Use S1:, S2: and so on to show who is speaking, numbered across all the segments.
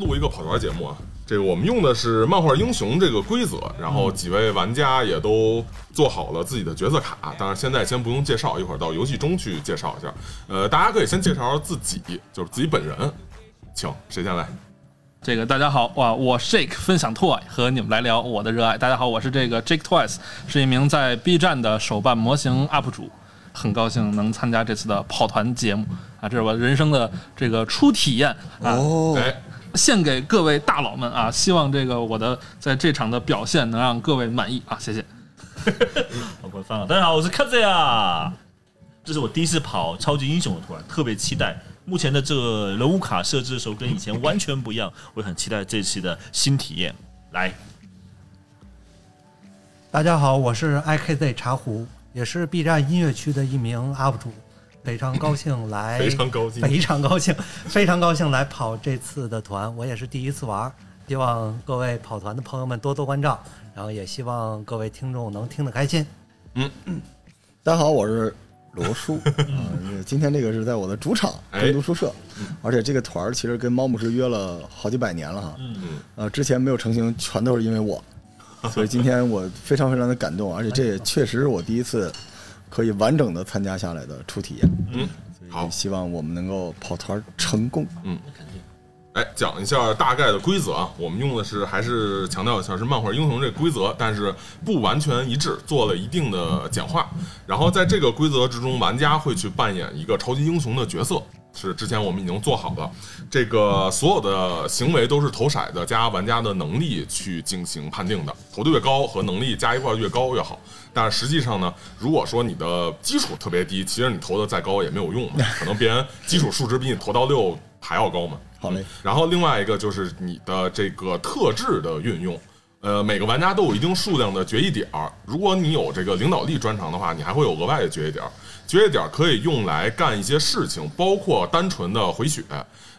S1: 录一个跑团节目啊。这个我们用的是漫画英雄这个规则，然后几位玩家也都做好了自己的角色卡，当然现在先不用介绍，一会儿到游戏中去介绍一下。呃，大家可以先介绍自己，就是自己本人，请谁先来？
S2: 这个大家好，哇，我 Shake 分享 Toy 和你们来聊我的热爱。大家好，我是这个 Jake Toys，是一名在 B 站的手办模型 UP 主，很高兴能参加这次的跑团节目啊，这是我人生的这个初体验啊。
S3: 哦，
S1: 哎，
S2: 献给各位大佬们啊！希望这个我的在这场的表现能让各位满意啊！谢谢。
S4: 好官方啊！大家好，我是 Kazia，这是我第一次跑超级英雄的图案，特别期待。目前的这个人物卡设置的时候跟以前完全不一样，我很期待这次的新体验。来，
S3: 大家好，我是 IKZ 茶壶，也是 B 站音乐区的一名 UP 主，非常高兴来，
S1: 非常高兴
S3: 非常高兴，非常高兴来跑这次的团，我也是第一次玩儿，希望各位跑团的朋友们多多关照，然后也希望各位听众能听得开心。
S5: 大家好，我是罗 叔。啊，这今天这个是在我的主场
S1: 哎
S5: 跟读书社，而且这个团儿其实跟猫牧师约了好几百年了哈。
S4: 嗯，
S5: 呃，之前没有成型，全都是因 为我，所以今天我非常非常的感动，而且这也确实是我第一次可以完整的参加下来的初体验。
S1: 嗯，好
S5: 也希望我们能够跑团成功。
S1: 来哎讲一下大概的规则啊，我们用的是还是强调一下是漫画英雄这个规则，但是不完全一致，做了一定的简化。然后在这个规则之中，玩家会去扮演一个超级英雄的角色，是之前我们已经做好了。这个所有的行为都是投骰子加玩家的能力去进行判定的，投的越高和能力加一块儿越高越好。但是实际上呢，如果说你的基础特别低，其实你投的再高也没有用嘛，可能别人基础数值比你投到六还要高嘛。
S5: 好嘞，
S1: 嗯然后另外一个就是你的这个特质的运用，呃，每个玩家都有一定数量的决议点儿。如果你有这个领导力专长的话，你还会有额外的决议点儿。决议点儿可以用来干一些事情，包括单纯的回血，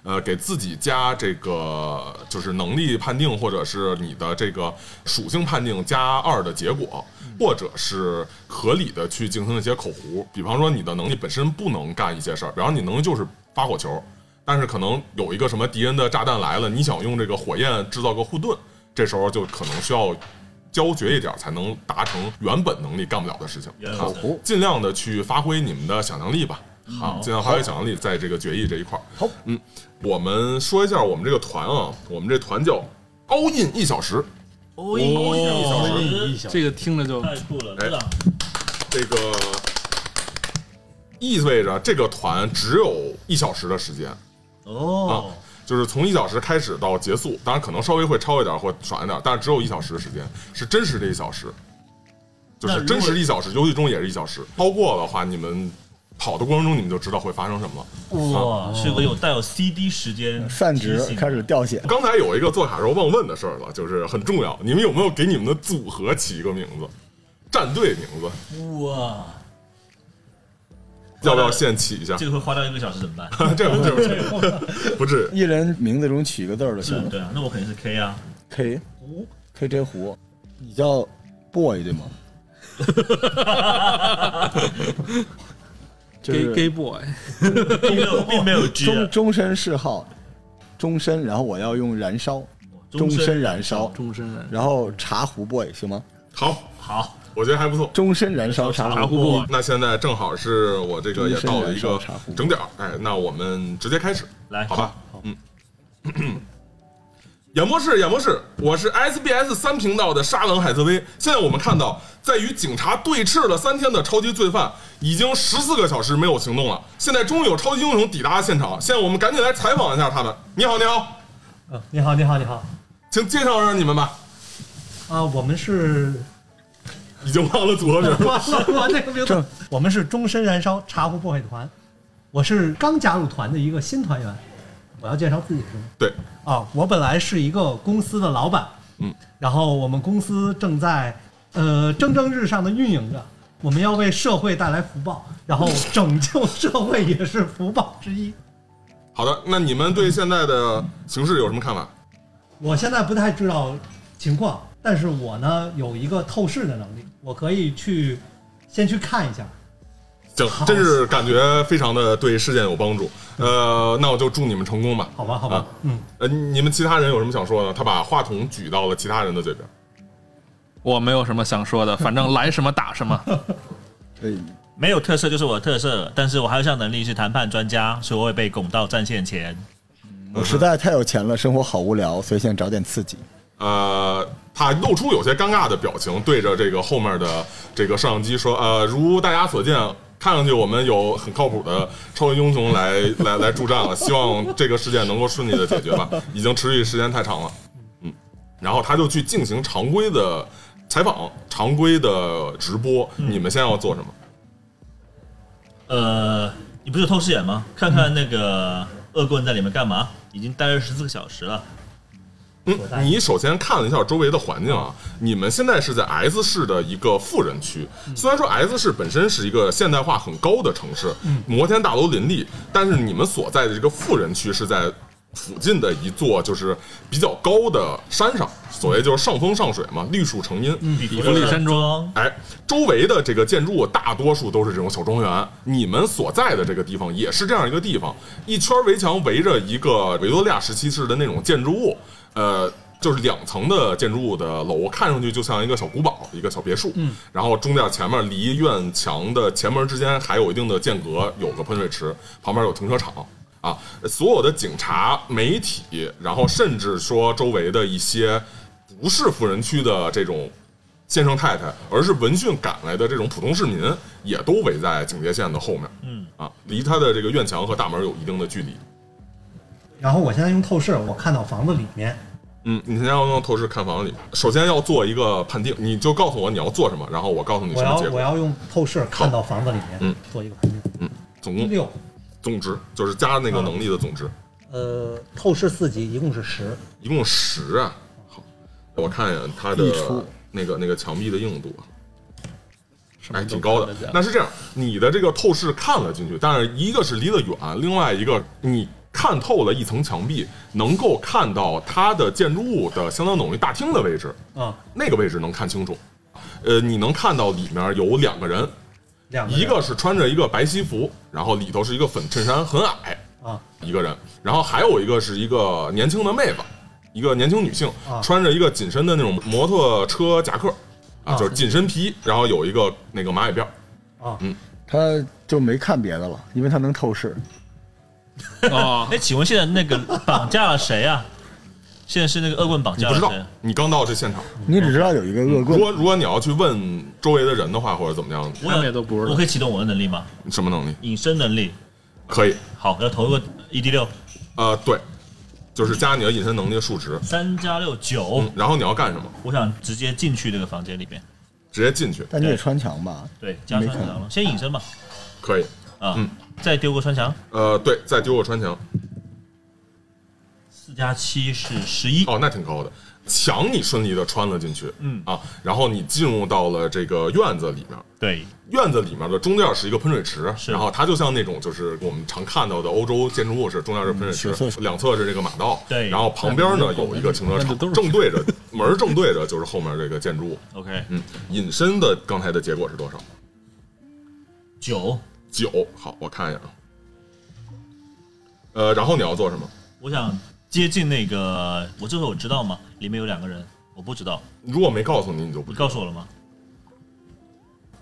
S1: 呃，给自己加这个就是能力判定，或者是你的这个属性判定加二的结果，
S5: 嗯
S1: 或者是合理的去进行一些口胡。比方说你的能力本身不能干一些事儿，比方说你能力就是发火球，但是可能有一个什么敌人的炸弹来了，你想用这个火焰制造个护盾，这时候就可能需要交绝一点儿才能达成原本能力干不了的事情。
S4: 原来
S1: 啊
S4: 如
S5: 此，
S1: 尽量的去发挥你们的想象力吧，啊，尽量发挥想象力在这个决议这一块儿。
S5: 好，
S1: 嗯，我们说一下我们这个团啊，我们这团叫 all in 一小时，
S4: 哦
S2: 这个听着 就
S4: 太酷了，真的，
S1: 哎这个意味着这个团只有一小时的时间。
S4: 哦，
S1: 就是从一小时开始到结束，当然可能稍微会超一点或短一点，但是只有一小时的时间，是真实的一小时，就
S4: 那
S1: 是
S4: 如果
S1: 真实的一小时，游戏中也是一小时，超过的话，你们跑的过程中你们就知道会发生什么了。
S4: 哇，是个有带有 CD 时间
S5: 散值呃开始掉血，
S1: 刚才有一个做卡时候忘问的事儿了，就是很重要，你们有没有给你们的组合起一个名字，战队名字？
S4: 哇，
S1: 要不要现起一下
S4: 这？个会花掉一个小时怎么 办？
S1: 这不这不这不不至于。
S5: 一人名字中取一个字儿就行
S4: 是
S5: 了。
S4: 对啊，那我肯定是 K 啊，
S5: K KJ 胡，你叫 boy 对吗？就
S2: gay
S5: 是
S2: gay boy，
S4: 并没有并没有 G
S5: 终
S4: 啊，
S5: 终身嗜好，终身，然后我要用燃烧，终
S4: 哦
S5: 身燃烧，
S2: 终身人。
S5: 然后茶壶 boy 行吗？
S1: 好，
S4: 好，
S1: 我觉得还不错。
S5: 终身燃烧茶壶，
S2: 不
S1: 那现在正好是我这个也到了一个整点儿，哎，那我们直接开始，
S4: 来
S1: 好吧，嗯。 演播室，演播室，我是 SBS 三频道的沙冷海瑟薇。现在我们看到，在与警察对峙了三天的超级罪犯，已经十四个小时没有行动了。现在终于有超级英雄抵达现场，现在我们赶紧来采访一下他们。你好，你好，
S3: 嗯，你好，你好，你好。
S1: 请介绍一下你们吧。
S3: 啊，我们是，
S1: 已经忘了组合名了，
S3: 忘了我这个名字，我们是终身燃烧茶壶 boy 团，我是刚加入团的一个新团员，我要介绍自己是吗？
S1: 对，
S3: 啊，我本来是一个公司的老板，
S1: 嗯，
S3: 然后我们公司正在呃蒸蒸日上的运营着，我们要为社会带来福报，然后拯救社会也是福报之一。
S1: 好的，那你们对现在的形势有什么看法？
S3: 我现在不太知道情况，但是我呢有一个透视的能力，我可以去先去看一下，
S1: 行，真是感觉非常的对事件有帮助。呃，那我就祝你们成功吧。
S6: 好吧，好吧，
S1: 啊，嗯，呃，你们其他人有什么想说的？他把话筒举到了其他人的嘴边。
S2: 我没有什么想说的，反正来什么打什 么。
S5: 对，
S4: 没有特色就是我的特色，但是我还有项能力是谈判专家，所以我会被拱到战线前。
S5: 嗯我实在太有钱了，生活好无聊，所以现在找点刺激。
S1: 呃，他露出有些尴尬的表情，对着这个后面的这个摄像机说：“呃，如大家所见，看上去我们有很靠谱的超级英雄来 来来助战了，希望这个事件能够顺利的解决 吧。已经持续时间太长了。”嗯，然后他就去进行常规的采访、常规的直播。
S5: 嗯
S1: 你们现在要做什么？
S4: 呃，你不是有透视眼吗？看看那个恶棍在里面干嘛？已经待了十四个小时了。
S1: 嗯，你首先看了一下周围的环境啊，你们现在是在 S 市的一个富人区。虽然说 S 市本身是一个现代化很高的城市，摩天大楼林立，但是你们所在的这个富人区是在附近的一座就是比较高的山上，所谓就是上风上水嘛，绿树成荫，
S4: 比
S2: 弗利山庄，
S1: 哎，周围的这个建筑大多数都是这种小庄园，你们所在的这个地方也是这样一个地方，一圈围墙围着一个维多利亚时期式的那种建筑物，呃。就是两层的建筑物的楼，看上去就像一个小古堡，一个小别墅。嗯，然后中间前面离院墙的前门之间还有一定的间隔，有个喷水池，旁边有停车场。啊，所有的警察、媒体，然后甚至说周围的一些不是富人区的这种先生太太，而是闻讯赶来的这种普通市民，也都围在警戒线的后面。嗯，啊，离他的这个院墙和大门有一定的距离。
S6: 然后我现在用透视，我看到房子里面，
S1: 嗯，你现在要用透视看房里，首先要做一个判定，你就告诉我你要做什么，然后我告诉你
S6: 我
S1: 什么
S6: 要
S1: 结
S6: 我
S1: 果。
S6: 要用透视看到房子里面，
S1: 嗯
S6: 做一个判定。
S1: 总
S6: 一
S1: 共
S6: 六，
S1: 总值就是加那个能力的总值。
S6: 呃，透视四级一共是十，
S1: 一共十啊。好，我看一眼它的
S5: 溢出
S1: 那个那个墙壁的硬度啊，
S2: 么
S1: 哎，
S2: 都
S1: 挺高的
S2: 看得见。
S1: 那是这样，你的这个透视看了进去，但是一个是离得远，另外一个你看透了一层墙壁，能够看到它的建筑物的相当等于大厅的位置，
S3: 嗯
S6: 啊，
S1: 那个位置能看清楚。呃，你能看到里面有两个人，
S6: 两
S1: 一
S6: 个人
S1: 个是穿着一个白西服，然后里头是一个粉衬衫，很矮，
S6: 啊，
S1: 一个人，然后还有一个是一个年轻的妹子，一个年轻女性，
S6: 啊
S1: 穿着一个紧身的那种摩托车夹克，啊，
S6: 啊
S1: 就是紧身皮，然后有一个那个马尾辫儿，
S5: 他就没看别的了，因为他能透视。
S2: 哦，
S4: 哎，请问现在那个绑架了谁啊？现在是那个恶棍绑
S1: 你
S4: 架
S1: 不
S4: 了
S1: 知道
S4: 谁？，
S1: 你刚到这现场。
S5: 你只知道有一个恶
S1: 如
S5: 棍，
S1: 果如果你要去问周围的人的话，或者怎么样，
S4: 我
S2: 他们也都不知道
S4: 我可以启动我的能力吗？
S1: 什么能力
S4: 隐身能力。
S1: 可以？
S4: 好，要投一个 ED 六，
S1: 呃，对，就是加你的隐身能力的数值。
S4: 三加六九
S1: 嗯。，然后你要干什么？
S4: 我想直接进去这个房间里面。
S1: 直接进去，
S5: 但你也穿墙吧？
S4: 对，加穿墙了，先隐身吧。
S1: 可以。
S4: 啊，
S1: 嗯
S4: 再丢个穿墙，
S1: 呃，对，再丢个穿墙。
S4: 四加七是十一。
S1: 哦，那挺高的。墙你顺利的穿了进去，
S4: 嗯
S1: 啊，然后你进入到了这个院子里面，
S4: 对，
S1: 院子里面的中间是一个喷水池，
S4: 是
S1: 然后它就像那种就是我们常看到的欧洲建筑物是中间是喷水
S5: 嗯雪
S1: 池，
S5: 色
S1: 两侧是这个马道，
S4: 对
S1: 然后旁边呢
S2: 那
S1: 有一个停车
S2: 那
S1: 场
S2: 都，是
S1: 正对着门儿正对着就是后面这个建筑物。
S4: OK，
S1: 嗯，隐身的刚才的结果是多少？
S4: 九，
S1: 九。好，我看一眼啊。呃，然后你要做什么？
S4: 我想接近那个，我这会我知道吗？里面有两个人，我不知道，
S1: 如果没告诉你，你就不
S4: 你
S1: 知道。
S4: 告诉我了吗？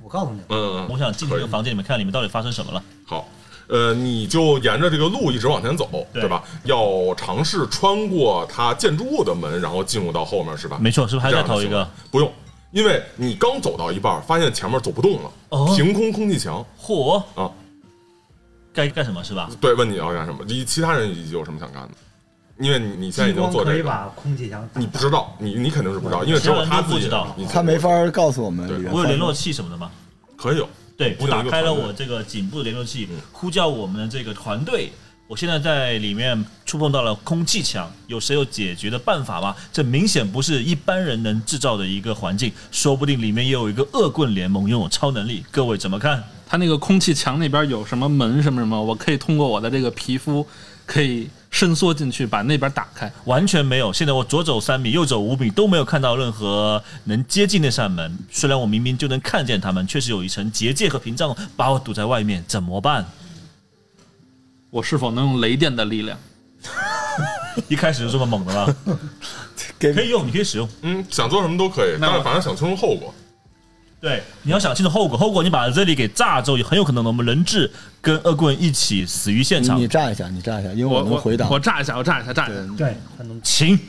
S6: 我告诉你，
S1: 嗯，嗯
S4: 我想进这
S1: 可
S4: 个
S1: 以
S4: 房间里面看里面到底发生什么了。
S1: 好，呃，你就沿着这个路一直往前走，
S4: 对
S1: 吧？要尝试穿过它建筑物的门，然后进入到后面，是吧？
S4: 没错，是不是还
S1: 这
S4: 在
S1: 样的
S4: 投一
S1: 行
S4: 个
S1: 为？，不用，因为你刚走到一半，发现前面走不动了，
S4: 哦
S1: 凭空空气墙
S4: 嚯，
S1: 啊。
S4: 哦该干什么是吧？
S1: 对，问你要干什么？你其他人已经有什么想干的？因为你你现在
S6: 激
S1: 已经
S6: 光
S1: 做
S6: 可
S1: 这
S6: 以
S1: 个，
S6: 把空气墙打
S1: 你不知道，你你肯定是不知道，因为只有他自己
S4: 其他人都不知道
S1: 你
S5: 他没法儿告诉我们
S1: 对
S5: 里面
S4: 我有
S5: 发
S4: 联
S5: 生
S4: 络器什么的吗？
S1: 可以有。
S4: 对，
S1: 不
S4: 我
S1: 能
S4: 打开了
S1: 一个团队嗯
S4: 我这个颈部的联络器，呼叫我们的这个团队。我现在在里面触碰到了空气墙，有谁有解决的办法吗？这明显不是一般人能制造的一个环境，说不定里面也有一个恶棍联盟拥有超能力。各位怎么看？
S2: 他那个空气墙那边有什么门什么什么，我可以通过我的这个皮肤可以伸缩进去把那边打开。
S4: 完全没有。现在我左走三米，右走五米，都没有看到任何能接近那扇门。虽然我明明就能看见他们，确实有一层结界和屏障把我堵在外面，怎么办？
S2: 我是否能用雷电的力量？
S4: 一开始就这么猛的 吗？
S5: 给
S4: 可以用，你可以使用。
S1: 嗯，想做什么都可以，
S2: 那我
S1: 但是反正想清楚后果。
S4: 对，你要想清楚后果，后果你把这里给炸之后，很有可能我们人质跟恶棍一起死于现
S5: 你
S4: 场
S5: 你。炸一下，你炸一下，因为
S2: 我
S5: 能
S2: 我
S5: 回档
S2: 我。炸一下，我炸一下，炸一下。
S5: 对
S6: 对，他能
S4: 请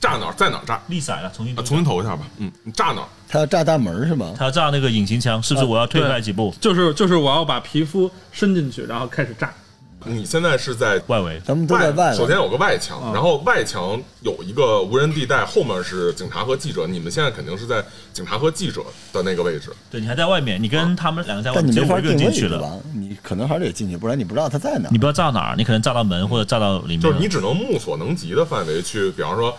S1: 炸哪儿在哪儿炸，啊
S4: 立色了，重新、
S1: 重新投一下吧。嗯，你炸哪儿？
S5: 他要炸大门是吧？
S4: 他要炸那个隐形墙，是不是我要退开几步？
S2: 就是就是我要把皮肤伸进去，然后开始炸。
S1: 你现在是在
S4: 外围
S5: 咱们都在外
S1: 首
S5: 边
S1: 先，有个外墙，
S4: 嗯
S1: 然后外墙有一个无人地带，后面是警察和记者。你们现在肯定是在警察和记者的那个位置。
S4: 对你还在外面，你跟他们两个在外
S5: 但
S4: 面，
S5: 你
S4: 只有
S5: 没
S4: 我
S5: 法
S4: 一个
S5: 定
S4: 人进
S5: 位
S4: 去
S5: 是
S4: 了。
S5: 吧？你可能还得进去，不然你不知道他在哪儿
S4: 你。不知道炸哪儿，你可能炸到门或者炸到里面。
S1: 就是你只能目所能及的范围去，比方说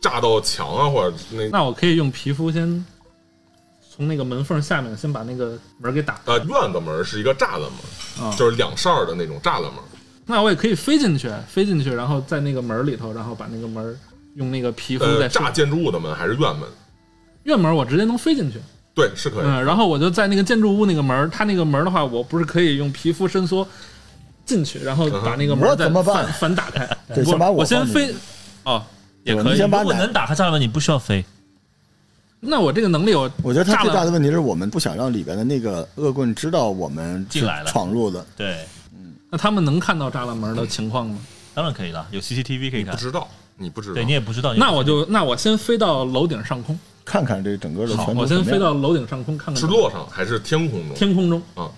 S1: 炸到墙啊，或者那
S2: 那我可以用皮肤先从那个门缝下面先把那个门给打开。
S1: 呃院子门是一个栅栏门，
S2: 啊
S1: 就是两扇儿的那种栅栏门。
S2: 那我也可以飞进去，飞进去，然后在那个门里头，然后把那个门用那个皮肤
S1: 呃，
S2: 再
S1: 炸建筑物的门还是院门？
S2: 院门，我直接能飞进去。
S1: 对，是可以。
S2: 嗯，然后我就在那个建筑物那个门儿，它那个门儿的话，我不是可以用皮肤伸缩进去，然后把那个门儿
S5: 我
S2: 再
S5: 怎么办
S2: 反反打开？
S5: 对
S2: 不
S5: 先把我
S2: 我先
S5: 放进
S2: 飞
S5: 去，
S2: 哦，也
S5: 对
S2: 可
S5: 你
S2: 以
S5: 先。把
S4: 如果
S5: 奶
S4: 能打开栅栏，你不需要飞。
S2: 那我这个能力我，
S5: 我觉得他最大
S2: 炸
S5: 的
S2: 了，
S5: 问题是我们不想让里边的那个恶棍知道我们
S4: 进来了
S5: 是闯入的。
S4: 对，
S2: 那他们能看到栅栏门儿的情况吗？
S4: 当然可以了，有 CCTV 可以
S1: 不
S4: 看。
S1: 知道，你不知道
S4: 对你。也不知
S5: 哎
S4: 道。
S2: 那我就那我先飞到楼顶上空，
S5: 看看这整个的全
S2: 我
S5: 程怎
S2: 先
S5: 么
S2: 飞
S5: 样。
S2: 到楼顶上空看看
S1: 是落上还是天空中？
S2: 天空中
S1: 啊，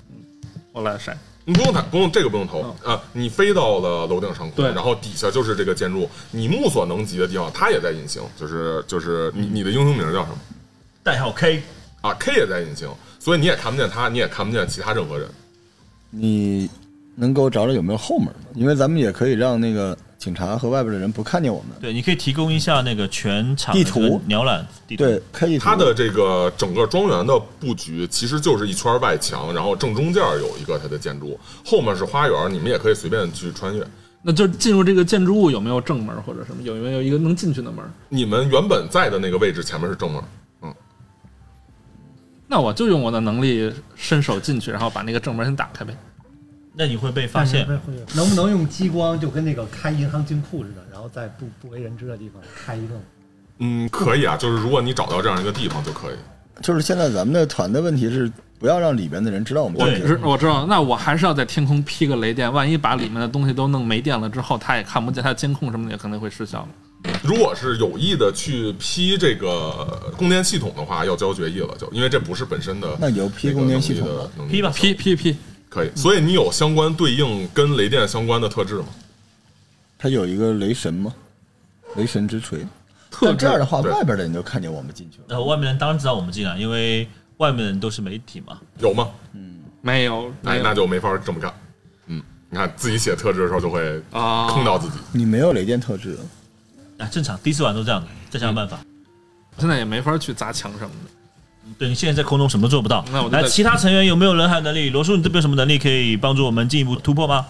S2: 我来闪。
S1: 你不用打，不用这个不用投
S2: 哦
S1: 啊！你飞到了楼顶上空，
S2: 对
S1: 然后底下就是这个建筑，你目所能及的地方，它也在隐形，就是就是你你的英雄名叫什么
S4: 代号 K，
S1: 啊？K 也在隐形，所以你也看不见他，你也看不见其他任何人。
S5: 你能够找找有没有后门吗？因为咱们也可以让那个警察和外边的人不看见我们。
S4: 对，你可以提供一下那个全场
S5: 地图
S4: 的这个浏览地图。
S5: 对，可以。
S1: 它的这个整个庄园的布局其实就是一圈外墙，然后正中间有一个它的建筑，后面是花园，你们也可以随便去穿越。
S2: 那就是进入这个建筑物有没有正门儿或者什么？有没有一个能进去的门儿？
S1: 你们原本在的那个位置前面是正门，
S2: 那我就用我的能力伸手进去，然后把那个正门先打开呗。
S4: 那你会被发现。
S6: 能不能用激光，就跟那个开银行金库似的，然后在不不为人知的地方开一个
S1: 嗯，可以啊，就是如果你找到这样一个地方就可以。
S5: 就是现在咱们的团的问题是，不要让里边的人知道我们进去
S4: 对
S5: 了。
S2: 知我知道，那我还是要在天空劈个雷电，万一把里面的东西都弄没电了之后，他也看不见，他监控什么的也可能会失效。
S1: 如果是有意的去批这个供电系统的话，要交决议了，就因为这不是本身的
S5: 那有批
S1: 那个
S5: 供电系
S1: 能力
S5: 统
S1: 的
S5: 吗
S1: 能力
S4: 批吧，
S2: 劈劈劈，
S1: 可以。所以你有相关对应跟雷电相关的特质吗？
S5: 它有一个雷神吗？雷神之锤。
S2: 特
S5: 但这样的话，
S1: 对
S5: 外边的人就看见我们进去了。
S4: 然呃后外面人当然知道我们进来，因为外面人都是媒体嘛。
S1: 有吗？
S2: 没有
S1: 哎
S2: 没，有
S1: 那就没法这么干。嗯，你看自己写特质的时候就会
S2: 啊，
S1: 坑到自己。
S5: 你没有雷电特质，
S4: 啊，正常，第一次玩都这样的，再想想办法。
S2: 现在也没法去砸墙什么的。
S4: 对你现在在空中什么都做不到。
S2: 那我就
S4: 来，
S2: 在
S4: 其他成员有没有人海能力？ 罗叔，你这边有什么能力可以帮助我们进一步突破吗？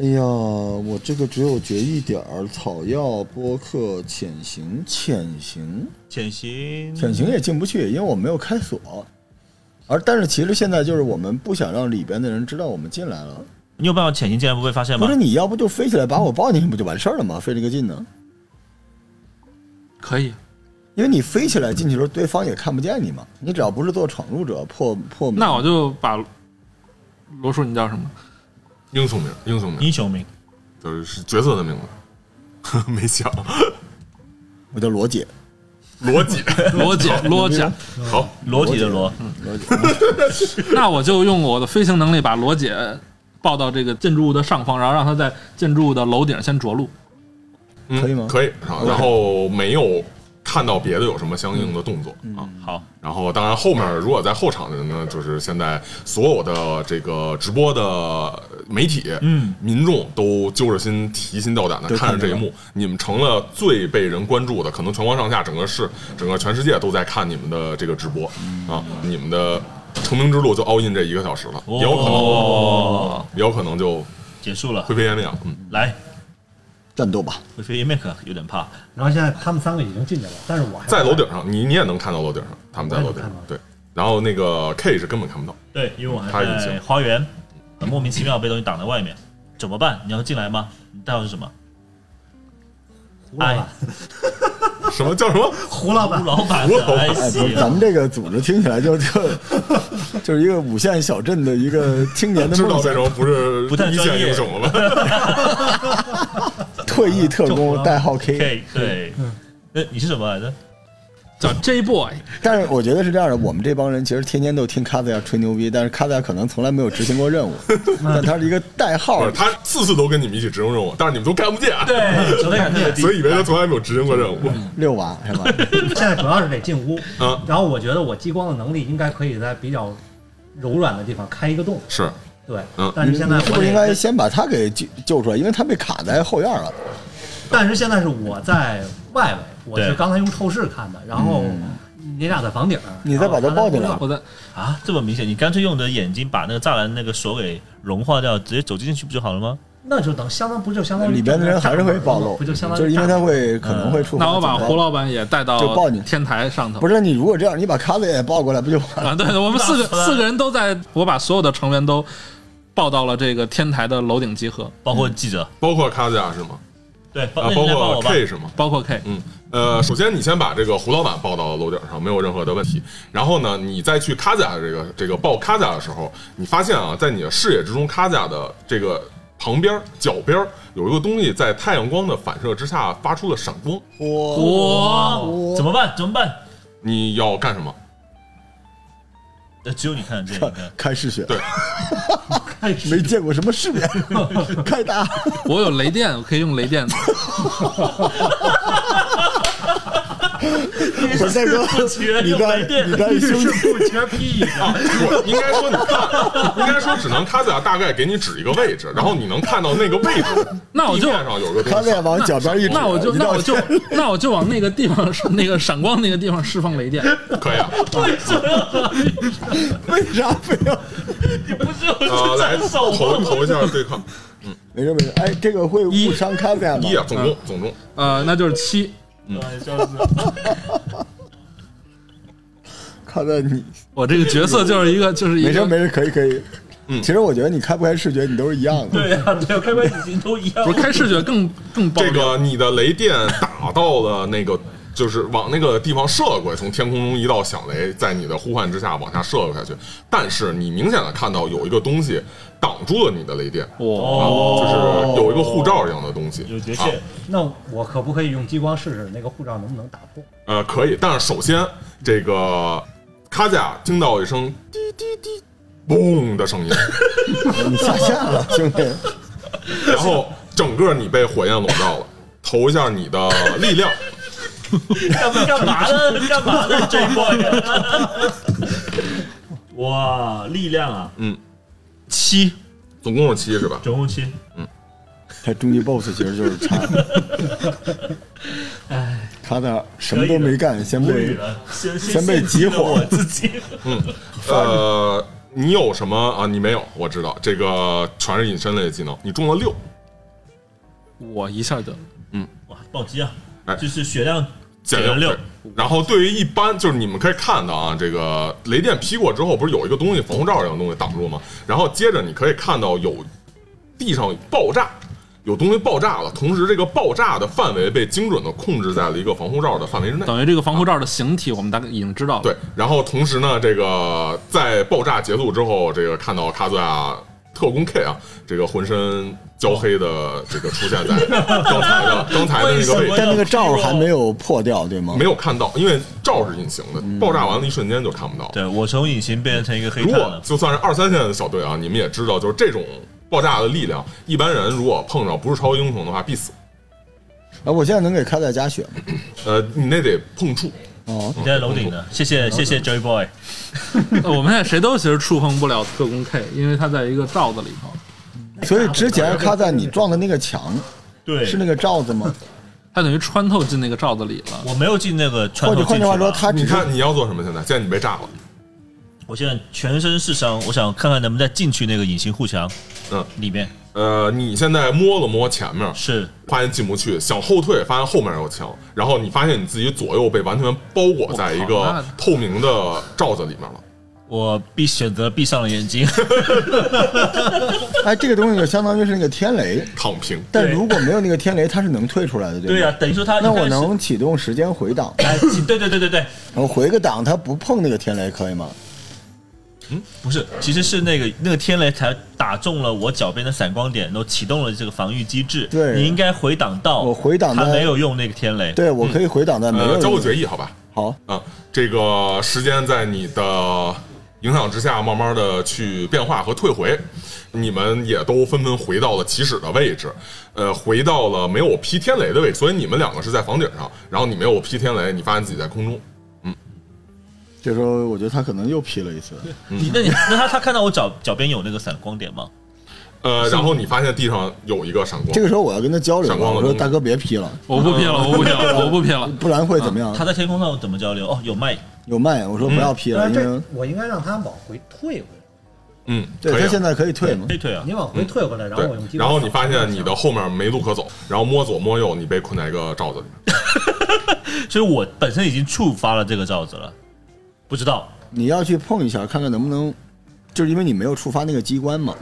S5: 哎呀，我这个只有决议点儿、草药、播客、潜行、潜行、
S4: 潜行，
S5: 潜行也进不去，因为我没有开锁。而但是其实现在就是我们不想让里边的人知道我们进来了，
S4: 你有办法潜行进来不被发现
S5: 不
S4: 吗
S5: 是？你要不就飞起来把我抱进去不就完事儿了吗？费这个劲呢？
S2: 可以，
S5: 因为你飞起来进去的时候，对方也看不见你嘛。你只要不是做闯入者，破破门
S2: 那我就把罗叔，你叫什么？
S1: 英雄名，英雄名，
S4: 英雄名，
S1: 就是是角色的名字。 没想
S5: 我叫罗姐，
S1: 逻 辑，
S2: 罗姐，罗姐。
S1: 好，
S4: 裸体的裸，
S5: 罗嗯姐，
S2: 那我就用我的飞行能力把罗姐抱到这个建筑物的上方，然后让她在建筑物的楼顶先着陆。
S1: 嗯
S5: 可以吗
S1: 可以。好然后没有看到别的有什么相应的动作
S5: 嗯
S1: 啊。
S4: 好，
S1: 然后，当然后面如果在后场的人呢，就是现在所有的这个直播的媒体，
S4: 嗯，
S1: 民众都揪着心、提心吊胆的
S5: 都
S1: 看着
S5: 看
S1: 这一
S5: 见
S1: 幕，你们成了最被人关注的，可能全国上下、整个市、整个全世界都在看你们的这个直播
S5: 嗯
S1: 啊，你
S5: 哦
S1: 们的成名之路就 all in 这一个小时了，也有可能，
S4: 哦，
S1: 也有可能就
S4: 结束了
S1: 灰，飞烟灭了。嗯，
S4: 来，
S5: 战斗吧，
S4: 我觉得 m a k 有点怕，
S3: 然后现在他们三个已经进去了，但是我还
S1: 在楼顶上，你你也能看到楼顶上，他们在楼顶上
S3: 我也能看到。
S1: 对，然后那个 K 是根本看不到。
S4: 对，因为我还
S1: 他已
S4: 在
S1: 经
S4: 花园，很莫名其妙被东西挡在外面，怎么办？你要进来吗？你代号是什么？
S3: 胡老板
S4: 哎，
S1: 什么叫什 么？
S3: 胡老
S4: 吴
S3: 板，
S4: 老板
S1: 吴
S4: 的
S1: 老板
S4: IC，
S5: 不是哎咱们这个组织听起来就就 就是一个五线小镇的一个青年的
S1: 知
S5: 梦
S1: 道为什
S5: 想，
S1: 么不是
S4: 不太
S1: 一
S4: 专
S1: 线
S4: 业
S1: 英 雄了吧？
S5: 退役特工代号 K。
S4: K，对，那你是什么来着？
S2: 叫 J Boy，
S5: 但是我觉得是这样的，我们这帮人其实天天都听卡子亚吹牛逼，但是卡子亚可能从来没有执行过任务，但他是一个代
S1: 不
S5: 号
S1: 是，，他次次都跟你们一起执行任务，但是你们都看不见，
S4: 对，嗯昨天看那个啊
S1: 所以以为他从来没有执行过任务。
S5: 六娃是吧？
S3: 现在主要是得进屋
S1: 嗯，
S3: 然后我觉得我激光的能力应该可以在比较柔软的地方开一个洞，
S1: 是，
S3: 对
S1: 嗯，
S3: 但是现在
S5: 你是
S3: 我
S5: 不是
S3: 得
S5: 应该先把他给救救出来？因为他被卡在后院了。
S3: 但是现在是我在外围，我是
S4: 对
S3: 刚才用透视看的，然后
S1: 嗯
S3: 你俩在房顶儿，
S5: 你再把他抱进来
S3: 然后
S2: 我在
S4: 啊，这么明显，你干脆用你的眼睛把那个栅栏那个锁给融化掉，直接走进去不就好了吗？
S3: 那就等相当不就相当于
S5: 里边的人还是会暴露，
S3: 不就相当于
S5: 就是因为
S3: 炸
S5: 他会可能会触发
S2: 那我把
S5: 警报
S2: 胡老板也带
S5: 就
S2: 到
S5: 抱你
S2: 天台上头。
S5: 不是你，如果这样，你把卡子也抱过来，不就完了？
S2: 啊，对，我们四个
S4: 那 完了
S2: 四个人都在，我把所有的成员都报到了这个天台的楼顶集合，
S4: 包括记者，哦
S1: 包括卡子亚是吗？
S4: 对，
S1: 啊，
S4: 那
S1: 包
S4: 你来帮
S1: 括
S4: 我吧。
S1: K 是吗？
S2: 包括 K。
S1: 嗯，呃，首先你先把这个胡老板抱到楼顶上，没有任何的问题。然后呢，你再去卡甲这个这个抱卡甲的时候，你发现啊，在你的视野之中，卡甲的这个旁边儿脚边儿有一个东西在太阳光的反射之下发出了闪光。
S2: 哇、
S5: 哦
S4: 怎么办？怎么办？
S1: 你要干什么？
S4: 呃，只有你看得见，你 看。
S5: 开嗜血，
S1: 对
S5: 没见过什么世面，开大，
S2: 我有雷电，我可以用雷 电。
S5: 我再说
S4: 不缺，
S5: 你
S4: 又
S3: 哎
S4: 没
S5: 在
S4: 电
S5: 你在兄弟，
S3: 不缺屁，
S1: 啊，不，应该说你看，应该说只能卡甲大概给你指一个位置，然后你能看到那个位置，
S2: 那我就
S1: 地面上有个
S5: 卡
S1: 东
S5: 子
S1: 西
S5: 也。往脚边一指，
S2: 那我就
S5: 一到
S2: 那我就那我就往那个地方 那个闪光那个地方释放雷电。
S1: 可以 啊，
S4: 为什么？
S5: 为啥非要？
S4: 你不是有
S1: 呃，
S4: 是
S1: 来
S4: 在手
S1: 投
S4: 吗？
S1: 投一下对 抗，
S5: 没事没事，哎，这个会误伤卡子亚吗
S1: 一？啊，总中总中，
S2: 呃，那就是七，
S4: 哎笑死！
S5: 卡子亚你
S2: 我这个角色就是一个就是一个
S5: 没事没事，可以可以。
S1: 嗯
S5: 其实我觉得你开不开视觉，你都是一样的。
S4: 对啊，对啊，开麦已经都一样
S2: 不。是开视觉 更更暴
S1: 这
S2: 力。
S1: 个你的雷电打到了那个， 就是往那个地方射过去，从天空中一道响雷，在你的呼唤之下往下射了下去。但是你明显的看到有一个东西挡住了你的雷电，
S4: 哦
S2: 哇、
S1: 啊，就是有一个护罩一样的东西，
S4: 有绝
S1: 啊
S4: 线，
S3: 那我可不可以用激光试试那个护照能不能打破？
S1: 呃，可以，但是首先这个卡甲听到一声滴滴滴，嘣的声音，
S5: 你下线了，兄弟，
S1: 然后整个你被火焰笼罩了。投一下你的力量，
S4: 干嘛干嘛 呢？干嘛呢？这一波人。哇，力量啊！
S1: 嗯，
S4: 七，
S1: 总共是七是吧？
S4: 总共七。
S5: 他终极 BOSS 其实就是叉。卡子亚什么都没干，先
S4: 无
S5: 被
S4: 语了，先
S5: 先被
S4: 激
S5: 集
S4: 了
S5: 火
S4: 我自己。
S1: 呃，你有什么啊？你没有，我知道这个全是隐身类的技能，你中了六，
S2: 我一下就
S4: 哇，暴击啊！
S1: 哎
S4: 就是血量
S1: 减
S4: 减了六
S1: 对然后对于一般就是你们可以看到啊，这个雷电劈过之后，不是有一个东西防护罩一样的东西挡住吗？然后接着你可以看到有地上爆炸，有东西爆炸了，同时这个爆炸的范围被精准的控制在了一个防护罩的范围之内。
S2: 等于这个防护罩的形体，我们大概已经知道了。
S1: 对，然后同时呢，这个在爆炸结束之后，这个看到卡祖亚特工 K 啊，这个浑身焦黑的这个出现在刚才 的刚才的那个位
S4: 为什么
S1: 置，
S5: 但那个罩还没有破掉，对吗？
S1: 没有看到，因为罩是隐形的，
S5: 嗯
S1: 爆炸完了一瞬间就看不到了。
S4: 对我从隐形变成一个黑
S1: 如
S4: 炭
S1: 果
S4: 了。
S1: 就算是二三线的小队啊，你们也知道，就是这种爆炸的力量，一般人如果碰着不是超级英雄的话，必死。
S5: 哎，我现在能给卡子亚加血吗？
S1: 呃，你那得碰触，
S5: 哦，
S4: 你在楼顶呢，谢谢谢谢 Joy Boy。
S2: 呃我们现在谁都其实触碰不了特工 K，因为他在一个罩子里头，
S5: 所以之前卡在你撞的那个墙
S4: 对，
S5: 是那个罩子吗？
S2: 他等于穿透进那个罩子里了。
S4: 我没有进那个传
S5: 换句
S4: 统。
S5: 换句话说，他
S1: 你
S5: 只是
S1: 看你要做什么？现在现在你被炸了，
S4: 我现在全身是伤，我想看看能不能再进去那个隐形护墙
S1: 嗯，
S4: 里面。
S1: 呃，你现在摸了摸前面，
S4: 是
S1: 发现进不去，想后退，发现后面有墙，然后你发现你自己左右被完全包裹在一
S2: 我
S1: 个
S2: 靠那
S1: 透明的罩子里面了。
S4: 我必选择闭上了眼 睛。
S5: 哎，这个东西就相当于是那个天雷，
S1: 躺平，
S5: 但
S4: 对
S5: 如果没有那个天雷，它是能退出来的，
S4: 对
S5: 吧？
S4: 呀、等于说他
S5: 那
S4: 一开
S5: 我
S4: 始
S5: 能启动时间回档，
S4: 哎，请对对对对对，
S5: 然后回个档，它不碰那个天雷可以吗？
S4: 不是，其实是那个那个天雷才打中了我脚边的闪光点，然后启动了这个防御机制。
S5: 对
S4: 你应该回档到
S5: 我回档
S4: 他
S5: 到
S4: 没有用那个天雷。
S5: 对，我可以回档，但没有
S1: 呃，
S5: 用。
S1: 交个决议好吧？
S5: 好，
S1: 啊，这个时间在你的影响之下，慢慢的去变化和退回。你们也都纷纷回到了起始的位置，呃，回到了没有劈天雷的位置，所以你们两个是在房顶上，然后你没有劈天雷，你发现自己在空中。
S5: 这时候我觉得他可能又劈了一次，
S4: 你那你那他他看到我脚脚边有那个闪光点吗？
S1: 呃，然后你发现地上有一个闪光，
S5: 这个时候我要跟他交流
S1: 闪
S5: 了，
S1: 光了
S5: 我说大哥别劈了，
S2: 我不撇了，我不撇了，我不撇了。
S5: 不然会怎
S1: 嗯
S5: 么样
S4: 他？在天空上怎么交流？哦，有麦，
S5: 有麦，我说不要劈了，
S4: 嗯
S3: 但
S5: 啊因
S3: 是这
S5: 为
S3: 我应该让他往回退回来，
S1: 嗯，可
S5: 对
S1: 以
S5: 他
S1: 啊。
S5: 现在可以退嘛
S4: 可。以退啊
S3: 你。往回退回来，然后我用
S1: 对，
S3: 机。
S1: 然后你发现你的后面没路可走，然后摸左摸右，你被困在一个罩子里面。
S4: 所以我本身已经触发了这个罩子了，不知道。
S5: 你要去碰一下，看看能不能，就是因为你没有触发那个机关嘛，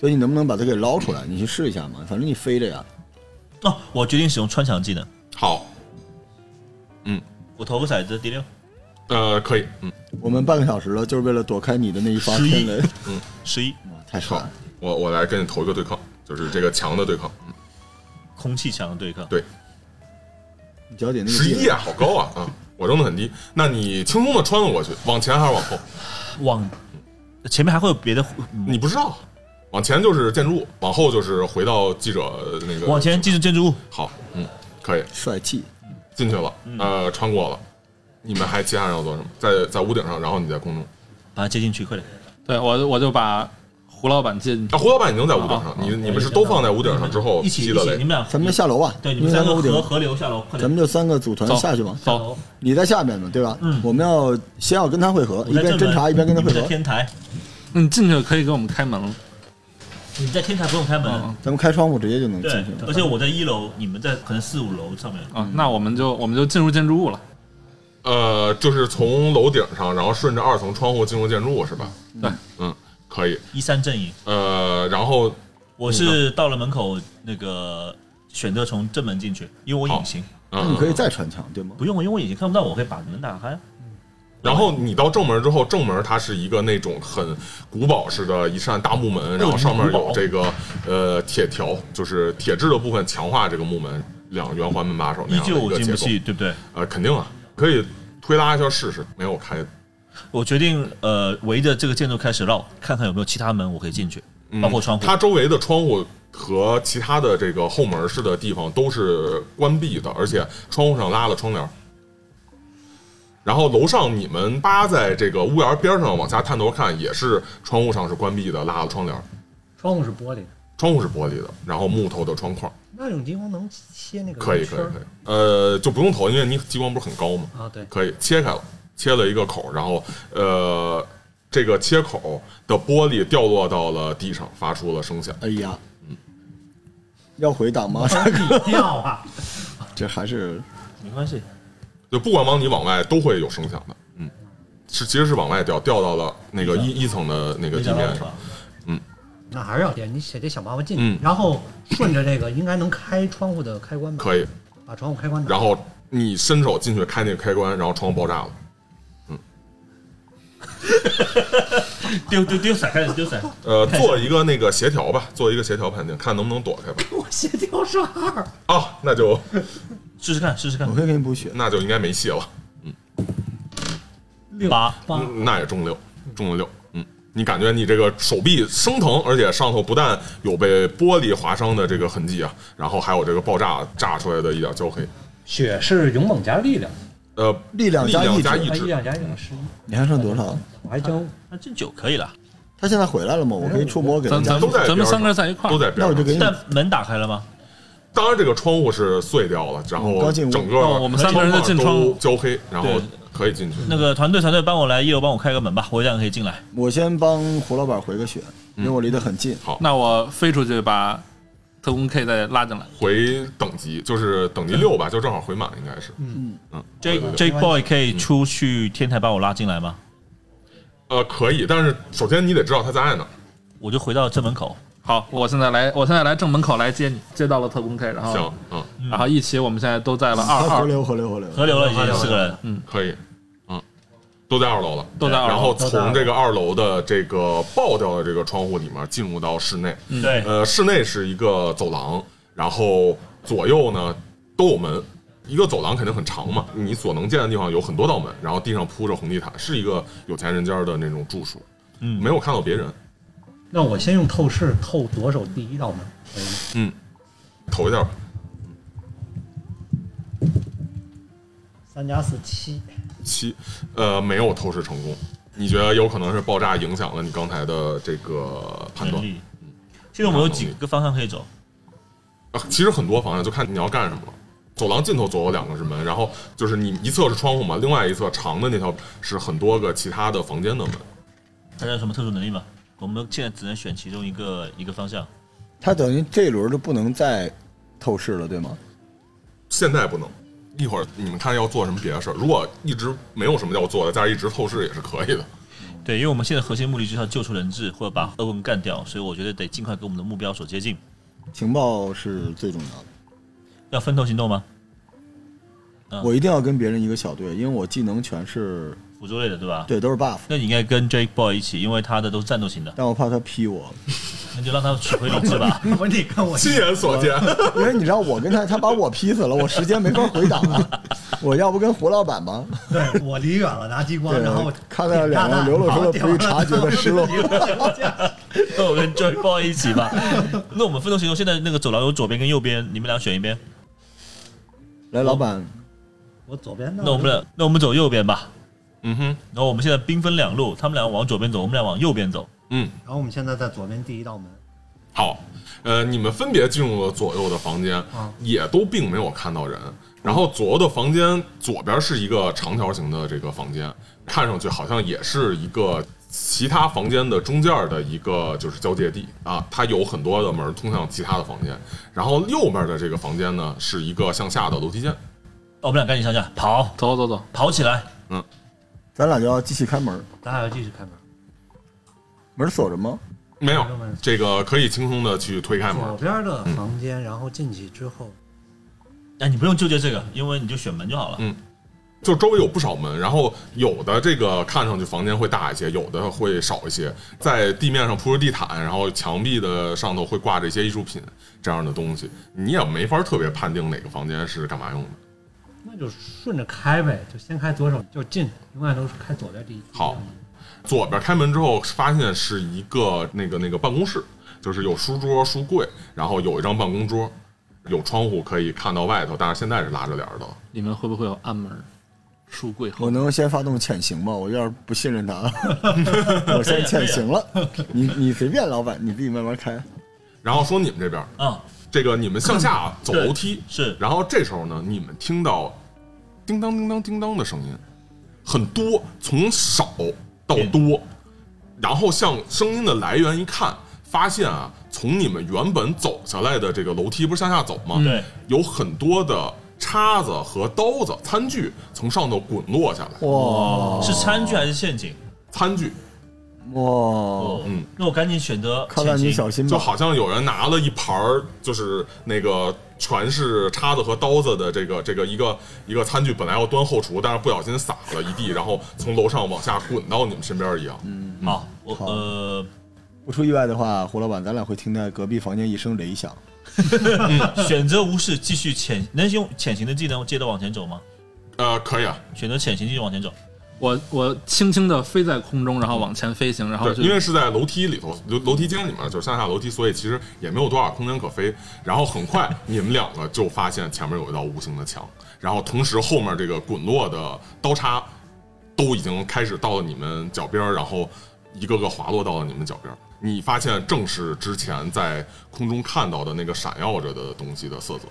S5: 所以你能不能把它给捞出来？你去试一下嘛，反正你飞着呀。
S4: 哦，我决定使用穿墙技能，
S1: 好，
S4: 我投个骰子，第六，
S1: 呃，可以，嗯，
S5: 我们半个小时了，就是为了躲开你的那一发
S4: 十一
S5: 天雷，
S4: 十一，
S5: 哇 太帅
S1: 好
S5: 了！，
S1: 我我来跟你投一个对抗，就是这个墙的对抗，嗯
S4: 空气墙的对抗。
S1: 对，
S5: 你脚底那个
S1: 十
S5: 地
S1: 一啊，好高啊啊！我扔的很低，那你轻松的穿了过去，往前还是往后？
S4: 往前面还会有别的，嗯
S1: 你不知道，往前就是建筑物，往后就是回到记者那个。
S4: 往前进入建筑物。
S1: 好，嗯，可以
S5: 帅气，
S1: 进去了，
S4: 嗯
S1: 呃，穿过了。你们还其他人要做什么？在在屋顶上，然后你在空中。
S4: 把它接进去，快点！
S2: 对我我就把胡老板进
S1: 啊，胡老板已经在屋顶上，你你们是都放在屋顶上之
S5: 哦
S1: 后
S4: 嗯一起
S1: 积
S4: 一
S1: 的
S4: 起，你
S1: 累
S4: 们。俩
S5: 咱们下楼吧，啊
S4: 对你
S5: 因
S4: 们
S5: 为
S4: 三
S5: 咱
S4: 个
S5: 屋顶
S4: 河河流下楼，快
S5: 咱
S4: 点！
S5: 们就三个组团
S2: 走
S5: 下去吧。
S2: 走。
S5: 你在下边呢，对吧？
S4: 嗯
S5: 我们要先要跟他会合，
S4: 我
S5: 一
S4: 在
S5: 边
S4: 正
S5: 侦
S4: 门
S5: 查一边跟他会
S4: 你们在
S5: 合。
S4: 天台，
S2: 你嗯进去可以给我们开门了。
S4: 你们在天台不用开门。
S5: 咱们开窗户直接就嗯能进
S4: 对
S5: 去，了。嗯
S4: 而且我在一楼，你们在可能四五楼上面。
S2: 啊，那我们就我们就进入建筑物了。
S1: 呃，就是从楼顶上，然后顺着二层窗户进入建筑物是吧？
S2: 对，
S1: 嗯，可以。
S4: 一三阵营，
S1: 呃，然后
S4: 我
S1: 嗯
S4: 是到了门口那个选择从正门进去，因为我隐形，
S5: 那
S1: 嗯，
S5: 你可以再穿墙，对吗？
S4: 不用，因为我隐形看不到，我可以把门打开。啊
S1: 嗯然后你到正门之后，正门它是一个那种很古堡式的一扇大木门，然后上面有这个呃铁条，就是铁质的部分强化这个木门，两个圆环门把手那
S4: 依
S1: 样
S4: 旧我
S1: 的一
S4: 进不
S1: 个结构。
S4: 去，对不对？
S1: 呃，肯定啊，可以推拉一下试试，没有开。
S4: 我决定呃，围着这个建筑开始绕，看看有没有其他门我可以进去，
S1: 嗯
S4: 包括窗户。
S1: 它周围的窗户和其他的这个后门式的地方都是关闭的，而且窗户上拉了窗帘儿。然后楼上你们扒在这个屋檐边上往下探头看，也是窗户上是关闭的，拉了窗帘儿。
S3: 窗户是玻璃的，
S1: 窗户是玻璃的，然后木头的窗框，
S3: 那用激光能切那个
S1: 可以
S3: 圈
S1: 可以
S3: 儿
S1: 可以，呃，就不用投，因为你激光不是很高嘛，
S3: 啊，对，
S1: 可以切开了，切了一个口，然后呃，这个切口的玻璃掉落到了地上，发出了声响。
S5: 哎呀，
S2: 嗯
S5: 要回档吗？
S4: 嗯
S3: 你掉啊，
S5: 这还是
S4: 没关系，
S1: 就不管往里往外都会有声响的，嗯，是其实是往外掉，掉到了那个一一层的那个地
S4: 没想到
S1: 面
S4: 是
S1: 上
S4: 吧。？
S3: 那还是要点，你得得想办法进
S1: 嗯
S3: 去，然后顺着这个应该能开窗户的开关吧，
S1: 可以，
S3: 把窗户开关打
S1: 然后你伸手进去开那个开关，然后窗户爆炸了。
S4: 丢丢丢伞，开始丢伞。
S1: 呃，做一个那个协调吧，做一个协调判定，看能不能躲开吧。
S3: 我协调是二，
S1: 啊，那就，
S4: 试试看，试试看
S5: 我。可以给你补血
S1: 那就应该没戏了。
S4: 八
S3: 八
S1: 嗯那也中六，中了六。嗯，你感觉你这个手臂生疼，而且上头不但有被玻璃划伤的这个痕迹啊，然后还有这个爆炸炸出来的一点焦黑。
S3: 血是勇猛加力量，
S1: 呃，
S5: 力量
S1: 力
S5: 加
S1: 量加
S5: 意
S1: 意
S5: 志，
S3: 哎，力
S1: 志，
S3: 量加力量十一，
S5: 你还剩多少？
S3: 我还真
S4: 那进九可以了。
S5: 他现在回来了吗？我可以触摸给他
S2: 咱咱
S5: 加
S2: 们
S1: 都在边上
S2: 咱们三个人在一块
S1: 都
S2: 儿，
S1: 在
S5: 那
S1: 边
S5: 我就
S1: 上。
S5: 给你
S4: 但门打开了吗？
S1: 当然，这个窗户是碎掉了，然后
S5: 刚嗯进屋
S1: 整个啊
S2: 哦我们三个人在进窗
S1: 都焦黑，然后
S4: 对
S1: 可以进去。
S4: 那个团队团队帮我来一楼帮我开个门吧，我这样可以进来。
S5: 我先帮胡老板回个血，
S2: 嗯
S5: 因为我离得很近。
S1: 好，
S2: 那我飞出去把特工 K 再拉进来。
S1: 回等级就是等级六吧，就正好回满，应该是。嗯嗯，对
S4: J
S1: 对对嗯
S4: J Boy 可以出去天台把我拉进来吗？
S1: 呃，可以，但是首先你得知道他在哪儿。
S4: 我就回到正门口，
S2: 好，我现在来，我现在来正门口来接你，接到了特工 K，然后
S1: 行，
S5: 哦
S1: 嗯，
S2: 然后一起，我们现在都在了二
S5: 啊，河
S2: 二，
S5: 流，河流，河流，
S4: 合流了已经四个人，
S1: 可以，嗯，都在二楼了。
S2: 都在二
S1: 然后
S2: 楼。
S1: 从这个二楼的这个爆掉的这个窗户里面进入到室内，
S4: 对，
S1: 呃，室内是一个走廊，然后左右呢都有门。一个走廊肯定很长嘛，你所能见的地方有很多道门，然后地上铺着红地毯，是一个有钱人家的那种住所。
S4: 嗯
S1: 没有看到别人，
S3: 那我先用透视透左手第一道门，可以吗？
S1: 投一下吧。
S3: 三加四 七，
S1: 七，呃，没有透视成功。你觉得有可能是爆炸影响了你刚才的这个判
S4: 能
S1: 断？
S4: 力。现在我们有几个方向可以走？
S1: 啊，其实很多方向就看你要干什么了。走廊尽头左右两个是门，然后就是你一侧是窗户嘛，另外一侧长的那条是很多个其他的房间的门。
S4: 大家有什么特殊能力吗？我们现在只能选其中一个一个方向。
S5: 他等于这一轮就不能再透视了，对吗？
S1: 现在不能，一会儿你们看要做什么别的事儿。如果一直没有什么要做的，再一直透视也是可以的。
S4: 对，因为我们现在核心目的就是要救出人质或者把恶棍干掉，所以我觉得得尽快跟我们的目标所接近。
S5: 情报是最重要的。
S4: 要分头行动吗？嗯
S5: 我一定要跟别人一个小队，因为我技能全是
S4: 辅助类的对吧？
S5: 对，都是 buff，
S4: 那你应该跟 Jake Boy 一起，因为他的都是战斗型的，
S5: 但我怕他劈我，
S4: 那就让他取回理智 吧。
S3: 我得跟我
S1: 亲眼所见，
S5: 因为你知道我跟他，他把我劈死了，我时间没法回档啊。我要不跟胡老板吧？
S3: 对我离远了拿激光，
S5: 对
S3: 然后
S5: 看到两个人流露出了不易察觉的 失落
S4: 那我跟 Jake Boy 一起吧。那我们分头行动，现在那个走廊有左边跟右边，你们俩选一边。
S5: 来，老板，
S3: 我左边
S4: 那我们俩，那我们走右边吧。
S1: 嗯哼，
S4: 然后我们现在兵分两路，他们俩往左边走，我们俩往右边走。
S1: 嗯，
S3: 然后我们现在在左边第一道门，
S1: 好，呃，你们分别进入了左右的房间，
S3: 啊
S1: 也都并没有看到人。然后左右的房间左边是一个长条形的这个房间，看上去好像也是一个其他房间的中间的一个就是交界地啊，它有很多的门通向其他的房间。然后右边的这个房间呢是一个向下的楼梯间，
S4: 哦我们俩赶紧向下跑，
S2: 走走走，
S4: 跑起来！
S5: 咱俩就要继续开门，
S3: 咱俩要继续开门。
S5: 门锁着吗？
S1: 没有这个可以轻松的去推开门。
S3: 左边的房间，然后进去之后，
S4: 哎，你不用纠结这个，因为你就选门就好了。
S1: 嗯就周围有不少门，然后有的这个看上去房间会大一些，有的会少一些，在地面上铺着地毯，然后墙壁的上头会挂着一些艺术品这样的东西，你也没法特别判定哪个房间是干嘛用的。
S3: 那就顺着开呗，就先开左手就进，永远都是开左边第一。
S1: 好，左边开门之后，发现是一个那个那个办公室，就是有书桌、书柜，然后有一张办公桌，有窗户可以看到外头，但是现在是拉着帘儿的了。
S2: 里面会不会有暗门、书柜后
S5: 我能先发动潜行吗？我有点不信任他，我先潜行了。你你随便，老板，你自己慢慢开。
S1: 然后说你们这边，
S4: 嗯，
S1: 这个你们向下走
S4: 对
S1: 楼梯，
S4: 是
S1: 然后这时候呢，你们听到叮当叮当叮当的声音，很多，从少到多，然后向声音的来源一看，发现啊，从你们原本走下来的这个楼梯不是向下走吗？
S4: 对，
S1: 有很多的叉子和刀子、餐具从上头滚落下来，
S5: 哦哇
S4: 是餐具还是陷阱？
S1: 餐具
S5: 哇，
S1: 嗯，
S4: 那我赶紧选择
S5: 嗯看来
S4: 哦
S5: 你
S4: 潜行
S5: 小心
S1: 就
S5: 吧。
S1: 好像有人拿了一盘儿，就是那个全是叉子和刀子的这个这个一个一个餐具，本来要端后厨，但是不小心撒了一地，然后从楼上往下滚到你们身边一样。
S4: 好，我
S5: 好
S4: 呃
S5: 不出意外的话，胡老板，咱俩会听见隔壁房间一声雷响。
S4: 选择无视，继续潜，能用潜行的技能接着往前走吗？
S1: 呃，可以啊，
S4: 选择潜行继续往前走。
S2: 我我轻轻的飞在空中，然后往前飞行，然后
S1: 对，
S2: 啊就
S1: 因为是在楼梯里头，楼楼梯间里面，就是上下楼梯，所以其实也没有多少空间可飞。然后很快，你们两个就发现前面有一道无形的墙，然后同时后面这个滚落的刀叉都已经开始到了你们脚边儿，然后一个个滑落到了你们脚边儿。你发现正是之前在空中看到的那个闪耀着的东西的色泽，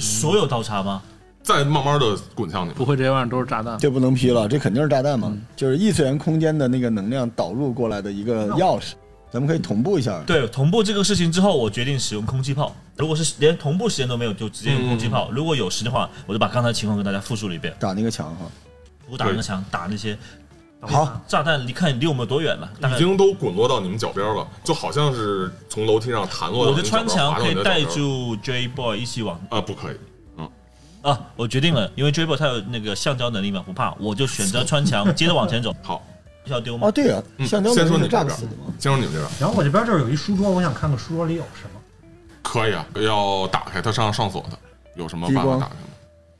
S4: 所有刀叉吗？
S1: 再慢慢的滚向你们。
S2: 不会这些玩意儿都是炸弹。
S5: 这不能嗯批了，这肯定是炸弹嘛，就是异次元空间的那个能量导入过来的一个钥匙。咱们可以同步一下。
S4: 对，同步这个事情之后，我决定使用空气炮。如果是连同步时间都没有，就直接用空气炮；如果有时的话，我就把刚才情况跟大家复述了一遍。
S5: 打那个墙哈，
S4: 我打那个墙，打那些
S5: 好，
S4: 炸弹，你看离我们有多远了？大
S1: 已
S4: 概
S1: 经都滚落到你们脚边了，就好像是从楼梯上弹落
S4: 我
S1: 到
S4: 的
S1: 你脚
S4: 穿
S1: 边
S4: 墙
S1: 滑到
S4: 可
S1: 你
S4: 以
S1: 的脚
S4: 带
S1: 边
S4: 住 J Boy 一起往
S1: 啊，不可以，嗯，
S4: 啊！我决定了，因为 J Boy 他有那个橡胶能力嘛，不怕，我就选择穿墙，接着往前走，
S1: 好，
S4: 需要丢吗
S5: 哦，？对啊，
S1: 嗯
S5: 橡胶
S1: 先说
S5: 能
S1: 你
S5: 是炸
S1: 这
S5: 不
S1: 边
S5: 死的吗？
S1: 先说你们这边
S3: 然后我这边就是有一书桌，我想看看书桌里有什么。
S1: 可以啊，要打开它上上锁的，有什么办
S5: 激
S1: 法
S5: 光哦
S1: 打开吗？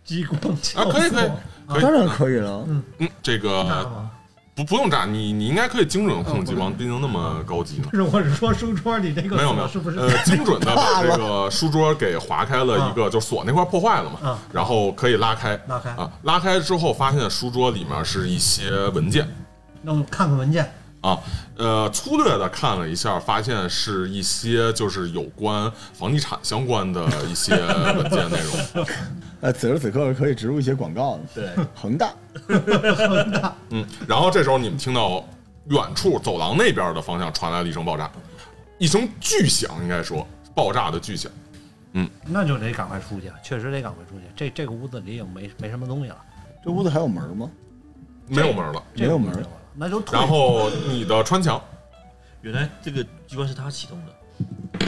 S3: 激光教
S1: 啊，可以可以
S3: 唆
S1: 可以，
S5: 当然可以了，
S1: 嗯，这
S3: 那
S1: 个
S3: 吗哦
S1: 不不用炸，你你应该可以精准控制吗？毕竟那么高级呢
S3: 不。是，我是说书桌里这个
S1: 没有
S3: 锁
S1: 没有
S3: 是不，是？
S1: 呃， 精准的把这个书桌给划开了一个，就锁那块破坏了嘛
S3: 啊，
S1: 然后可以拉开，
S3: 嗯拉开
S1: 啊，拉开之后发现书桌里面是一些文件
S3: 那我看看文件，
S1: 啊，呃，粗略的看了一下，发现是一些就是有关房地产相关的一些文件内容，
S5: 呃，此时此刻可以植入一些广告的，
S4: 对，
S5: 恒大
S1: 嗯，然后这时候你们听到远处走廊那边的方向传来了一声爆炸，一声巨响，应该说爆炸的巨响。
S3: 那就得赶快出去，确实得赶快出去。这这个屋子里也没没什么东西了，
S5: 这屋子还有门吗？
S1: 没有门了，
S5: 没有门
S3: 这个屋子了，那就退
S1: 然后你的穿墙，
S4: 原来这个机关是他启动的。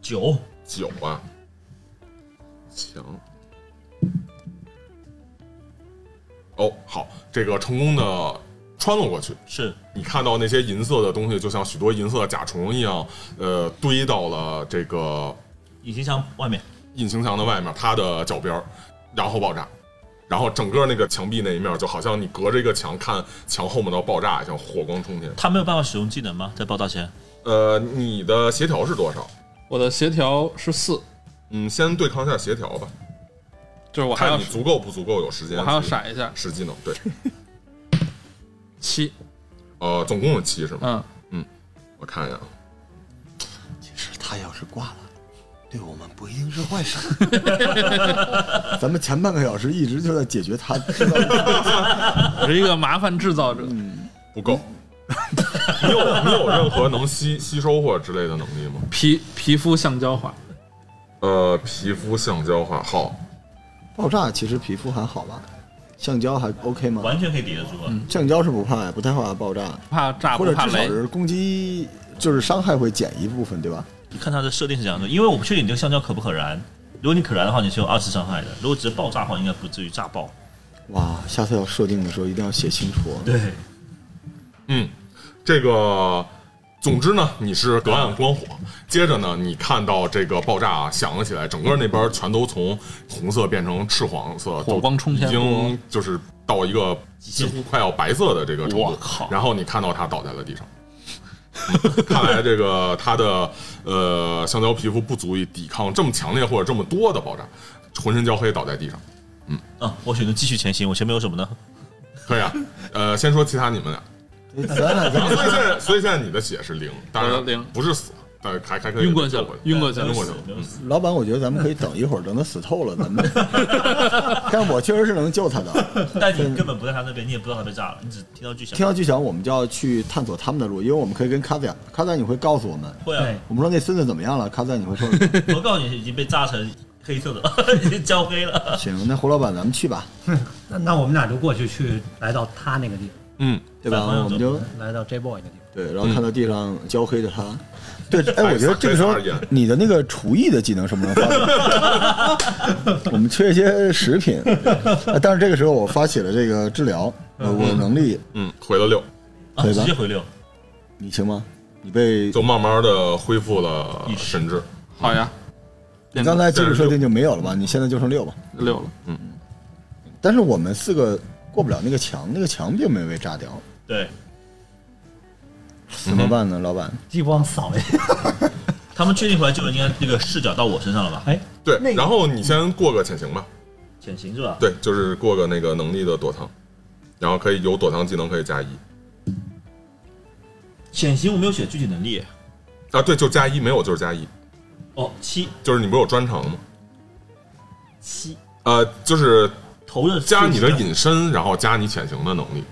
S4: 九，
S1: 九啊，行。哦，好，这个成功的穿了过去。
S4: 是
S1: 你看到那些银色的东西，就像许多银色的甲虫一样，呃，堆到了这个
S4: 隐形墙外面，
S1: 隐形墙的外面，它的脚边儿，然后爆炸，然后整个那个墙壁那一面，就好像你隔着一个墙看墙后面的爆炸一样，火光冲天。
S4: 他没有办法使用技能吗？在爆炸前，
S1: 呃，你的协调是多少？
S2: 我的协调是四，
S1: 嗯，先对抗一下协调吧，
S2: 就是我还要
S1: 看你足够不足够有时间。
S2: 我还要闪一下
S1: 实技能，对，
S2: 七，
S1: 呃，总共有七是吗？
S2: 嗯，
S1: 我看一眼啊，
S7: 其实他要是挂了，对我们不一定是坏 事。
S5: 咱们前半个小时一直就在解决 它，知道吗
S2: 我 是一个麻烦制造者，
S5: 嗯
S1: 不够。你有你有任何能吸吸收或者之类的能力吗？
S2: 皮皮肤橡胶化，
S1: 呃，皮肤橡胶化，好，
S5: 爆炸其实皮肤还好吧，橡胶还 OK 吗？
S4: 完全可以抵得住啊。
S5: 橡胶是不怕呀，不太怕爆炸，
S2: 怕炸
S5: 或
S2: 不
S5: 者
S2: 怕
S5: 至少
S2: 雷，
S5: 是攻击，就是伤害会减一部分，对吧？
S4: 你看它的设定是这样的，因为我不确定你这个橡胶可不可燃。如果你可燃的话，你是有二次伤害的；如果只是爆炸的话，应该不至于炸爆。
S5: 哇，下次要设定的时候一定要写清楚哦。
S4: 对，
S1: 嗯，这个，总之呢，你是隔岸观火。接着呢，你看到这个爆炸响了起来，整个那边全都从红色变成赤黄色，
S2: 火光冲天
S1: 已经就是到一个几乎快要白色的这个程
S2: 我
S1: 度。
S2: 靠
S1: 然后你看到他倒在了地上。嗯看来这个他的呃橡胶皮肤不足以抵抗这么强烈或者这么多的爆炸，浑身焦黑倒在地上。
S4: 啊，我选择继续前行。我前面有什么
S5: 嗯
S4: 呢？
S1: 可以啊，呃，先说其他你们俩，
S5: 咱俩咱
S1: 所以现在，所以现在你的血是零，当
S2: 我
S1: 然
S2: 的零
S1: 不是死，但是还还可以
S2: 晕过去
S1: 救
S2: 了
S1: 回来，
S2: 晕过去
S1: 晕
S2: 了
S1: 过去了。
S4: 没有死，
S5: 老板，我觉得咱们可以等一会儿，等他死透了，咱们。 但我确实是能救他的。
S4: 但你根本不在他那边，你也不知道他被炸了，你只听到巨响
S5: 听。到巨响，我们就要去探索他们的路，因为我们可以跟卡赞，卡赞你会告诉我们。
S4: 会啊
S3: 对，
S5: 我们说那孙子怎么样了？卡赞你会 说什么
S4: 我告诉你，已经被炸成黑色的 了，已经焦黑了。
S5: 行，那胡老板咱们去吧，
S3: 那那我们俩就过去去来到他那个地
S1: 嗯，
S5: 对吧？
S4: 反方向
S5: 我们就
S3: 方，来到 J boy 那个地方。
S5: 对，然后看到地上焦黑的他。对，哎，我觉得这个时候
S1: 哎撒开撒开
S5: 你的那个厨艺的技能什么时候发挥？我们缺一些食品，哎但是这个时候我发起了这个治疗，呃我有能力，
S1: 嗯，回了六，
S4: 啊，
S5: 对吧
S4: 直接回六，
S5: 你行吗？你被
S1: 就慢慢的恢复了
S4: 意识
S1: 神智。
S2: 好呀，
S5: 你刚才基础设定就没有了吧？你现在就剩六吧。
S2: 六了，
S5: 但是我们四个过不了那个墙，那个墙并没有被炸掉，
S4: 对
S5: 怎么办呢？老板，
S3: 激光扫一下，
S4: 他们确定回来就应该那个视角到我身上了吧？
S3: 哎，
S1: 对
S3: 那，个
S1: 然后你先过个潜行吧，
S4: 潜行是吧？
S1: 对，就是过个那个能力的躲藏，然后可以有躲藏技能可以加一
S4: 潜行我没有选具体能力。
S1: 啊，对，就加一，没有就是加一，
S4: 哦，七
S1: 就是你不是有专长吗？
S4: 七
S1: 呃，就是
S4: 投的
S1: 加你的隐身，然后加你潜行的能力。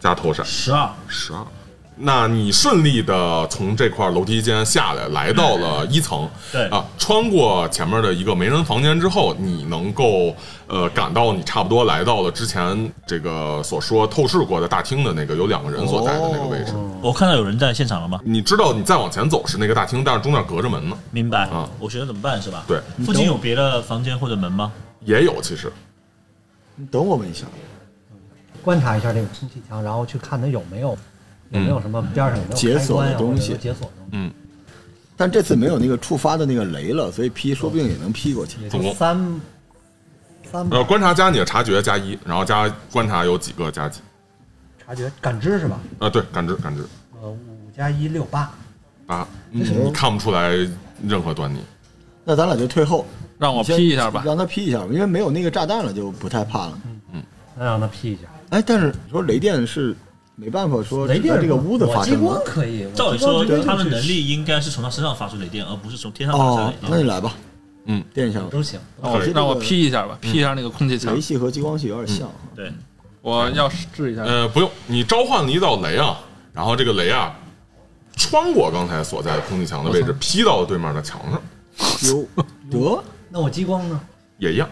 S1: 加头闪
S3: 十二，
S1: 十二。那你顺利的从这块楼梯间下来，来到了一层。
S4: 对
S1: 啊，穿过前面的一个没人房间之后，你能够呃感到你差不多来到了之前这个所说透视过的大厅的那个有两个人所在的那个位置。
S4: 我看到有人在现场了吗？
S1: 你知道你再往前走是那个大厅，但是中间隔着门呢。
S4: 明白
S1: 啊，
S4: 我觉得怎么办是吧？
S1: 对，
S4: 附近有别的房间或者门吗？
S1: 也有其实
S5: 你等我们一下，
S6: 观察一下这个空气墙，然后去看它有没有有
S1: 嗯
S6: 没有什么边上有没有
S5: 解
S6: 开
S5: 锁
S6: 关
S3: 啊
S5: 的
S6: 呀
S5: 东
S6: 或者
S5: 西
S6: 有解锁的东西。
S5: 但这次没有那个触发的那个雷了，所以 P 说不定也能 P 过去。
S6: 也
S1: 总
S6: 就
S1: 共
S6: 三三
S1: 呃，观察加你的察觉加一，然后加观察有几个加几？
S6: 察觉感知是吧？
S1: 啊，对，感知感知
S6: 呃，五加一六八，
S1: 八，嗯你看不出来任何端倪。
S5: 那咱俩就退后，
S2: 让我
S5: 你先
S2: P 一下吧。嗯
S5: 让他 P 一下吧，因为没有那个炸弹了，就不太怕了。
S6: 那让它 P 一下。
S5: 哎，但是你说雷电是没办法说
S6: 雷
S5: 只
S6: 电
S5: 在
S6: 是
S5: 这个屋子
S6: 我
S5: 发
S6: 激
S5: 生
S6: 光
S5: 的。
S6: 可以，我
S4: 照理
S6: 激光
S4: 说
S6: 直接，就
S4: 他们
S6: 去
S4: 能力应该是从他身上发出雷电，而不是从天上发出
S5: 哦
S4: 雷，
S5: 那
S4: 电。
S5: 你来吧，
S1: 嗯，
S5: 电一下吧。
S6: 都行。
S2: 让我
S5: 可以
S2: 让我
S5: 这个
S2: P 一下吧，P 一下那个空气墙
S5: 雷，系和激光系有点像啊，
S2: 嗯
S4: 对，
S2: 我要试一下。
S1: 呃，不用，你召唤了一道雷啊，然后这个雷啊，穿过刚才所在的空气墙的位置，劈到了对面的墙上，
S5: 有得
S6: 那我激光呢？
S1: 也一样，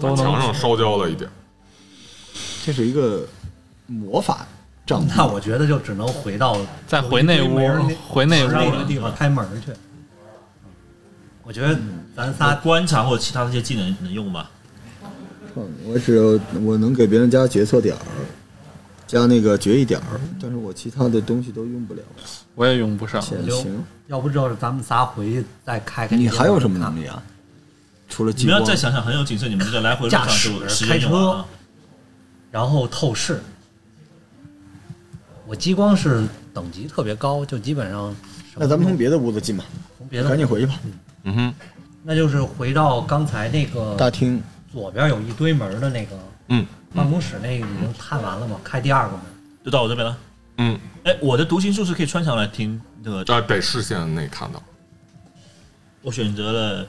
S2: 都能
S1: 墙上烧焦了一点。
S5: 这是一个魔法障
S6: 那我觉得就只能回到
S2: 再回那屋
S6: 有一堆没人那
S2: 回那屋
S6: 那个地方开门去。我觉得咱
S4: 那
S6: 仨
S4: 观察或者其他这些技能能用吗？
S5: 嗯我只有我能给别人加决策点儿，加那个决议点儿，但是我其他的东西都用不了。
S2: 我也用不上。
S5: 潜
S6: 就
S5: 行，
S6: 要不就是咱们仨回去再开开。
S5: 你还有什么能力啊？除了
S4: 你
S5: 激
S4: 们
S5: 光
S4: 要，再想想，很有谨慎，你们这来回路
S6: 驾
S4: 上
S6: 驶
S4: 就时间用完了。
S6: 然后透视，我激光是等级特别高，就基本上
S5: 那咱们从别的屋子进吧，
S6: 从别的
S5: 赶紧回去吧。
S1: 嗯哼，
S6: 那就是回到刚才那
S5: 大
S6: 个
S5: 厅，
S6: 左边有一堆门的那个
S1: 嗯
S6: 办公室，那个已经探完了嘛，开第二个门。
S4: 就到我这边了。
S1: 嗯，
S4: 哎，我的读心术是可以穿墙来听那个，
S1: 啊、被视线内看到，
S4: 我选择了，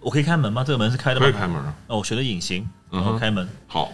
S4: 我可以开门吗？这个门是开的吗？
S1: 可以开门啊。
S4: 哦，我学的隐形，
S1: 嗯
S4: 然
S1: 哼
S4: 后开门。
S1: 好，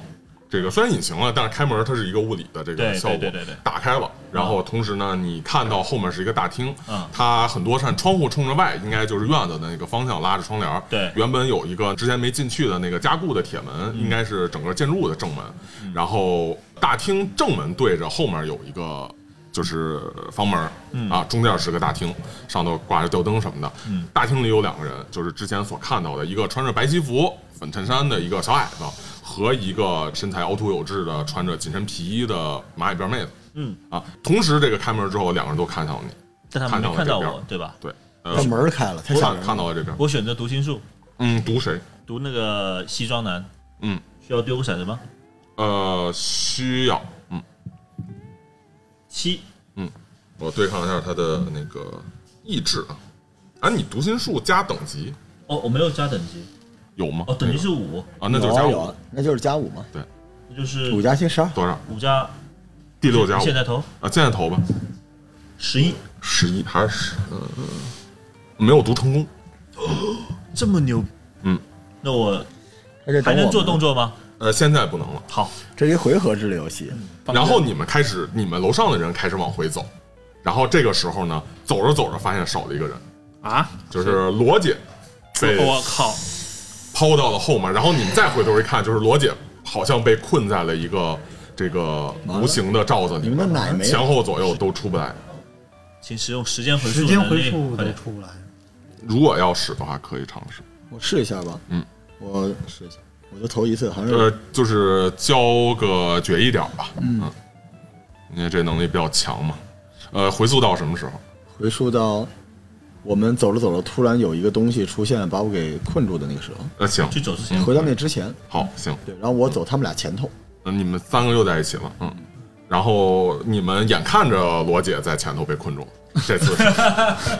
S1: 这个虽然隐形了，但是开门它是一个物理的这个
S4: 对
S1: 效果，
S4: 对对对对
S1: 打开了，然后同时呢，你看到后面是一个大厅，
S4: 嗯
S1: 它很多扇窗户冲着外，应该就是院子的那个方向拉着窗帘儿
S4: 对嗯
S1: 原本有一个之前没进去的那个加固的铁门，应该是整个建筑物的正门，然后大厅正门对着后面有一个。就是房门儿、啊，中间是个大厅，上头挂着吊灯什么的。
S4: 嗯
S1: 大厅里有两个人，就是之前所看到的一个穿着白西服、粉衬衫的一个小矮子，和一个身材凹凸有致的穿着紧身皮衣的蚂蚁辫妹子
S4: 嗯，
S1: 啊。同时，这个开门之后，两个人都看向你，
S4: 但他们没
S1: 看
S4: 看
S1: 到
S4: 到
S1: 了这边
S4: 我，对吧？
S1: 对，
S5: 把
S1: 呃，
S5: 门开了，太吓
S1: 看
S5: 人
S1: 看
S5: 了。
S1: 到了这边，
S4: 我选择读心术，
S1: 嗯，读谁？
S4: 读那个西装男。
S1: 嗯，
S4: 需要丢个骰子吗？
S1: 呃，需要，嗯，
S4: 七，
S1: 我对抗一下他的那个意志啊。啊，你读心术加等级
S4: 哦，我没有加等级，
S1: 有吗？
S4: 哦，等
S1: 那
S4: 级
S1: 个
S4: 是五，
S1: 啊，那就是加
S5: 有啊
S1: 五
S5: 有啊，那就是加五嘛，
S4: 那就是
S5: 五加七十二。
S1: 多少？
S4: 五加
S1: 第六加五
S4: 现在投
S1: 啊，现在投吧，
S4: 十一，
S1: 十一还是十？嗯，没有读成功，
S4: 这么牛，
S1: 嗯，
S4: 那我
S5: 他这等
S4: 还
S5: 我
S4: 能
S5: 们
S4: 做动，作吗？
S1: 呃，现在不能了。
S4: 好，
S5: 这是一回合制的游戏。
S1: 然后你们开始，你们楼上的人开始往回走，然后这个时候呢，走着走着发现少了一个人，
S2: 啊！
S1: 就是罗姐被
S4: 哦
S2: 我靠！
S1: 抛到了后面，然后你们再回头一看，就是罗姐好像被困在了一个这个无形的罩子里
S5: 你们的
S1: 面，
S5: 奶没
S1: 前
S5: 了，
S1: 后左右都出不来。
S4: 请使用时间回
S6: 时
S4: 溯能力，
S6: 间回溯
S4: 快
S6: 都
S4: 点
S6: 出不来，
S1: 如果要使的话，可以尝试。
S5: 我试一下吧。
S1: 嗯，
S5: 我试一下，我就投一次，好像
S1: 呃
S5: 是，
S1: 就是交个决一点儿吧。嗯，因为这能力比较强嘛。呃，回溯到什么时候？
S5: 回溯到我们走着走着，突然有一个东西出现，把我给困住的那个时候。
S1: 呃，行，
S4: 去走之前，
S5: 回到那之前，
S1: 好，行，
S5: 对，然后我走他们俩前头，
S1: 呃你们三个又在一起了，嗯。然后你们眼看着罗姐在前头被困住了，这次 是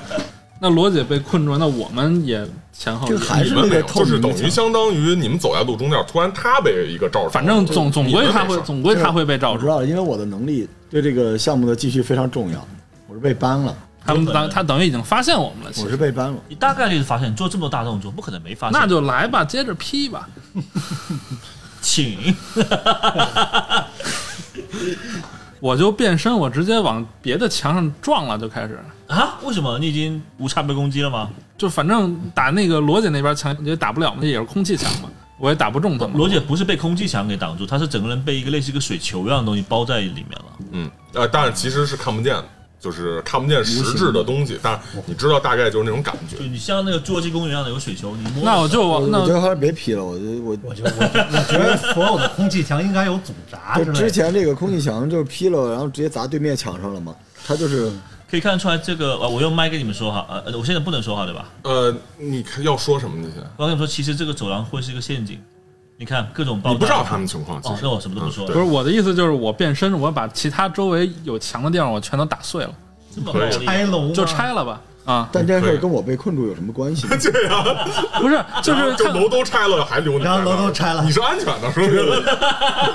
S2: 那罗姐被困住，那我们也前后
S5: 这个
S2: 也
S5: 还
S1: 你
S5: 是
S1: 们
S5: 那
S1: 没
S5: 个
S1: 有，
S5: 透
S1: 就是
S5: 明
S1: 等
S5: 的
S1: 于
S5: 墙。
S1: 相当于你们走在路中间，突然她被一个罩住了，
S2: 反正总总归她
S1: 你
S2: 会
S1: 们没事儿
S2: 总归她会被罩
S5: 我知
S2: 住。
S5: 道了，因为我的能力对这个项目的继续非常重要。我是被搬了，
S2: 他们当她等于已经发现我们了，其
S5: 我
S2: 实
S5: 是被搬了。
S4: 你大概率发现做这么多大动作，不可能没发现。
S2: 那就来吧，接着 P 吧。
S4: 请，
S2: 我就变身，我直接往别的墙上撞了，就开始，
S4: 啊？为什么你已经无差别攻击了吗？
S2: 就反正打那个罗姐那边墙也打不了嘛，也是空气墙嘛，我也打不中他们。
S4: 罗姐不是被空气墙给挡住，她是整个人被一个类似一个水球一样的东西包在里面了。
S1: 嗯，呃，但是其实是看不见的，就是看不见实质的东西，但是你知道大概就是那种感觉
S4: 就。你像那个侏罗纪公园一样的有水球，你摸
S2: 那我
S1: 哦
S2: 就
S5: 我
S2: 往那
S5: 我觉得还是别批了，我觉得我
S3: 我就我我觉得所有的空气墙应 该有阻闸
S5: 就
S3: 之类
S5: 之
S3: 的。
S5: 前这个
S2: 嗯
S5: 空气墙就是劈了，然后直接砸对面墙上了嘛。他就是
S1: 嗯
S4: 可以看得出来这个。呃我用麦跟你们说哈，呃，呃我现在不能说话对吧？
S1: 呃，你看要说什么呢？现在
S4: 我跟你们说，其实这个走廊会是一个陷阱。你看各种爆炸，
S1: 你不知道他们情况，其
S4: 哦，
S1: 实
S4: 那我什么都不说
S1: 嗯
S4: 了
S1: 对
S2: 不。是我的意思就是我变身，我把其他周围有墙的地方我全都打碎了，
S4: 这么暴
S1: 可以
S4: 力，
S3: 拆 楼吗
S2: 就拆了吧。啊，
S5: 但这件事儿跟我被困住有什么关系呢？
S2: 不是，就是
S1: 就
S2: 看
S1: 楼都拆了还留你在那儿，
S3: 然后楼都拆了
S1: 你是安全的，是不 是？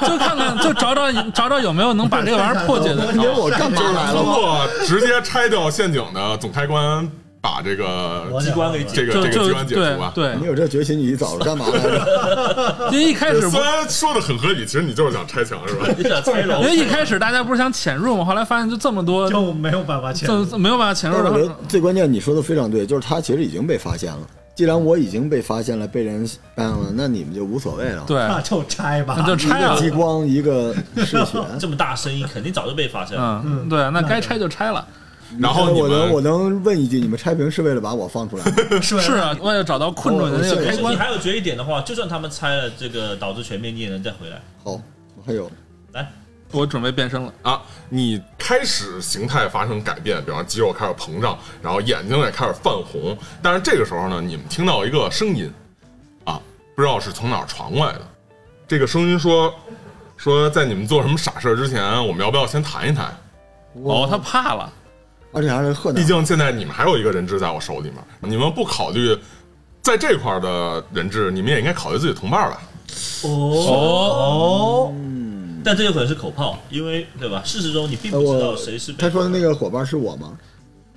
S2: 就看看就找找找找有没有能把这个玩意儿破解的。
S5: 你问我干嘛来
S1: 通
S5: 了？
S1: 过直接拆掉陷阱的总开关，把这
S3: 我
S1: 个
S4: 机关给
S1: 这
S4: 解。
S1: 个 这个
S2: 就
S1: 机
S2: 就
S1: 关解除啊
S2: 对。对
S5: 你，有这决心，你早干嘛 来着？
S2: 因为一开始不
S1: 虽然说的很合理，其实你就是想拆墙是吧？
S4: 你想拆楼
S2: 因？为一开始大家不是想潜入吗？后来发现就这么多，
S3: 就没有办法潜入
S2: 就没有办法潜
S5: 但
S2: 入，
S5: 是我
S2: 然
S5: 觉得
S2: 后
S5: 最关键，你说的非常对，就是他其实已经被发现了。既然我已经被发现了，被人办了，那你们就无所谓了。，
S2: 对，
S3: 那就拆吧
S2: 那。 就拆
S5: 一个
S2: 了。
S5: 激光，一个 嗜血。
S4: 这么大声音，肯定早就被发现了。
S2: 嗯，对，那该拆就拆了。
S1: 然后你
S5: 我能我
S1: 们
S5: 能问一句，你们拆屏是为了把我放出 来吗？
S2: 是啊，为了找到困住你的那个
S5: 我
S2: 开
S4: 你
S2: 关，
S4: 还有决一点的话，就算他们拆了这个导致全面，你也能再回来。
S5: 好，我还有
S4: 来，
S2: 我准备变身了。
S1: 啊，你开始形态发生改变，比方肌肉开始膨胀，然后眼睛也开始泛红。但是这个时候呢，你们听到一个声音，啊，不知道是从哪儿传过来的。这个声音说，说在你们做什么傻事儿之前，我们要不要先谈一谈？
S2: 哦，他怕了，
S5: 而且还是河南
S1: 毕。竟现在你们还有一个人质在我手里面，你们不考虑在这块儿的人质，你们也应该考虑自己同伴吧？
S4: 哦但这有可能是口炮，因为对吧？事实中你并
S5: 呃
S4: 不知道
S5: 我
S4: 谁是被
S5: 他说的那
S4: 个
S5: 个伙伴是我吗？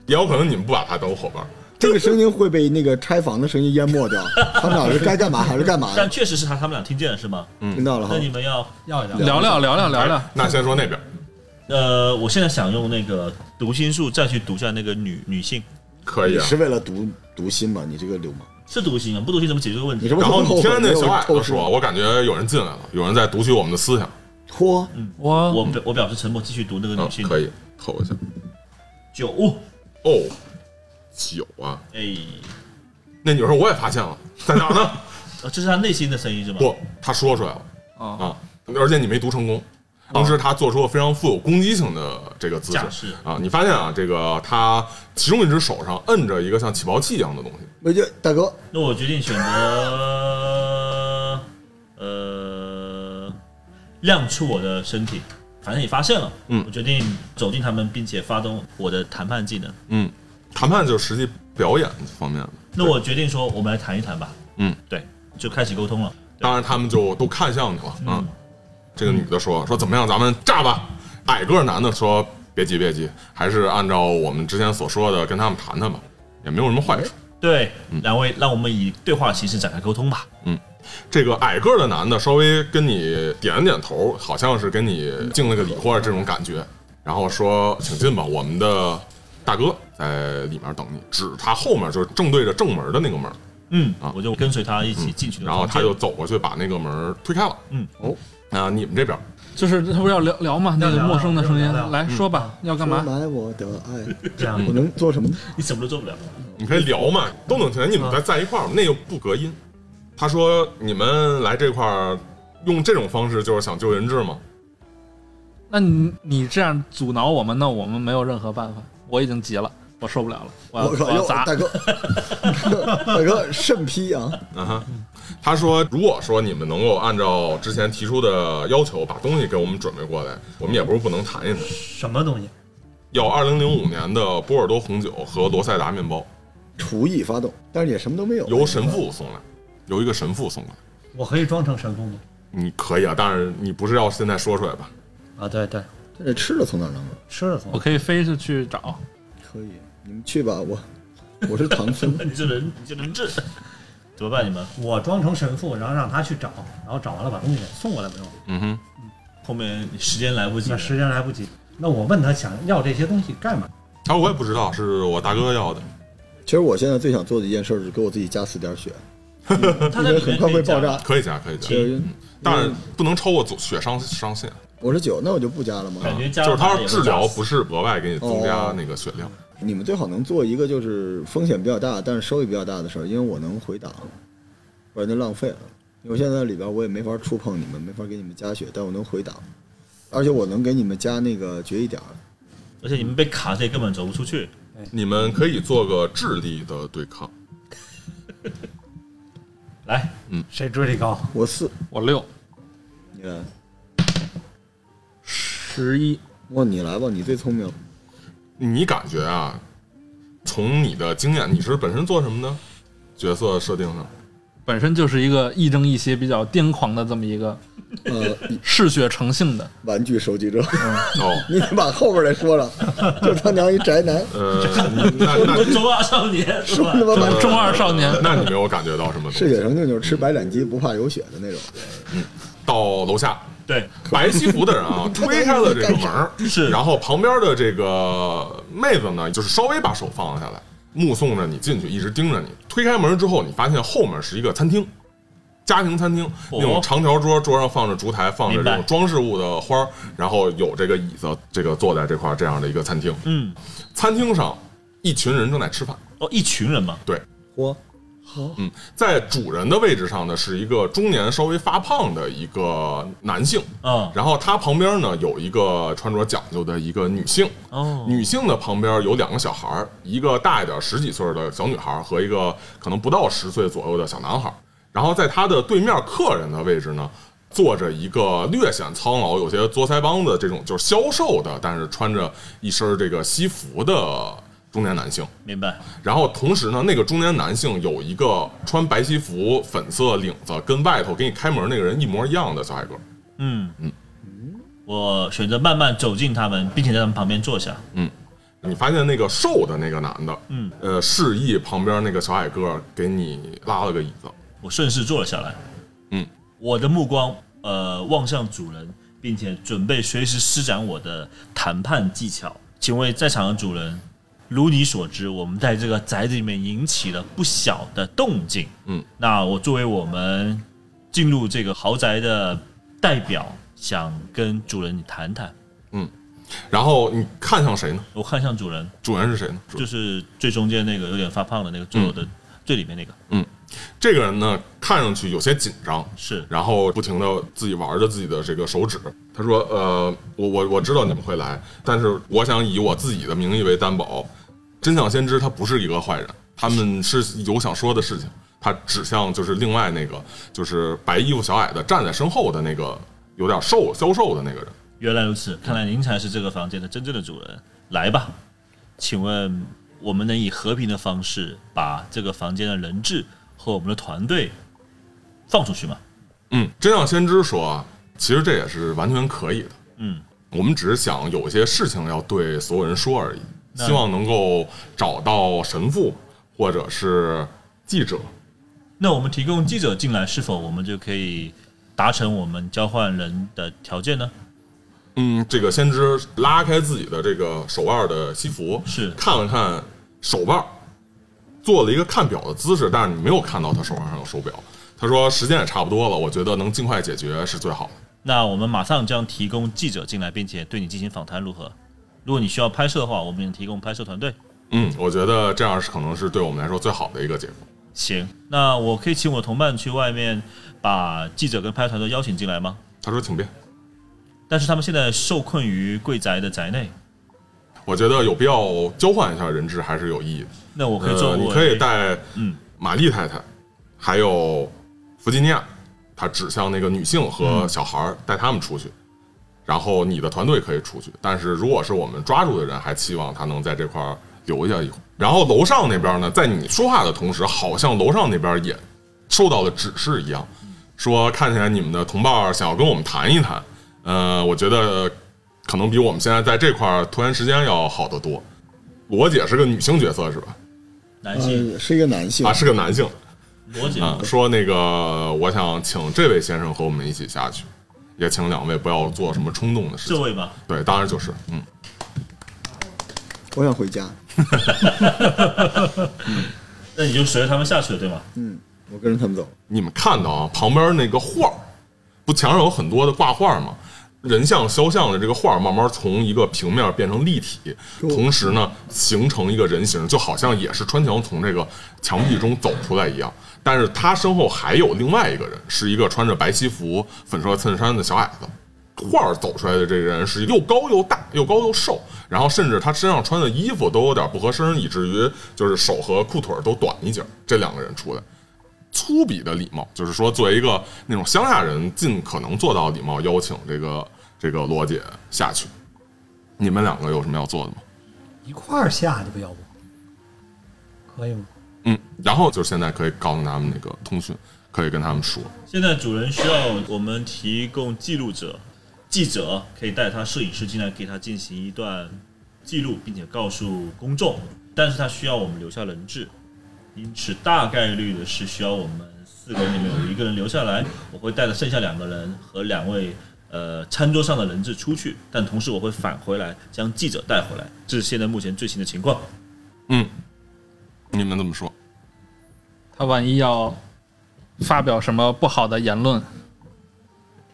S1: 也有可能你们不把他当伙伴。
S5: 这个声音会被那个拆房的声音淹没掉。他们俩是该干嘛还是干嘛
S4: 但
S5: 呀？
S4: 确实是他，他们俩听见了是吗？
S5: 听到了哈
S4: 那。你们要
S3: 要一要，
S2: 聊聊聊聊聊聊
S1: 哎。那先说那边，
S4: 呃，我现在想用那个读心术再去读一下那个女女性，
S1: 可以
S5: 你
S1: 啊。
S5: 是为了读读心吗？你这个流氓！
S4: 是读心啊，不读心怎么解决这个问
S5: 你
S4: 题？
S5: 这 不
S1: 然后你
S5: 后
S1: 听
S5: 悔
S1: 见
S5: 没
S1: 那
S5: 有
S1: 小矮子
S5: 偷 师
S1: 说，我感觉有人进来了，有人在读取我们的思想。
S5: 脱
S2: 我
S4: 我表我表示沉默，继续读那个
S1: 嗯
S4: 女，性。
S1: 可以透一下。
S4: 九，
S1: 哦，九啊，
S4: 哎，
S1: 那女生我也发现了，在哪儿呢？
S4: 呃这是他内心的声音是吗？
S1: 不，她说出来了
S2: 哦，
S1: 啊，而且你没读成
S4: 哦
S1: 功。同时，她做出了非常富有攻击性的这个姿
S4: 架
S1: 势
S4: 势
S1: 啊！你发现啊，这个她其中一只手上摁着一个像起泡器一样的东西，
S5: 我就大哥，
S4: 那我决定选择呃，亮出我的身体，反正也发现了，
S1: 嗯
S4: 我决定走进他们，并且发动我的谈判技能。
S1: 嗯，谈判就是实际表演方面的。
S4: 那我决定说，我们来谈一谈吧。
S1: 嗯，
S4: 对，就开始沟通了。
S1: 当然他们就都看向你了。嗯，这个女的说说怎么样，咱们炸吧。矮个儿男的说别急别急，还是按照我们之前所说的跟他们谈谈吧，也没有什么坏处。
S4: 对，
S1: 嗯
S4: 两位，让我们以对话的形式展开沟通吧。
S1: 这个矮个儿的男的稍微跟你点了点头，好像是跟你敬了个礼或者这种感觉，然后说请进吧，我们的大哥在里面等你，指他后面就是正对着正门的那个门，
S4: 嗯
S1: 啊，
S4: 我就跟随他一起进去了
S1: 然后他就走过去把那个门推开了。
S4: 嗯，
S1: 哦，啊，你们这边。
S2: 就是他不是要聊聊吗？那个陌生的声
S3: 要聊
S2: 音，来嗯说吧，要干嘛？
S5: 收买我的爱，
S3: 这样
S5: 我能做什么呢？
S4: 你什么都 做不了。。
S1: 你可以聊嘛，
S5: 嗯
S1: 都能听见。你们在在一块儿，那又不隔音。他说：“你们来这块儿，用这种方式就是想救人质吗
S2: 那你你这样阻挠我们，那我们没有任何办法。我已经急了，我受不了了，我要
S5: 我靠，
S2: 要
S5: 哟，
S2: 砸
S5: 大。哥，大哥肾批啊！？”
S1: 啊哈，他说：“如果说你们能够按照之前提出的要求，把东西给我们准备过来，我们也不是不能谈一谈。
S3: 什么东西？
S1: 要二零零五年的波尔多红酒和罗塞达面包，
S5: 厨艺发动，但是也什么都没有。
S1: 由神父送来，由一个神父送来。
S3: 我可以装成神父吗？
S1: 你可以啊，但是你不是要现在说出来吧？
S3: 啊，对对，
S5: 这吃的从哪儿弄的？
S3: 吃了从
S2: 我可以飞着去找，
S5: 可以，你们去吧，我我是唐僧
S4: 你这人，你这人质， 怎么办？你们
S3: 我装成神父，然后让他去找，然后找完了把东西给送过来不就？
S1: 嗯哼，
S4: 后面时间来不及
S3: 那
S4: 了。
S3: 时间来不及。那我问他想要这些东西干嘛？
S1: 啊，我也不知道是我大哥要的，
S5: 其实我现在最想做的一件事儿是给我自己加死点血，
S4: 他
S5: 因
S4: 在
S5: 为
S4: 里
S5: 很
S4: 面
S5: 快
S4: 可以
S5: 会爆
S4: 讲
S5: 炸。
S1: 可以加，可以加
S5: 其，实
S1: 但是不能超过总血伤伤限。
S5: 我是九，那我就不加了嘛。
S4: 感觉加
S1: 啊就是他要治疗
S4: 是
S1: 不是额外给你增加那个血量，
S5: 你们最好能做一个就是风险比较大，但是收益比较大的事儿，因为我能回档，不然就浪费了。因为我现在里边我也没法触碰你们，没法给你们加血，但我能回档，而且我能给你们加那个决议点儿。
S4: 而且你们被卡这根本走不出去。
S1: 你们可以做个智力的对抗。
S4: 来，
S3: 谁智力高？
S5: 我四，
S2: 我六
S5: 你来，
S2: 十一，
S5: 哇，你来吧，你最聪明。
S1: 你感觉啊，从你的经验，你是本身做什么的？角色设定上，
S2: 本身就是一个亦正亦邪、比较癫狂的这么一个
S5: 呃，
S2: 嗜血成性的，
S5: 玩具收集者，
S1: 哦，
S5: 你得把后边儿来说了，就他娘一宅男，
S1: 呃，你那那
S4: 中二少年是
S5: 说
S4: 吧？
S5: 他妈玩
S2: 中二少年。
S1: 那你没有感觉到什么东
S5: 嗜血
S1: 西？
S5: 成性就是吃白斩鸡不怕有血的那种。
S1: 到楼下，
S4: 对，
S1: 白西服的人 啊，推开了这个门儿，
S4: 是
S1: 然后旁边的这个妹子呢，就是稍微把手放了下来，目送着你进去，一直盯着你。推开门之后，你发现后面是一个餐厅，家庭餐厅，那种长条桌，桌上放着烛台，放着这
S4: 哦明
S1: 种
S4: 白
S1: 装饰物的花儿，然后有这个椅子，这个坐在这块儿这样的一个餐厅。
S4: 嗯，
S1: 餐厅上一群人正在吃饭，
S4: 哦，一群人嘛，
S5: 嚯，
S1: 嗯，在主人的位置上呢是一个中年稍微发胖的一个男性，
S4: 啊，
S1: 然后他旁边呢有一个穿着讲究的一个女性，
S4: 哦，
S1: 女性的旁边有两个小孩儿，一个大一点十几岁的小女孩儿和一个可能不到十岁左右的小男孩儿。然后在他的对面客人的位置呢，坐着一个略显苍老、有些作腮帮子这种就是消瘦的，但是穿着一身这个西服的中年男性。
S4: 明白，
S1: 然后同时呢，那个中年男性有一个穿白西服、粉色领子，跟外头给你开门那个人一模一样的小矮个儿。
S4: 嗯嗯，我选择慢慢走近他们，并且在他们旁边坐下。
S1: 你发现那个瘦的那个男的，
S4: 嗯，
S1: 呃，示意旁边那个小矮个儿给你拉了个椅子。
S4: 我顺势坐了下来。
S1: 嗯，
S4: 我的目光呃望向主人，并且准备随时施展我的谈判技巧。请问在场的主人，如你所知，我们在这个宅子里面引起了不小的动静。
S1: 嗯，
S4: 那我作为我们进入这个豪宅的代表，想跟主人你谈谈。
S1: 然后你看向谁呢？
S4: 我看向主人，
S1: 主人是谁呢？主
S4: 就
S1: 人
S4: 是最中间那个有点发胖的那个坐
S1: 嗯
S4: 的、最里面那个，
S1: 这个人呢，看上去有些紧张，
S4: 是
S1: 然后不停的自己玩着自己的这个手指。他说：“呃，我我我知道你们会来，但是我想以我自己的名义为担保，真相先知他不是一个坏人，他们是有想说的事情。他指向就是另外那个，就是白衣服小矮的站在身后的那个有点瘦消瘦的那个人。
S4: 原来如此，看来您才是这个房间的真正的主人。来吧，请问我们能以和平的方式把这个房间的人质和我们的团队放出去吗？
S1: 嗯，真相先知说啊，其实这也是完全可以的。
S4: 嗯，
S1: 我们只是想有一些事情要对所有人说而已，
S4: 那
S1: 希望能够找到神父或者是记者。
S4: 那我们提供记者进来，是否我们就可以达成我们交换人的条件呢？
S1: 嗯，这个先知拉开自己的这个手腕的西服，
S4: 是
S1: 看了看手腕，做了一个看表的姿势，但是你没有看到他手腕上有手表。他说时间也差不多了，我觉得能尽快解决是最好的。
S4: 那我们马上将提供记者进来，并且对你进行访谈，如何？如果你需要拍摄的话，我们也提供拍摄团队。
S1: 嗯，我觉得这样是可能是对我们来说最好的一个结果。
S4: 行，那我可以请我同伴去外面把记者跟拍摄团队邀请进来吗？
S1: 他说请便。
S4: 但是他们现在受困于贵宅的宅内，
S1: 我觉得有必要交换一下人质还是有意义的。
S4: 那我可以做
S1: 呃，
S4: 我、
S1: 你可以带
S4: 嗯
S1: 玛丽太太，还有弗吉尼亚，她指向那个女性
S4: 嗯
S1: 和小孩儿，带他们出去。然后你的团队可以出去，但是如果是我们抓住的人，还期望他能在这块儿留下一会儿。然后楼上那边呢，在你说话的同时，好像楼上那边也受到了指示一样，说看起来你们的同伴想要跟我们谈一谈。呃，我觉得可能比我们现在在这块儿拖延时间要好得多。罗姐是个女性角色是吧？
S4: 男性
S5: 呃，是一个男性
S1: 啊，，是个男性
S4: 罗姐，
S1: 啊，说那个我想请这位先生和我们一起下去。也请两位不要做什么冲动的事
S4: 这
S1: 情。
S4: 位吧，
S1: 对，当然就是，嗯，
S5: 我想回家。
S4: 那你就随着他们下去了，对吗？
S5: 嗯，我跟着他们走。
S1: 你们看到啊，旁边那个画儿，不墙上有很多的挂画吗？人像、肖像的这个画儿，慢慢从一个平面变成立体，同时呢，形成一个人形，就好像也是穿墙从这个墙壁中走出来一样。但是他身后还有另外一个人，是一个穿着白西服、粉色衬衫的小矮子。画儿走出来的这个人是又高又大又高又瘦，然后甚至他身上穿的衣服都有点不合身，以至于就是手和裤腿儿都短一截儿。这两个人出来，粗鄙的礼貌，就是说作为一个那种乡下人，尽可能做到礼貌，邀请这个这个罗姐下去。你们两个有什么要做的吗？
S6: 一块儿下去吧，要不可以吗？
S1: 嗯，然后就是现在可以告诉他们那个通讯，可以跟他们说。
S4: 现在主人需要我们提供记录者，记者可以带他摄影师进来，给他进行一段记录，并且告诉公众。但是他需要我们留下人质，因此大概率的是需要我们四个人里面有一个人留下来，我会带着剩下两个人和两位呃餐桌上的人质出去，但同时我会返回来将记者带回来。这是现在目前最新的情况。
S1: 嗯，你们怎么说？
S2: 他万一要发表什么不好的言论，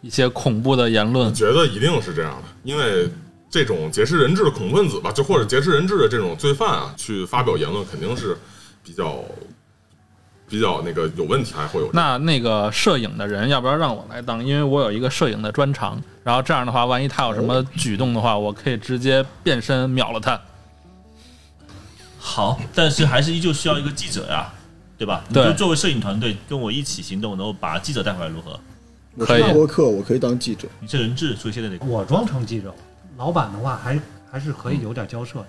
S2: 一些恐怖的言论，
S1: 觉得一定是这样的，因为这种劫持人质的恐怖分子吧，就或者劫持人质的这种罪犯啊，去发表言论肯定是比较比较那个有问题，还会有
S2: 那那个摄影的人，要不要让我来当？因为我有一个摄影的专长。然后这样的话，万一他有什么举动的话，我可以直接变身秒了他。
S4: 好，但是还是依旧需要一个记者呀、对吧？你
S2: 对
S4: 就作为摄影团队跟我一起行动，然后把记者带回来如何？
S5: 我
S2: 可
S5: 是
S2: 以
S5: 大播客，我可以当记者。
S4: 你是人质，所以现在得
S3: 我装成记者，老板的话还还是可以有点交涉的。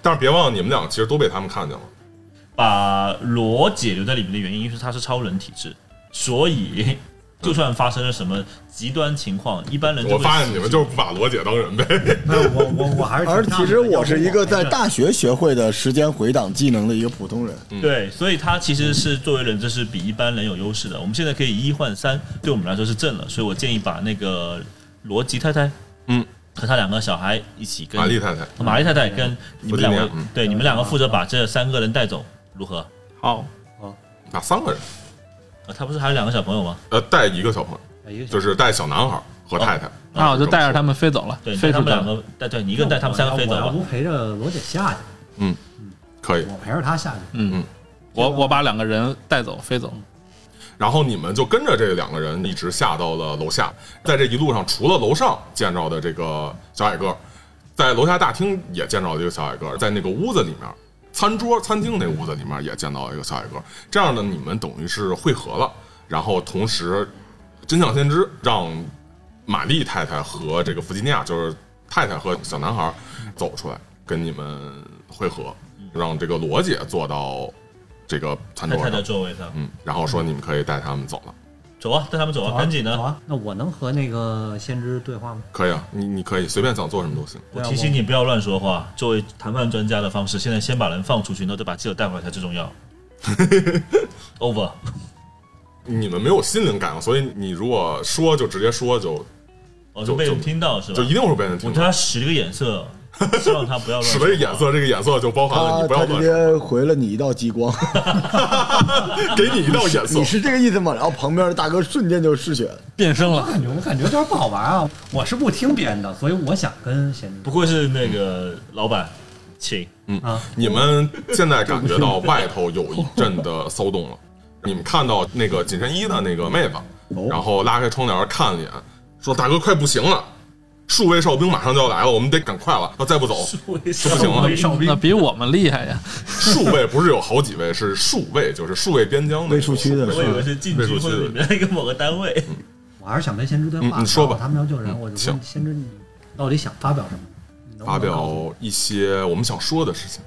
S1: 但是别忘了，你们俩其实都被他们看见了。
S4: 把罗姐留在里面的原因是她是超人体质，所以就算发生了什么极端情况，一般人就
S1: 我
S4: 会
S1: 发现你们就是不把罗姐当人呗。
S3: 没有，我我我还是挺
S5: 而
S3: 纳闷
S5: 其
S3: 的
S5: 实我是一个在
S3: 要不我
S5: 大学学会的时间回档技能的一个普通人。
S4: 对，所以她其实是作为人质是比一般人有优势的。我们现在可以一换三，对我们来说是正了，所以我建议把那个罗吉太太，
S1: 嗯，
S4: 和她两个小孩一起跟
S1: 玛丽太太，
S4: 玛丽太太跟你们两
S1: 弗
S4: 个
S1: 吉尼亚嗯，
S4: 对你们两个负责把这三个人带走，如何？
S2: 好，
S1: 啊，三个人，
S4: 啊，他不是还有两个小朋友吗？
S1: 呃，带一个小朋友，
S3: 哎一个
S1: 就是带小男孩和太太。
S2: 那我就带着他们飞走了
S4: 对，，你
S2: 飞
S4: 带他
S2: 出
S4: 们
S2: 去
S4: 两
S2: 了。
S4: 个，带对你一个人带他们三个飞走
S3: 我要
S4: 吧
S3: 不。陪着罗姐下去，
S1: 可以。
S3: 我陪着她下去。
S2: 我我把两个人带走，飞走。
S1: 然后你们就跟着这两个人一直下到了楼下，在这一路上，除了楼上见着的这个小矮个儿，在楼下大厅也见着了一个小矮个儿，在那个屋子里面，餐桌餐厅那屋子里面也见到了一个小矮个儿。这样呢，你们等于是汇合了，然后同时真相先知让玛丽太太和这个弗吉尼亚，就是太太和小男孩儿走出来跟你们汇合，让这个罗姐坐到这个餐
S4: 太
S1: 桌
S4: 太的
S1: 上。
S4: 座位上，
S1: 嗯，然后说你们可以带他们走了，
S4: 走啊，带他们走啊，
S3: 好啊
S4: 赶紧
S3: 好
S4: 的！
S3: 啊！那我能和那个先知对话吗？
S1: 可以啊，你你可以随便想做什么都行。
S4: 我提醒你不要乱说话。作为谈判专家的方式，现在先把人放出去，然后再把记者带回来才最重要。Over，
S1: 你们没有心灵感，啊所以你如果说就直接说就，
S4: 哦，就被人
S1: 就
S4: 听到是吧
S1: 就？一定会被人
S4: 我
S1: 听
S4: 对
S1: 到。
S4: 他使了个眼色，希望他不要乱
S1: 使
S4: 说话。
S1: 了一眼色，这个眼色就包含了
S5: 他
S1: 你不要
S5: 啊他直
S1: 乱说，
S5: 接回了你一道激光，
S1: 给你一道眼色
S5: 你。是这个意思吗？然后旁边的大哥瞬间就嗜血，
S2: 变身了
S3: 我，感觉我感觉有点不好玩啊！我是不听别人的，所以我想跟先知
S4: 不。愧是那个老板，请
S1: 你们现在感觉到外头有一阵的骚动了，你们看到那个紧身衣的那个妹子，
S5: 哦
S1: 然后拉开窗帘看了一眼，说：“大哥，快不行了，数位哨兵马上就要来了，我们得赶快了，要再不走，
S4: 不
S1: 行了
S4: 少
S2: 那比我们厉害呀！
S1: 数位不是有好几位，是数位，就是数位边疆的
S5: 未出区的
S1: 数
S4: 我
S1: 位
S4: 以为是进
S1: 未
S4: 军
S1: 出区
S4: 会里
S1: 的。
S4: 面的一个某个单位。
S3: 我还是想跟先知对话。
S1: 嗯你说吧
S3: 他们要救人，我就
S1: 行
S3: 问先知你到底想发表什么？你能不能
S1: 发
S3: 告诉我
S1: 表一些我们想说的事情。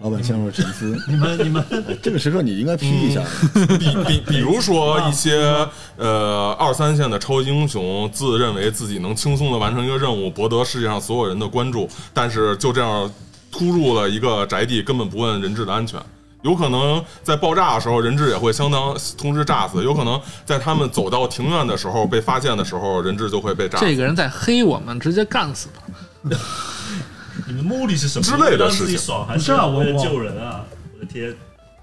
S5: 老板陷入了沉思。嗯
S3: 你们你们
S5: 哎 这个时刻你应该批一下，
S1: 比比比如说一些呃二三线的超级英雄，自认为自己能轻松的完成一个任务，博得世界上所有人的关注，但是就这样突入了一个宅地，根本不问人质的安全。有可能在爆炸的时候人质也会相当同时炸死，有可能在他们走到庭院的时候被发现的时候，人质就会被炸死
S2: 这个人在黑我们，直接干死他。
S4: 你们的目的是什么？
S1: 之类的
S4: 让
S1: 事
S4: 自己
S1: 情
S4: 爽，还
S3: 不是啊我
S4: 为了
S3: 我
S4: 救人啊？我的天，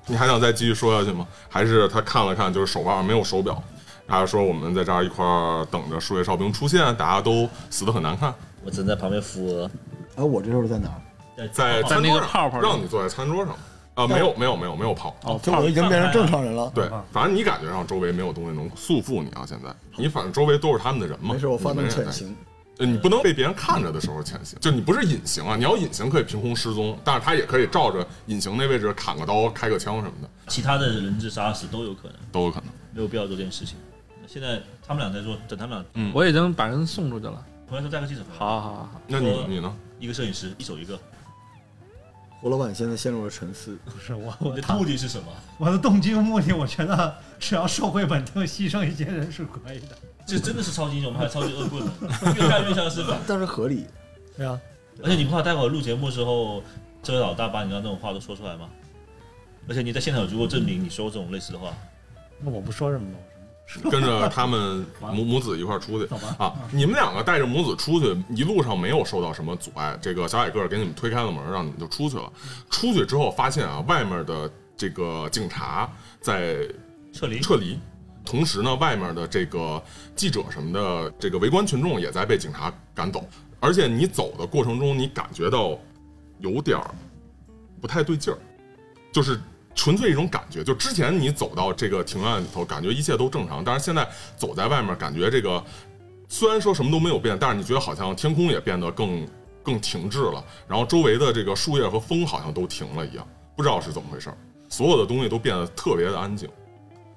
S1: 你还想再继续说下去吗？还是他看了看，就是手腕没有手表，然后说我们在这儿一块儿等着数月哨兵出现，大家都死的很难看。
S4: 我正在旁边扶额，
S5: 哎，我这时候在哪儿？
S1: 在
S4: 哦
S1: 餐桌
S2: 在那个
S1: 上
S2: 泡泡里
S1: 让你坐在餐桌上啊，没有没有没有没有跑。
S2: 哦，嗯
S5: 就我已经变成正常人了。
S1: 对，反正你感觉上周围没有东西能束缚你啊！现在你反正周围都是他们的人嘛。
S5: 没事，我发
S1: 你
S5: 动
S1: 没人
S5: 潜
S1: 在
S5: 行。
S1: 呃，你不能被别人看着的时候潜行，就你不是隐形啊！你要隐形可以凭空失踪，但是他也可以照着隐形那位置砍个刀、开个枪什么的
S4: 其他的人质杀死都有可能，
S1: 都有可能。
S4: 没有必要做这件事情。那现在他们俩在做，等他们俩
S2: 我已经把人送出去了。
S4: 回来时候带个记者回来，
S2: 嗯好好好，
S1: 那你
S4: 我
S1: 你呢？
S4: 一个摄影师，一手一个。
S5: 胡老板现在陷入了沉思。
S3: 不是我
S4: 你
S3: 我
S4: 的目的是什么？
S3: 我的动机和目的，我觉得只要社会稳定，牺牲一些人是可以的。
S4: 这真的是超级英雄，我们还有超级恶棍呢，越看越像是吧？
S5: 但是合理。
S3: 对啊，
S4: 而且你不怕待会儿录节目的时候，这位老大把你刚刚那种话都说出来吗？而且你在现场如果证明你说过这种类似的话，
S3: 那我不说什么 了，
S1: 跟着他们母母子一块儿出去
S3: 走吧嗯
S1: 啊！你们两个带着母子出去，一路上没有受到什么阻碍。这个小矮个儿给你们推开了门，让你们就出去了。出去之后发现啊，外面的这个警察在
S4: 撤离。
S1: 撤离，同时呢，外面的这个记者什么的，这个围观群众也在被警察赶走。而且你走的过程中，你感觉到有点儿不太对劲儿，就是纯粹一种感觉。就之前你走到这个庭院里头，感觉一切都正常，但是现在走在外面，感觉这个虽然说什么都没有变，但是你觉得好像天空也变得更更停滞了，然后周围的这个树叶和风好像都停了一样，不知道是怎么回事儿，所有的东西都变得特别的安静。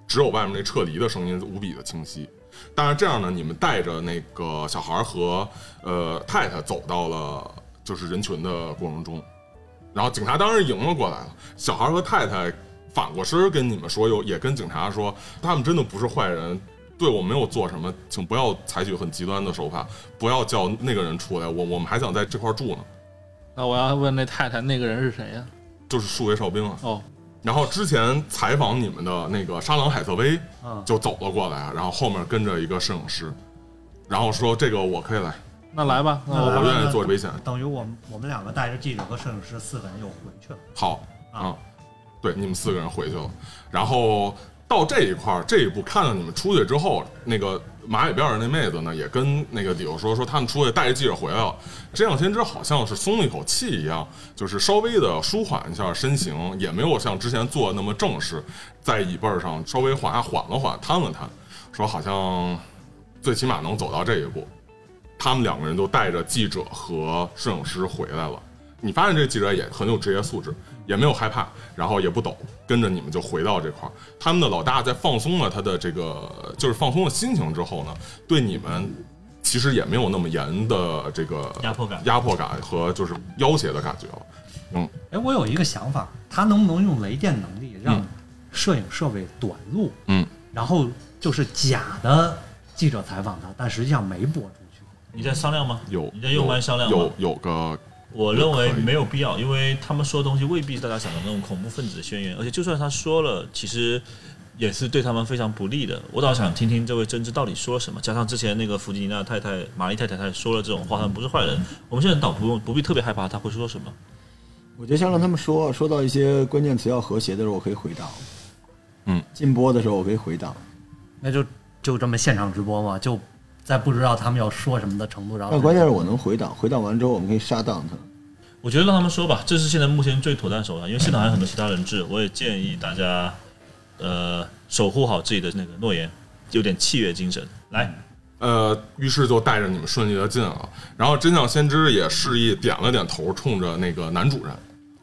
S1: 只有外面那撤离的声音无比的清晰。但是这样呢，你们带着那个小孩儿和呃太太走到了就是人群的过程中，然后警察当然迎了过来了。小孩儿和太太反过身儿跟你们说，又也跟警察说，他们真的不是坏人，对我没有做什么，请不要采取很极端的手法，不要叫那个人出来，我我们还想在这块儿住呢，
S2: 那我要问那太太，那个人是谁呀、
S1: 就是数位哨兵啊。
S2: 哦，
S1: 然后之前采访你们的那个沙朗海瑟薇
S3: 嗯
S1: 就走了过来，然后后面跟着一个摄影师，然后说这个我可以来，
S2: 那来吧，那
S3: 那
S1: 我
S3: 嗯来
S1: 不
S3: 吧
S1: 愿意做危险。
S3: 等于我们我们两个带着记者和摄影师四个人又回去了。
S1: 好
S3: 啊
S1: 啊，对，你们四个人回去了，然后到这一块儿这一步看到你们出去之后，那个马尾辫儿那妹子呢也跟那个理由说说他们出去带着记者回来了，真相先知好像是松了一口气一样，就是稍微的舒缓一下身形，也没有像之前做的那么正式，在椅背儿上稍微往下缓了缓，摊了摊，说好像最起码能走到这一步。他们两个人都带着记者和摄影师回来了。你发现这记者也很有职业素质，也没有害怕，然后也不抖，跟着你们就回到这块儿。他们的老大在放松了他的这个就是放松了心情之后呢，对你们其实也没有那么严的这个
S4: 压迫感
S1: 压迫感和就是要挟的感觉了。嗯，
S3: 哎，我有一个想法，他能不能用雷电能力让
S1: 嗯
S3: 摄影设备短路？
S1: 嗯，
S3: 然后就是假的记者采访他，但实际上没播出去。
S4: 你在商量吗？
S1: 有
S4: 你在用完商量吗
S1: 有有个
S4: 我认为
S1: 可以
S4: 没有必要，因为他们说的东西未必是大家想的那种恐怖分子的宣言，而且就算他说了，其实也是对他们非常不利的。我倒想听听这位真知到底说了什么，加上之前那个弗吉尼娜太太、玛丽太太，她也说了这种话，他们不是坏人，我们现在倒不用不必特别害怕他会说什么。
S5: 我觉得先让他们说，啊说到一些关键词要和谐的时候，我可以回档。
S1: 嗯，
S5: 禁播的时候我可以回档，
S3: 那就就这么现场直播嘛，就在不知道他们要说什么的程度，然后
S5: 但关键是我能回档，回档完之后我们可以杀档他。
S4: 我觉得让他们说吧，这是现在目前最妥当的手段，因为现场还有很多其他人质，我也建议大家，呃，守护好自己的那个诺言，有点契约精神。来，
S1: 呃，于是就带着你们顺利的进了。然后真相先知也示意点了点头，冲着那个男主人，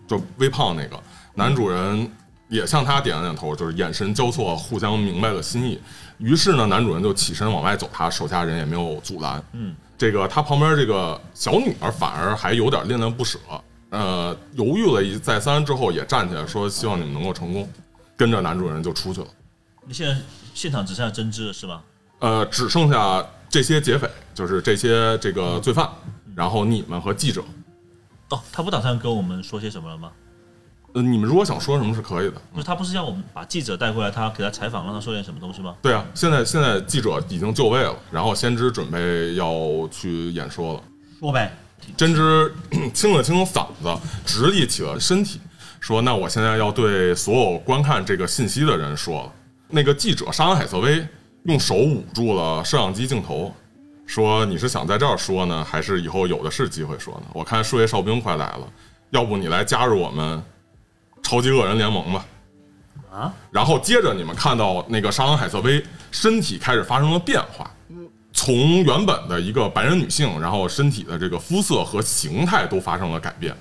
S1: 就微胖那个男主人也向他点了点头，就是眼神交错，互相明白了心意。于是呢，男主人就起身往外走，他手下人也没有阻拦。
S4: 嗯，
S1: 这个他旁边这个小女儿反而还有点恋恋不舍，呃，犹豫了一再三之后，也站起来说：“希望你们能够成功。”跟着男主人就出去了。
S4: 你现在现场只剩下真知了是吧？
S1: 呃，只剩下这些劫匪，就是这些这个罪犯，然后你们和记者。
S4: 哦，他不打算跟我们说些什么了吗？
S1: 呃，你们如果想说什么是可以的。
S4: 就是他不是让我们把记者带回来，他给他采访，让他说点什么东西吗？
S1: 对啊，现在现在记者已经就位了，然后先知准备要去演说了。
S3: 说呗，
S1: 真知清了清嗓子，直立起了身体，说：“那我现在要对所有观看这个信息的人说了。”那个记者沙恩海瑟薇用手捂住了摄像机镜头，说：“你是想在这儿说呢，还是以后有的是机会说呢？我看数位哨兵快来了，要不你来加入我们超级恶人联盟吧？”
S3: 啊！
S1: 然后接着你们看到那个沙恩海瑟薇身体开始发生了变化，从原本的一个白人女性，然后身体的这个肤色和形态都发生了改变，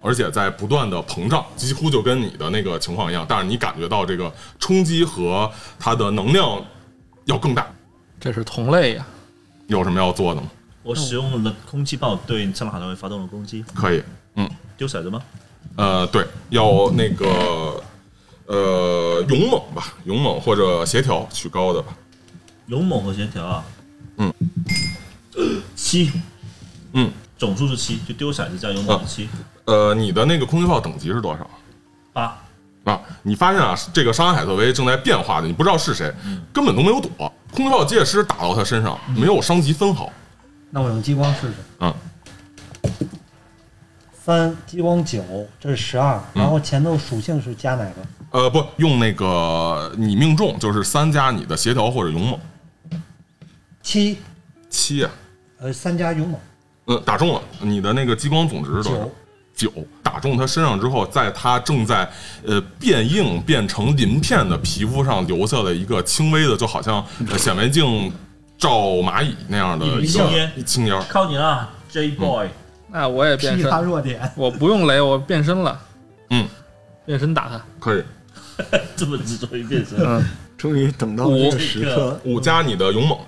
S1: 而且在不断的膨胀，几乎就跟你的那个情况一样，但是你感觉到这个冲击和它的能量要更大。
S2: 这是同类呀、
S1: 有什么要做的吗？
S4: 我使用了空气炮对上海单位发动了攻击，
S1: 可以，嗯，
S4: 丢骰子吗？
S1: 呃，对，要那个呃勇猛吧，勇猛或者协调取高的吧，
S4: 勇猛和协调啊，
S1: 嗯，
S4: 七，
S1: 嗯，
S4: 总数是七，就丢骰子加勇猛是七
S1: 呃，你的那个空气炮等级是多少？
S4: 八，
S1: 啊，你发现啊，这个伤害海瑟薇正在变化的，你不知道是谁，根本都没有躲。空气炮借尸打到他身上，没有伤及分毫。
S3: 那我用激光试试。
S1: 嗯，
S3: 三激光九，这是十二，
S1: 嗯
S3: 然后前头属性是加哪个？
S1: 呃，不用那个你命中就是三加你的协调或者勇猛
S3: 七，
S1: 七啊，
S3: 呃，三加勇猛
S1: 嗯，打中了你的那个激光总值多少九，
S3: 九？
S1: 打中他身上之后，在他正在呃变硬变成鳞片的皮肤上留下了一个轻微的，就好像呃显微镜照蚂蚁那样的
S4: 一
S1: 一
S4: 青烟
S1: 个青烟儿。
S4: 靠你了，J boy，
S1: 嗯
S2: 那我也变
S3: 劈
S2: 身
S3: 他，弱点，
S2: 我不用雷，我变身了。
S1: 嗯，
S2: 变身打他。
S1: 可以，
S4: 这么执着于变身，
S2: 嗯，
S5: 终于等到了这个时刻，
S1: 五加你的勇猛。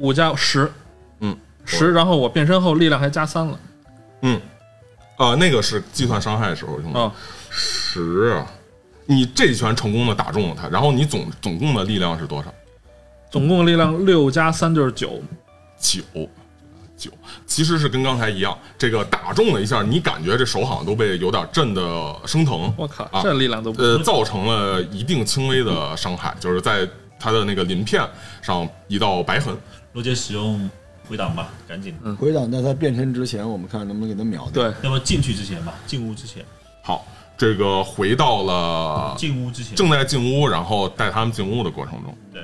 S2: 五加十，
S1: 嗯，
S2: 十，然后我变身后力量还加三了。
S1: 嗯，啊、那个是计算伤害的时候用的。
S2: 哦，
S1: 十、啊你这一拳成功的打中了他，然后你总总共的力量是多少？
S2: 总共力量六加三就是九。
S1: 九，九，其实是跟刚才一样，这个打中了一下，你感觉这手好像都被有点震的生疼，
S2: 我靠
S1: 啊，
S2: 这力量都不。
S1: 呃，造成了一定轻微的伤害，就是在他的那个鳞片上一道白痕。
S4: 罗杰使用回档吧，赶紧，
S5: 回档在他变身之前，我们看能不能给他嗯秒
S2: 对，
S5: 掉。
S4: 要不然进去之前吧，进屋之前，
S1: 好，这个回到了
S4: 进屋之前，
S1: 正在进屋，然后带他们进屋的过程中，
S4: 对，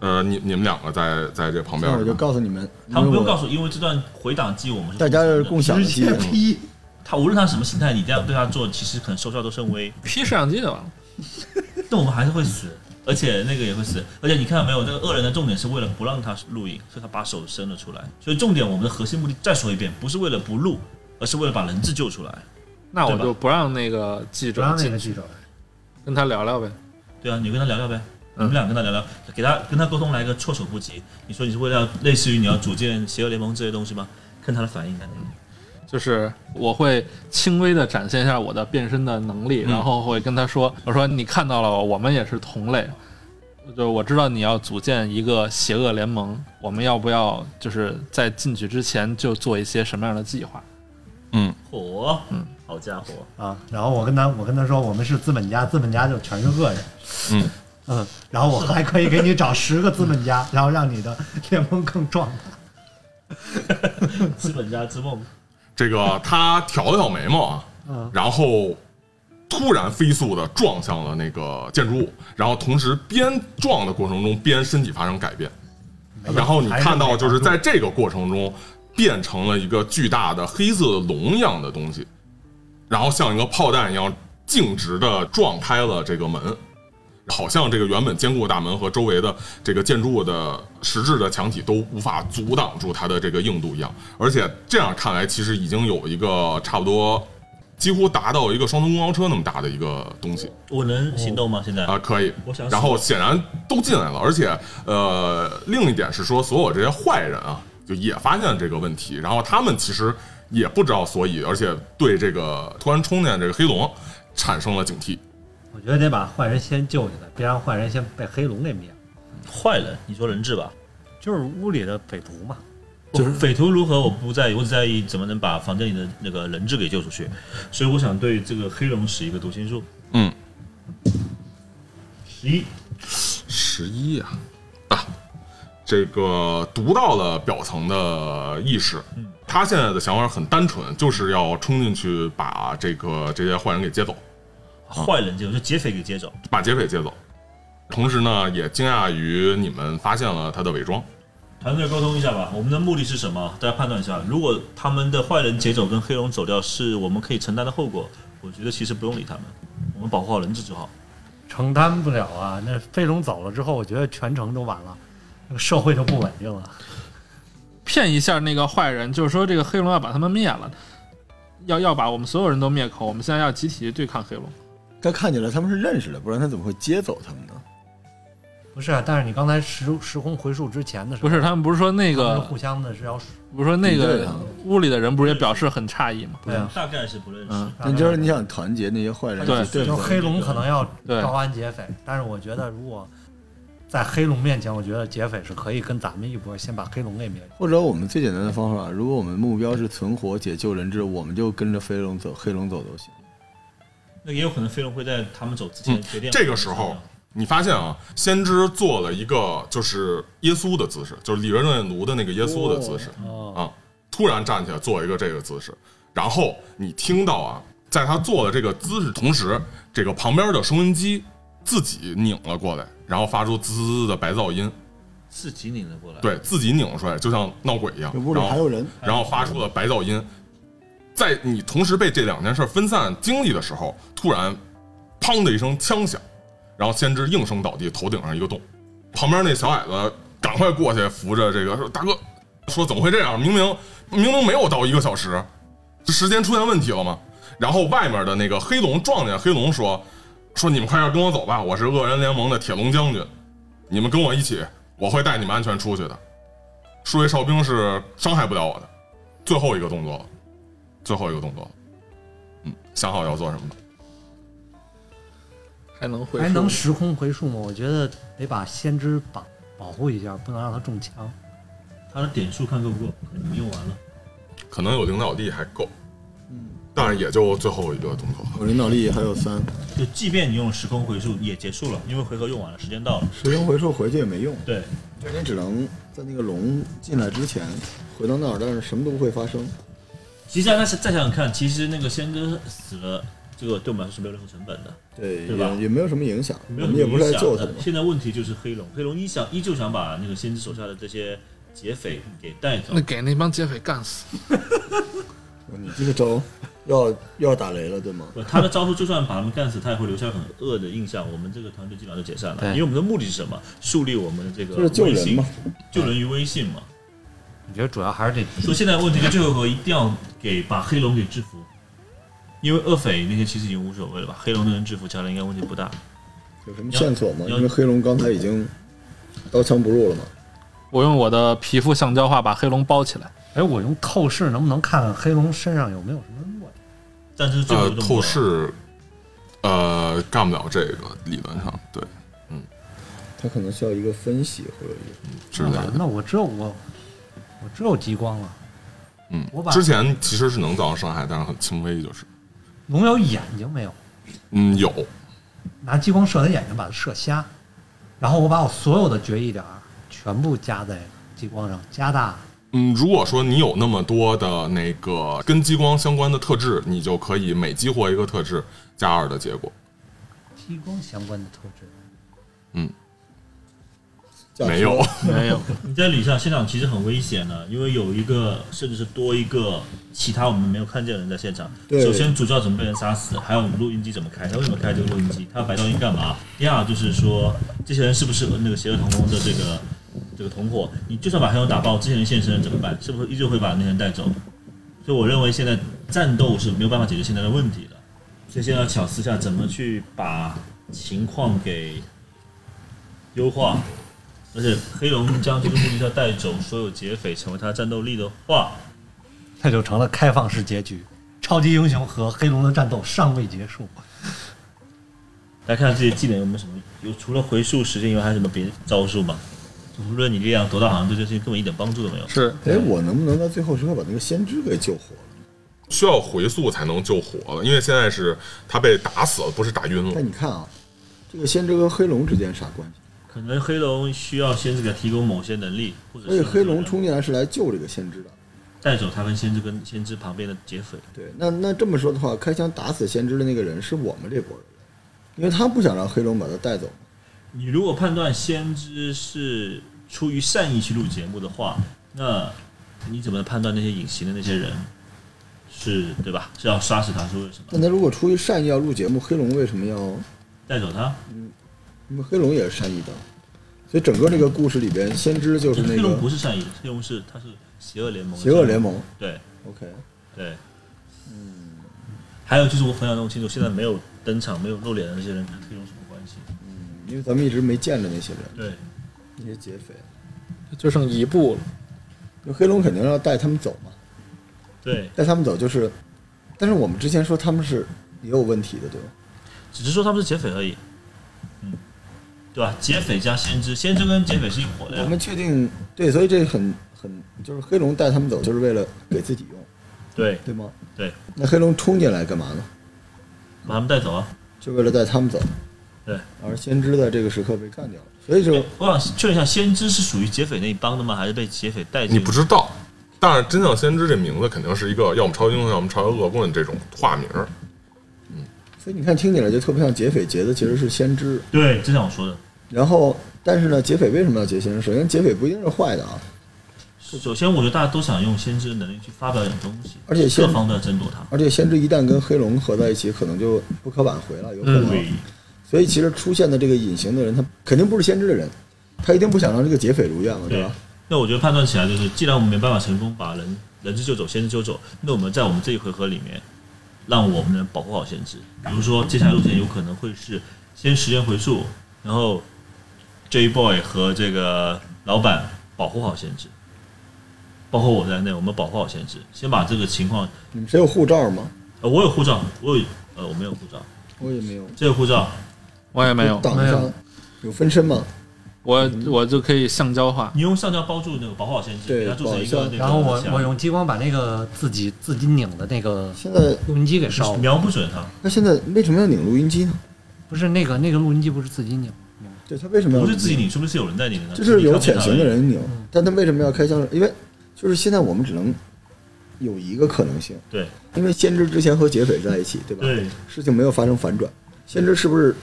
S1: 呃，你你们两个在在这旁边
S5: 那
S1: 是吧，
S5: 我就告诉你们，
S4: 他们不用
S5: 因为
S4: 告
S5: 我
S4: 诉我，因为这段回档机我们是
S5: 大家是共享的机会。
S3: 劈
S4: 他无论他什么形态，你这样对他做，其实可能收效都甚微，
S2: 劈摄像机就完了。
S4: 但我们还是会死，而且那个也会死，而且你看到没有，那个恶人的重点是为了不让他录影，所以他把手伸了出来，所以重点我们的核心目的再说一遍，不是为了不录，而是为了把人质救出来。
S2: 那我
S4: 对吧
S2: 就不让那个记
S3: 不
S2: 者
S3: 让那
S2: 进
S3: 个
S2: 去，
S3: 记者。
S2: 跟他聊聊呗。
S4: 对啊，你跟他聊聊呗，你们俩跟他聊聊，给他跟他沟通来一个措手不及。你说你是为了类似于你要组建邪恶联盟这些东西吗？看他的反应，看他
S2: 就是我会轻微的展现一下我的变身的能
S3: 嗯
S2: 力，然后会跟他说：“我说你看到了，我们也是同类，就我知道你要组建一个邪恶联盟，我们要不要就是在进去之前就做一些什么样的计划
S4: 火，嗯，好家伙，
S3: 啊，然后我跟他，我跟他说，我们是资本家，资本家就全是恶人。
S1: 嗯
S3: 嗯，然后我还可以给你找十个资本家，然后让你的 联盟更壮大。
S4: 资本家之梦，
S1: 这个他挑了挑眉毛啊，
S3: 嗯
S1: 然后突然飞速的撞向了那个建筑物，然后同时边撞的过程中边身体发生改变，然后你看到就是在这个过程中变成了一个巨大的黑色的龙一样的东西，然后像一个炮弹一样径直的撞开了这个门。好像这个原本坚固的大门和周围的这个建筑物的实质的墙体都无法阻挡住它的这个硬度一样，而且这样看来，其实已经有一个差不多几乎达到一个双层公交车那么大的一个东西
S4: 我能行动吗？现在
S1: 啊、可以
S4: 我想。
S1: 然后显然都进来了，而且呃，另一点是说，所有这些坏人啊，就也发现这个问题，然后他们其实也不知道所以，而且对这个突然冲进这个黑龙产生了警惕。
S3: 我觉得得把坏人先救起来，别让坏人先被黑龙给灭了。
S4: 坏人，你说人质吧，
S3: 就是屋里的匪徒嘛，
S4: 就是匪徒如何，我不在意，我只在意怎么能把房间里的那个人质给救出去。所以我想对这个黑龙使一个读心术。
S1: 嗯，
S4: 十一，
S1: 十一啊啊！这个读到了表层的意识，
S4: 嗯
S1: 他现在的想法很单纯，就是要冲进去把这个这些坏人给接走，
S4: 坏人接走，就劫匪给接走。
S1: 把劫匪接走。同时呢，也惊讶于你们发现了他的伪装。
S4: 团队沟通一下吧，我们的目的是什么？大家判断一下。如果他们的坏人劫走跟黑龙走掉是我们可以承担的后果，我觉得其实不用理他们，我们保护好人质就好。
S3: 承担不了啊。那飞龙走了之后，我觉得全程都完了，那个社会就不稳定了。
S2: 骗一下那个坏人，就是说这个黑龙要把他们灭了，要要把我们所有人都灭口，我们现在要集体对抗黑龙。
S5: 他看起来他们是认识的，不然他怎么会接走他们呢？
S3: 不是啊，但是你刚才时时空回溯之前的时候，
S2: 不是，他们不是说那
S3: 他们
S2: 个，
S3: 是互相的是要
S2: 不是说那
S5: 对
S2: 个
S5: 啊
S2: 屋里的人不是也表示很诧异吗？
S3: 对啊，
S4: 大概是不认识。
S2: 嗯，
S5: 那就是你想团结那些坏人，
S2: 对
S5: 去对
S3: 就
S5: 付
S3: 是黑龙可能要
S2: 对
S3: 招安劫匪，但是我觉得如果在黑龙面前，我觉得劫匪是可以跟咱们一波，先把黑龙给灭了。
S5: 或者我们最简单的方法，如果我们目标是存活、解救人质，我们就跟着飞龙走、黑龙走都行。
S4: 那也有可能飞龙会在他们走之前决定、
S1: 嗯这个时候，你发现啊，先知做了一个就是耶稣的姿势，就是里约热内卢的那个耶稣的姿势、
S3: 哦
S1: 啊，
S5: 哦
S1: 突然站起来做一个这个姿势，然后你听到啊，在他做的这个姿势同时，这个旁边的收音机自己拧了过来，然后发出滋滋的白噪音，
S4: 自己拧了过来。，
S1: 对自己拧出来，就像闹鬼一样。
S5: 屋里
S1: 然后
S5: 还有人，
S1: 然后发出了白噪音。在你同时被这两件事分散精力的时候，突然“砰”的一声枪响，然后先知应声倒地，头顶上一个洞。旁边那小矮子赶快过去扶着这个说：“大哥，说怎么会这样？明明明明没有到一个小时，这时间出现问题了吗？”然后外面的那个黑龙撞见黑龙说：“说你们快点跟我走吧，我是恶人联盟的铁龙将军，你们跟我一起，我会带你们安全出去的。”数位哨兵是伤害不了我的。最后一个动作了，最后一个动作了。嗯，想好要做什么了？
S2: 还能回
S3: 还能时空回溯吗？我觉得得把先知保保护一下，不能让他中枪。
S4: 他的点数看够不够？可能用完了。
S1: 可能有领导力还够，嗯，但是也就最后一个动作了。
S5: 我领导力还有三，
S4: 就即便你用时空回溯也结束了，因为回合用完了，时间到了。
S5: 时间回溯回去也没用，
S4: 对，
S5: 就是你只能在那个龙进来之前回到那儿，但是什么都不会发生。
S4: 其实但是再想想看，其实那个先知死了，这个对我们来说是没有任何成本的，
S5: 对，
S4: 对吧
S5: 也也没有什么影响，
S4: 没
S5: 我
S4: 有什
S5: 们
S4: 么
S5: 也不是来
S4: 影响
S5: 救他
S4: 的
S5: 的嘛。
S4: 现在问题就是黑龙，黑龙依想依旧想把那个先知手下的这些劫匪给带走
S2: 那。给那帮劫匪干死，
S5: 你这个招要又要打雷了，对吗？
S4: 不他的招数就算把他们干死，他也会留下很恶的印象。我们这个团队基本上就解散了，因为我们的目的是什么？树立我们的这个
S5: 就是救
S4: 威
S5: 人
S4: 信
S5: 嘛，
S4: 救人于威信嘛。
S3: 我觉得主要还是得
S4: 所以现在问题就最后一个一定要给把黑龙给制服，因为恶匪那些其实已经无所谓了吧？黑龙能制服下来应该问题不大。
S5: 有什么线索吗？
S4: 要
S5: 因为黑龙刚才已经刀枪不入了嘛。
S2: 我用我的皮肤橡胶化把黑龙包起来。
S3: 哎，我用透视能不能看看黑龙身上有没有什么弱点？
S4: 但是最后
S1: 呃
S4: 一，个动作
S1: 透视，呃，干不了这个，理论上对
S5: 他可能需要一个分析或者一
S1: 之类的。
S3: 啊那我只有我，我只有激光了。
S1: 嗯
S3: 我，把
S1: 之前其实是能造成伤害，但是很轻微，就是
S3: 龙有眼睛没有？
S1: 嗯有，
S3: 拿激光射他眼睛，把他射瞎，然后我把我所有的决议点儿全部加在激光上，加大。
S1: 嗯，如果说你有那么多的那个跟激光相关的特质，你就可以每激活一个特质加二的结果。
S3: 激光相关的特质，
S5: 个
S1: 没有，
S2: 没有，
S4: 你在理上现场其实很危险的，因为有一个甚至是多一个其他我们没有看见的人在现场。
S5: 对
S4: 首先主教怎么被人杀死，还有我们录音机怎么开，他为什么开这个录音机，他白噪音干嘛？第二就是说这些人是不是那个邪恶同盟的这个这个同伙？你就算把黑龙打爆，这些人现身了怎么办？是不是依旧会把那些人带走？所以我认为现在战斗是没有办法解决现在的问题的，所以现在要巧思一下怎么去把情况给优化。而且黑龙将军的目的是要带走所有劫匪，成为他战斗力的话，
S3: 那就成了开放式结局。超级英雄和黑龙的战斗尚未结束，
S4: 来看看这些技能有没有什么有除了回溯时间以外，还有什么别的招数吗？无论你力量多大，好像对这事情根本一点帮助都没有。
S2: 是
S5: 哎，我能不能在最后时刻把那个先知给救活了？
S1: 需要回溯才能救活了，因为现在是他被打死了，不是打晕了
S2: 嗯
S5: 但。你看啊，这个先知跟黑龙之间啥关系？
S4: 可能黑龙需要先知给他提供某些能力，或者
S5: 而且
S4: 是
S5: 黑龙冲进来是来救这个先知的。
S4: 带走他跟先知跟先知旁边的劫匪。
S5: 对，那那这么说的话，开枪打死先知的那个人是我们这波人，因为他不想让黑龙把他带走。
S4: 你如果判断先知是出于善意去录节目的话，那你怎么判断那些隐形的那些人是对吧？是要杀死他是为什么？
S5: 但他如果出于善意要录节目，黑龙为什么要？
S4: 带走他？
S5: 因为黑龙也是善意的，所以整个这个故事里边，先知就是那
S4: 黑龙不
S5: 个
S4: 是善意的，黑龙是他是邪恶联盟。
S5: 邪恶联。盟。
S4: 对
S5: OK，
S4: 对，嗯。还有就是我很想弄清楚，现在没有登场、没有露脸的那些人跟黑龙什么关系？
S5: 因为咱们一直没见着那些人，
S4: 对，
S5: 那些劫匪，
S2: 就剩一步了。
S5: 那黑龙肯定要带他们走嘛，
S4: 对，
S5: 带他们走就是，但是我们之前说他们是也有问题的，对吧？
S4: 只是说他们是劫匪而已，嗯，对吧？劫匪加先知，先知跟劫匪是一伙的
S5: 我
S4: 呀，
S5: 们确定对，所以这很很就是黑龙带他们走，就是为了给自己用，
S4: 对，
S5: 对吗？
S4: 对。
S5: 那黑龙冲进来干嘛呢？
S4: 把他们带走啊。
S5: 就为了带他们走。
S4: 对。
S5: 而先知在这个时刻被干掉了，所以就
S4: 我想确认一下，先知是属于劫匪那一帮的吗？还是被劫匪带进？
S1: 你不知道，但是真相先知这名字肯定是一个要么超级英雄，要么超级恶棍这种化名。
S5: 所以你看听起来就特别像劫匪劫的其实是先知，
S4: 对，就像我说的。
S5: 然后但是呢，劫匪为什么要劫先知？首先，劫匪不一定是坏的啊，
S4: 首先，我觉得大家都想用先知的能力去发表点东西，
S5: 而且先
S4: 各方都在争夺他。
S5: 而且先知一旦跟黑龙合在一起，可能就不可挽回了，有可能。啊
S4: 对，
S5: 所以其实出现的这个隐形的人，他肯定不是先知的人，他一定不想让这个劫匪如愿嘛，对
S4: 对
S5: 吧？
S4: 那我觉得判断起来就是，既然我们没办法成功把人人质救走，先知救走，那我们在我们这一回合里面，让我们能保护好先知。比如说，接下来路线有可能会是先时间回溯，然后 J Boy 和这个老板保护好先知，包括我在内，我们保护好先知，先把这个情况。
S5: 你们谁有护照吗？
S4: 呃，我有护照，我有呃，我没有护照，
S5: 我也没有。
S4: 这个护照
S2: 我也没有，
S5: 挡上有分身吗？
S2: 我我就可以橡胶化。
S4: 你用橡胶包住那个保护好先知，
S5: 对
S4: 给它做成一个那个
S5: 保护
S3: 然
S5: 好
S3: 后我
S4: 墙
S3: 我用激光把那个自己自己拧的那个
S5: 现在
S3: 录音机给烧了，
S4: 瞄不准它，
S5: 那现在为什么要拧录音机呢？
S3: 不是那个那个录音机不是自己拧，
S5: 对他为
S3: 嗯
S5: 什么要
S4: 不是自己拧，说明是有人在拧的呢，
S5: 就是有潜行
S4: 行
S5: 的。人拧，但他为什么要开枪？因为就是现在我们只能有一个可能性，
S4: 对
S5: 因为先知之前和劫匪在一起，对吧？
S4: 对，
S5: 事情没有发生反转，先知是不是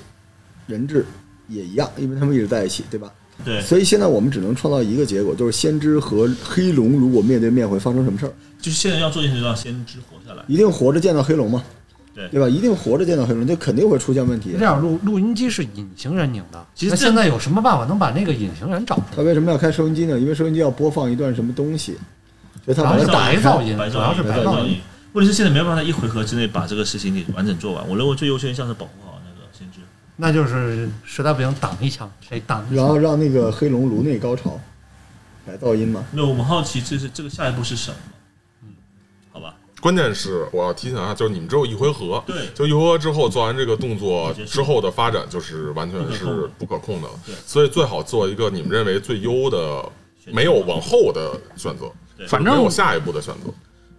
S5: 人质也一样？因为他们一直在一起，对吧？
S4: 对，
S5: 所以现在我们只能创造一个结果，就是先知和黑龙如果面对面会发生什么事儿？
S4: 就是现在要做一件事，让先知活下来。
S5: 一定活着见到黑龙吗？
S4: 对
S5: 对吧？一定活着见到黑龙，就肯定会出现问题
S3: 这。样录录音机是隐形人拧的，
S4: 其实
S3: 那
S4: 这
S3: 现在有什么办法能把那个隐形人找出来？
S5: 他为什么要开收音机呢？因为收音机要播放一段什么东西，所以他把它
S3: 然后
S5: 打
S3: 白
S5: 开。
S3: 噪音
S4: 白噪音，
S3: 主要是
S5: 白噪
S4: 噪
S5: 音
S4: 音。问题是现在没有办法在一回合之内把这个事情给完整做完。我认为最优先项是保护好那个先知。
S3: 那就是实在不行挡一枪，谁挡一
S5: 然
S3: 枪
S5: 后？让那个黑龙颅内高潮，白噪音嘛。
S4: 那我们好奇，这是这个下一步是什么？嗯，好吧，
S1: 关键是我要提醒一下，就是你们只有一回合，
S4: 对
S1: 就一回合之后做完这个动作
S4: 结束
S1: 之后的发展就是完全是不可控的了
S4: 对，
S1: 所以最好做一个你们认为最优的，
S4: 选择
S1: 没有往后的选择，
S2: 反
S1: 没
S2: 正
S1: 有下一步的选择。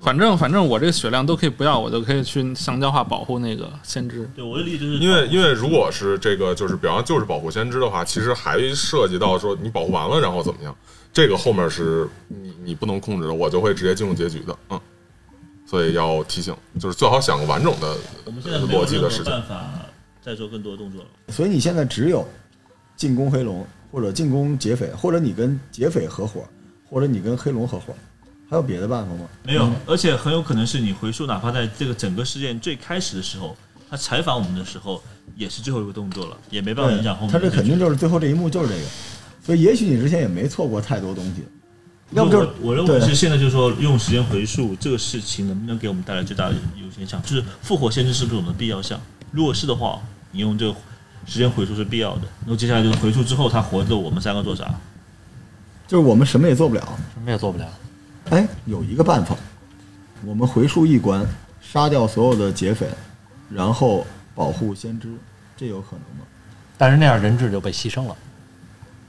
S2: 反正反正我这个血量都可以不要，我就可以去橡胶化保护那个先知。
S4: 对我的理解就是
S1: 因为因为如果是这个就是比方就是保护先知的话，其实还涉及到说你保护完了然后怎么样，这个后面是你你不能控制的，我就会直接进入结局的，嗯。所以要提醒，就是最好想个完整的
S4: 我们现在没有
S1: 逻辑的
S4: 任
S1: 事
S4: 何
S1: 情。
S4: 办法再做更多动作了。
S5: 所以你现在只有进攻黑龙，或者进攻劫匪，或者你跟劫匪合伙，或者你跟黑龙合伙，还有别的办法吗？
S4: 没有，而且很有可能是你回溯，哪怕在这个整个事件最开始的时候，他采访我们的时候，也是最后一个动作了，也没办法影响后面
S5: 他
S4: 的
S5: 这
S4: 结局。
S5: 肯定就是最后这一幕就是这个，所以也许你之前也没错过太多东西，要不就是
S4: 我我认为
S5: 对
S4: 是现在就是说用时间回溯这个事情能不能给我们带来最大的优先项，就是复活先知是不是我们的必要项？如果是的话，你用这个时间回溯是必要的。然后接下来就是回溯之后他活着，我们三个做啥？
S5: 就是我们什么也做不了。
S3: 什么也做不了。
S5: 哎，有一个办法，我们回溯一关，杀掉所有的劫匪，然后保护先知，这有可能吗？
S3: 但是那样人质就被牺牲了。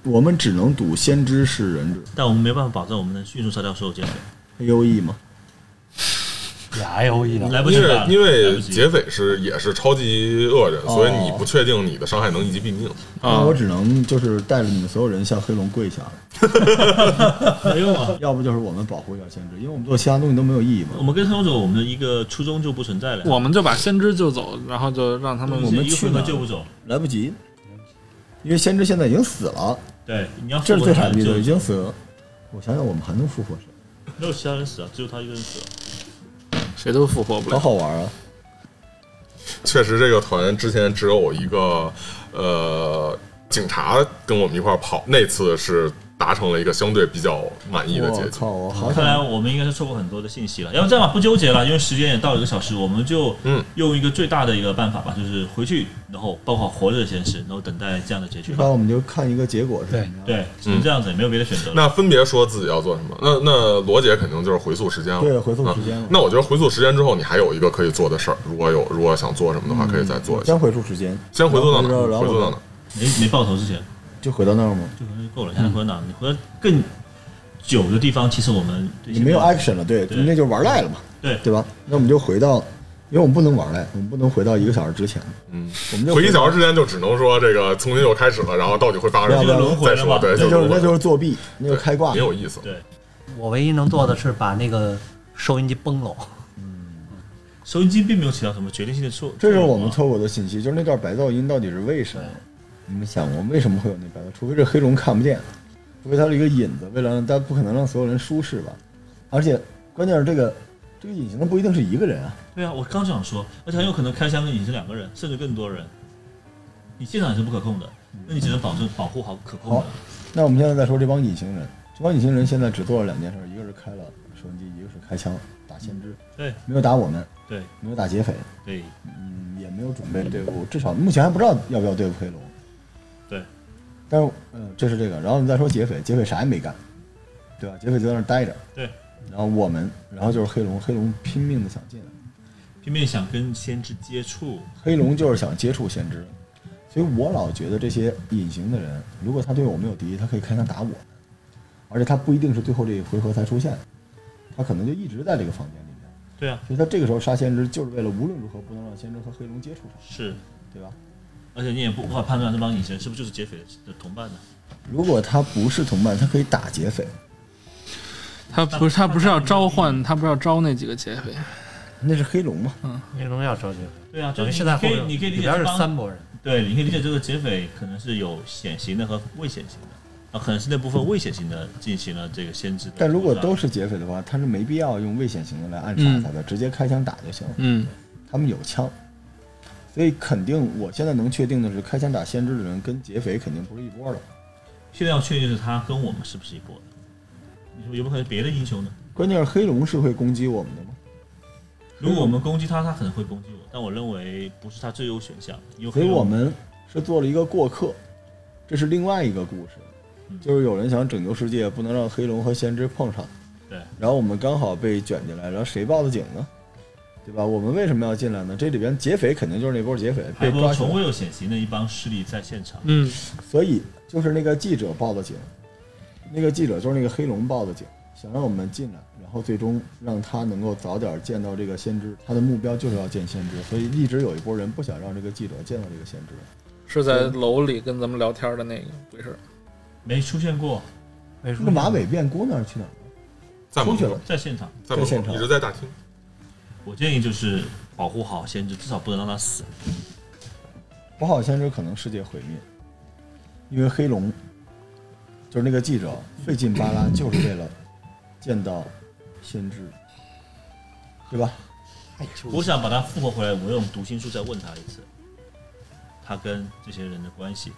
S5: 我们只能赌先知是人质
S4: 但我们没办法保证我们能迅速杀掉所有劫匪，
S5: ，A O E 嘛。
S3: 也 I O E 了。
S4: 来不及
S1: 因为
S4: 了，
S1: 因
S4: 来
S1: 为
S4: 不哦及
S1: 劫匪是也是超级恶人，所以你不确定你的伤害能一击毙命。
S5: 那
S2: 啊嗯
S5: 我只能就是带着你们所有人向黑龙跪下了，
S4: 没用啊。
S5: 要不就是我们保护一下先知，因为我们做其他东西都没有意义嘛
S4: 我。们跟黑龙走，我们的一个初衷就不存在了。
S2: 我们就把先知救走，然后就让他们
S4: 我
S5: 我
S4: 们
S5: 们
S4: 一个
S5: 去
S4: 回合
S5: 哪儿
S4: 救不走。
S5: 来不及，因为先知现在已经死
S1: 啊
S5: 了，
S4: 对，你要
S5: 这
S4: 复
S5: 是
S4: 活
S5: 最
S4: 他
S5: 惨
S4: 就
S5: 烈的，已经死了。我想想，我们还能复活谁？
S4: 没有其他人死啊，只有他一个人死了。
S2: 谁都复活不
S5: 好
S2: 了。
S5: 好玩啊！
S1: 确实，这个团之前只有一个呃警察跟我们一块儿跑，那次是达成了一个相对比较满意的结
S5: 我
S1: 局。
S5: 靠，我好
S4: 看
S5: 想
S4: 来我们应该是错过很多的信息了。要不这样吧，不纠结了，因为时间也到了一个小时，我们就
S1: 嗯
S4: 用一个最大的一个办法吧，就是回去，然后包括活着的先是，然后等待这样的结局
S5: 至
S4: 吧
S5: 少。我们就看一个结果是什么样。
S4: 对，只
S5: 嗯
S4: 能这样子，也没有别的选择了。
S1: 那分别说自己要做什么？那那罗姐肯定就是回溯时间了，
S5: 对回溯时间了
S1: 啊那我觉得回溯时间之后，你还有一个可以做的事儿，如果有如果想做什么的话，可以再做一下。
S5: 先回溯时间，
S1: 先回溯到哪
S5: 然后
S1: 儿？
S5: 嗯然后
S1: 回溯
S5: 我
S1: 到
S5: 们
S1: 哪儿？
S4: 没没爆头之前，
S5: 就回到那儿吗？
S4: 就可能就够
S5: 嗯
S4: 了。现在回到哪？你回到更久的地方，其实我们对
S5: 你没有
S4: 现在
S5: action 了，对，
S4: 对
S5: 那就是玩赖了嘛，
S4: 对
S5: 对吧？那我们就回到，因为我们不能玩赖，我们不能回到一个小时之前，
S1: 嗯，
S5: 我们就
S1: 回一
S5: 到
S1: 小时之前就只能说这个重新又开始了，然后到底会发生什
S5: 那
S1: 么
S5: 就
S4: 轮回
S1: 再
S4: 了
S1: 说，
S4: 嘛
S1: 对，
S5: 那就是
S1: 轮回
S5: 那就是作弊，那就是开挂
S1: 没。有意思。
S4: 对
S6: 我唯一能做的是把那个收音机崩 了，
S4: 收音机并没有起到什么决定性的作。
S5: 这是
S4: 作用
S5: 我们
S4: 啊
S5: 错过的信息，就是那段白噪音到底是为什么？你们想过为什么会有那白噪？除非这黑龙看不见，除非它是一个引子，为了让但不可能让所有人舒适吧。而且关键是这个这个隐形的不一定是一个人啊，
S4: 对啊，我刚想说，而且很有可能开枪跟隐形两个人，甚至更多人，你现场也是不可控的，那你只能保证保护好可控的
S5: 好。那我们现在再说这帮隐形人，这帮隐形人现在只做了两件事，一个是开了收音机，一个是开枪打先知，
S4: 对
S5: 没有打我们，
S4: 对
S5: 没有打劫匪，
S4: 对
S5: 嗯，也没有准备对付，至少目前还不知道要不要对付黑龙。
S4: 对，
S5: 但是嗯，这是这个，然后你再说劫匪，劫匪啥也没干，对吧？劫匪就在那儿待着。
S4: 对，
S5: 然后我们，然后就是黑龙，黑龙拼命的想进来，
S4: 拼命想跟先知接触，
S5: 黑龙就是想接触先知，所以我老觉得这些隐形的人，如果他对我们有敌意，他可以开枪打我们，而且他不一定是最后这一回合才出现的，他可能就一直在这个房间里面，
S4: 对啊，
S5: 所以他这个时候杀先知就是为了无论如何不能让先知和黑龙接触上，
S4: 是，
S5: 对吧？
S4: 而且你也不无法判断这帮隐形人是不是就是劫匪的同伴呢？
S5: 如果他不是同伴，他可以打劫匪。
S2: 他不是他不是要召唤，他不是要招那几个劫匪。
S5: 那是黑龙嘛？
S6: 那荣耀收集。
S4: 对啊，就
S6: 等于
S4: 是
S6: 是在
S4: 你
S6: 后
S4: 可以
S6: 面，
S4: 你可以理
S6: 里
S4: 解
S6: 边
S4: 这
S6: 是
S4: 帮
S6: 三拨人，
S4: 对，你可以理解这个劫匪可能是有显形的和未显形的，啊，可能是那部分未显形的进行了这个先知的屠杀。
S5: 但如果都是劫匪的话，他是没必要用危险行动来暗杀他的，直接开枪打就行了。
S2: 嗯，
S5: 他们有枪，所以肯定我现在能确定的是，开枪打先知的人跟劫匪肯定不是一波的。
S4: 现在要确定是他跟我们是不是一波的，你说有没有可能别的英雄呢？
S5: 关键是黑龙是会攻击我们的吗？
S4: 如果我们攻击他，他可能会攻击我，但我认为不是他最优选项，因为
S5: 所以我们是做了一个过客，这是另外一个故事，就是有人想拯救世界，不能让黑龙和先知碰上。
S4: 对，
S5: 然后我们刚好被卷进来，然后谁报的警呢？对吧？我们为什么要进来呢？这里边劫匪肯定就是那波劫匪
S4: 还
S5: 被抓
S4: 有
S5: 起来
S4: 从，未有显形的一帮势力在现场，
S2: 嗯，
S5: 所以就是那个记者报的警，那个记者就是那个黑龙报的警，想让我们进来，然后最终让他能够早点见到这个先知，他的目标就是要见先知，所以一直有一波人不想让这个记者见到这个先知。
S4: 嗯
S2: 是在楼里跟咱们聊天的那个鬼事儿。
S4: 没出现过，
S6: 没
S5: 那个马尾辫姑娘去哪儿了？
S1: 在门
S5: 出去
S1: 口
S5: 了，
S4: 在现场。
S1: 在门
S5: 在现
S1: 口，
S5: 场
S1: 一直在大厅。
S4: 我建议就是保护好先知，至少不能让他死。
S5: 不好先知可能世界毁灭，因为黑龙就是那个记者费劲巴拉，就是为了见到先知，对吧？
S4: 我想把他复活回来，我用读心术再问他一次，他跟这些人的关系，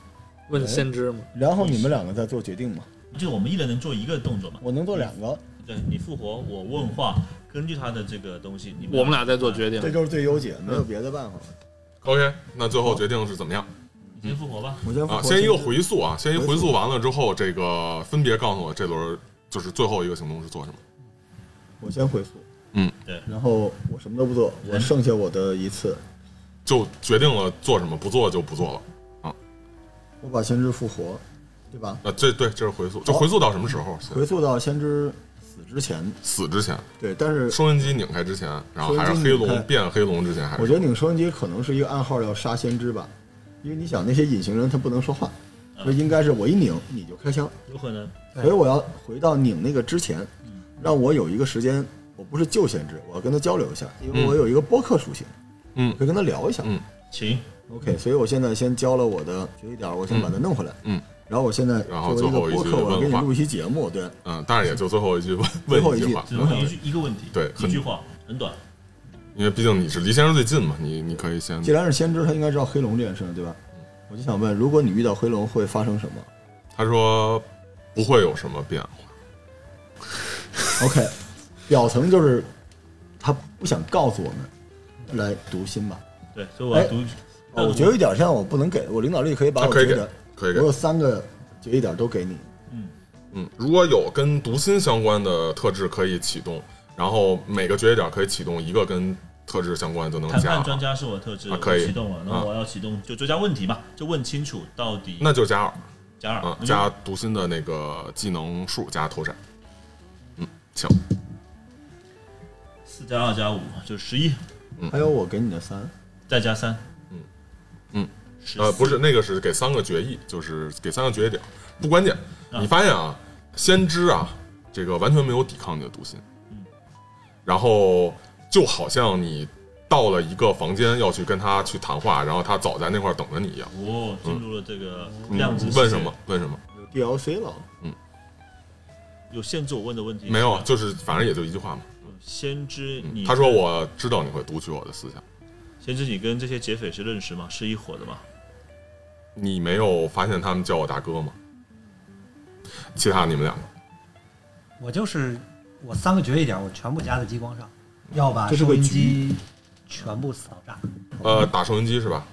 S2: 问先知嘛，
S5: 然后你们两个再做决定嘛。
S4: 就是我们一人能做一个动作嘛。
S5: 我能做两个，
S4: 对你复活，我问话，根据他的这个东西，你
S2: 我们俩再做决定
S5: 这。就是最优解，没有别的办法。
S1: OK，那最后决定是怎么样
S4: 你先复活吧。
S5: 我先
S1: 啊？先一个回
S5: 应，
S1: 溯啊，先一回
S5: 回
S1: 溯
S5: 溯
S1: 完了之后，这个分别告诉我这轮就是最后一个行动是做什么。
S5: 我先回复，
S1: 嗯，
S4: 对
S5: 然后我什么都不做，我剩下我的一次，
S1: 就决定了做什么，不做就不做了。
S5: 我把先知复活，对吧？
S1: 呃，这对，这是回溯，就回溯到什么时候？
S5: 回溯到先知死之前，
S1: 死之前，
S5: 对，但是
S1: 收音机拧开之前，然后还是黑
S5: 收音机拧
S1: 龙
S5: 开
S1: 变黑龙之前，还
S5: 我
S1: 是
S5: 觉得拧收音机可能是一个暗号，要杀先知吧，因为你想那些隐形人他不能说话，所以应该是我一拧你就开枪，
S4: 有可能
S1: 嗯
S5: 所以我要回到拧那个之前，让我有一个时间，我不是救先知，我要跟他交流一下，因为我有一个播客属性，
S1: 嗯
S5: 我可以跟他聊一下，
S1: 嗯
S4: 行，
S5: OK，所以我现在先交了我的学一点儿，我先把它弄回来。
S1: 嗯嗯
S5: 然后我现在
S1: 然后
S5: 作为一个播
S1: 最
S5: 客，
S1: 后一句
S5: 我要给
S1: 问
S5: 你
S1: 话
S5: 录一期节目，对，
S1: 嗯，但是也就最后一句问
S5: 最后
S1: 问
S5: 一句
S1: 句话，
S4: 只
S1: 嗯
S4: 问一句一个问题，
S1: 对很
S4: 一句话，很短。
S1: 因为毕竟你是离先生最近嘛，你你可以先
S5: 既然是先知，他应该知道黑龙这件事，对吧？
S1: 嗯
S5: 我就想问，如果你遇到黑龙会发生什么
S1: 他说不会有什么变化，
S5: ？OK，表层就是他不想告诉我们，来读心吧。
S4: 对，所以我要
S5: 哎
S4: 读一句。
S5: 哦我觉得有点像我不能给我领导力，可以把
S1: 嗯他
S5: 我
S1: 可以给
S5: 觉得，
S1: 可以给
S5: 我，有三个决一点儿都给你。
S1: 嗯，如果有跟读心相关的特质可以启动，然后每个决定点可以启动一个跟特质相关就能
S4: 谈
S1: 加
S4: 判，专家是我的特质，
S1: 啊可以
S4: 我启动了，然
S1: 啊
S4: 后我要启动就追加问题嘛，就问清楚到底
S1: 那就加二，
S4: 加二
S1: 啊，
S4: 那就
S1: 加读心的那个技能数加投闪，嗯，行，
S4: 四加二加五就十一，
S5: 还有我给你的三，
S4: 再加三，
S1: 嗯嗯，
S4: 十
S1: 呃，不
S4: 四
S1: 是那个是给三个决议，就是给三个决议点，不关键。
S4: 啊
S1: 你发现啊，先知啊，这个完全没有抵抗你的读心，
S4: 嗯
S1: 然后就好像你到了一个房间要去跟他去谈话，然后他早在那块儿等着你一样。
S4: 哦，进入了这个
S1: 嗯
S4: 量子世界。
S1: 问什么？问什么？
S5: 有 DLC 了，
S4: 有限制我问的问题
S1: 没有啊
S4: 是，吧
S1: 就是反正也就一句话嘛。
S4: 先知
S1: 嗯
S4: 你，
S1: 他说我知道你会读取我的思想，
S4: 先知你跟这些劫匪是认识吗？是一伙的吗？
S1: 你没有发现他们叫我大哥吗？其他你们两个，
S3: 我就是我三个决议点，我全部加在激光上，要把
S5: 这是
S3: 收
S5: 个
S3: 音
S5: 局
S3: 机全部扫炸，
S1: 呃，打收音机是吧？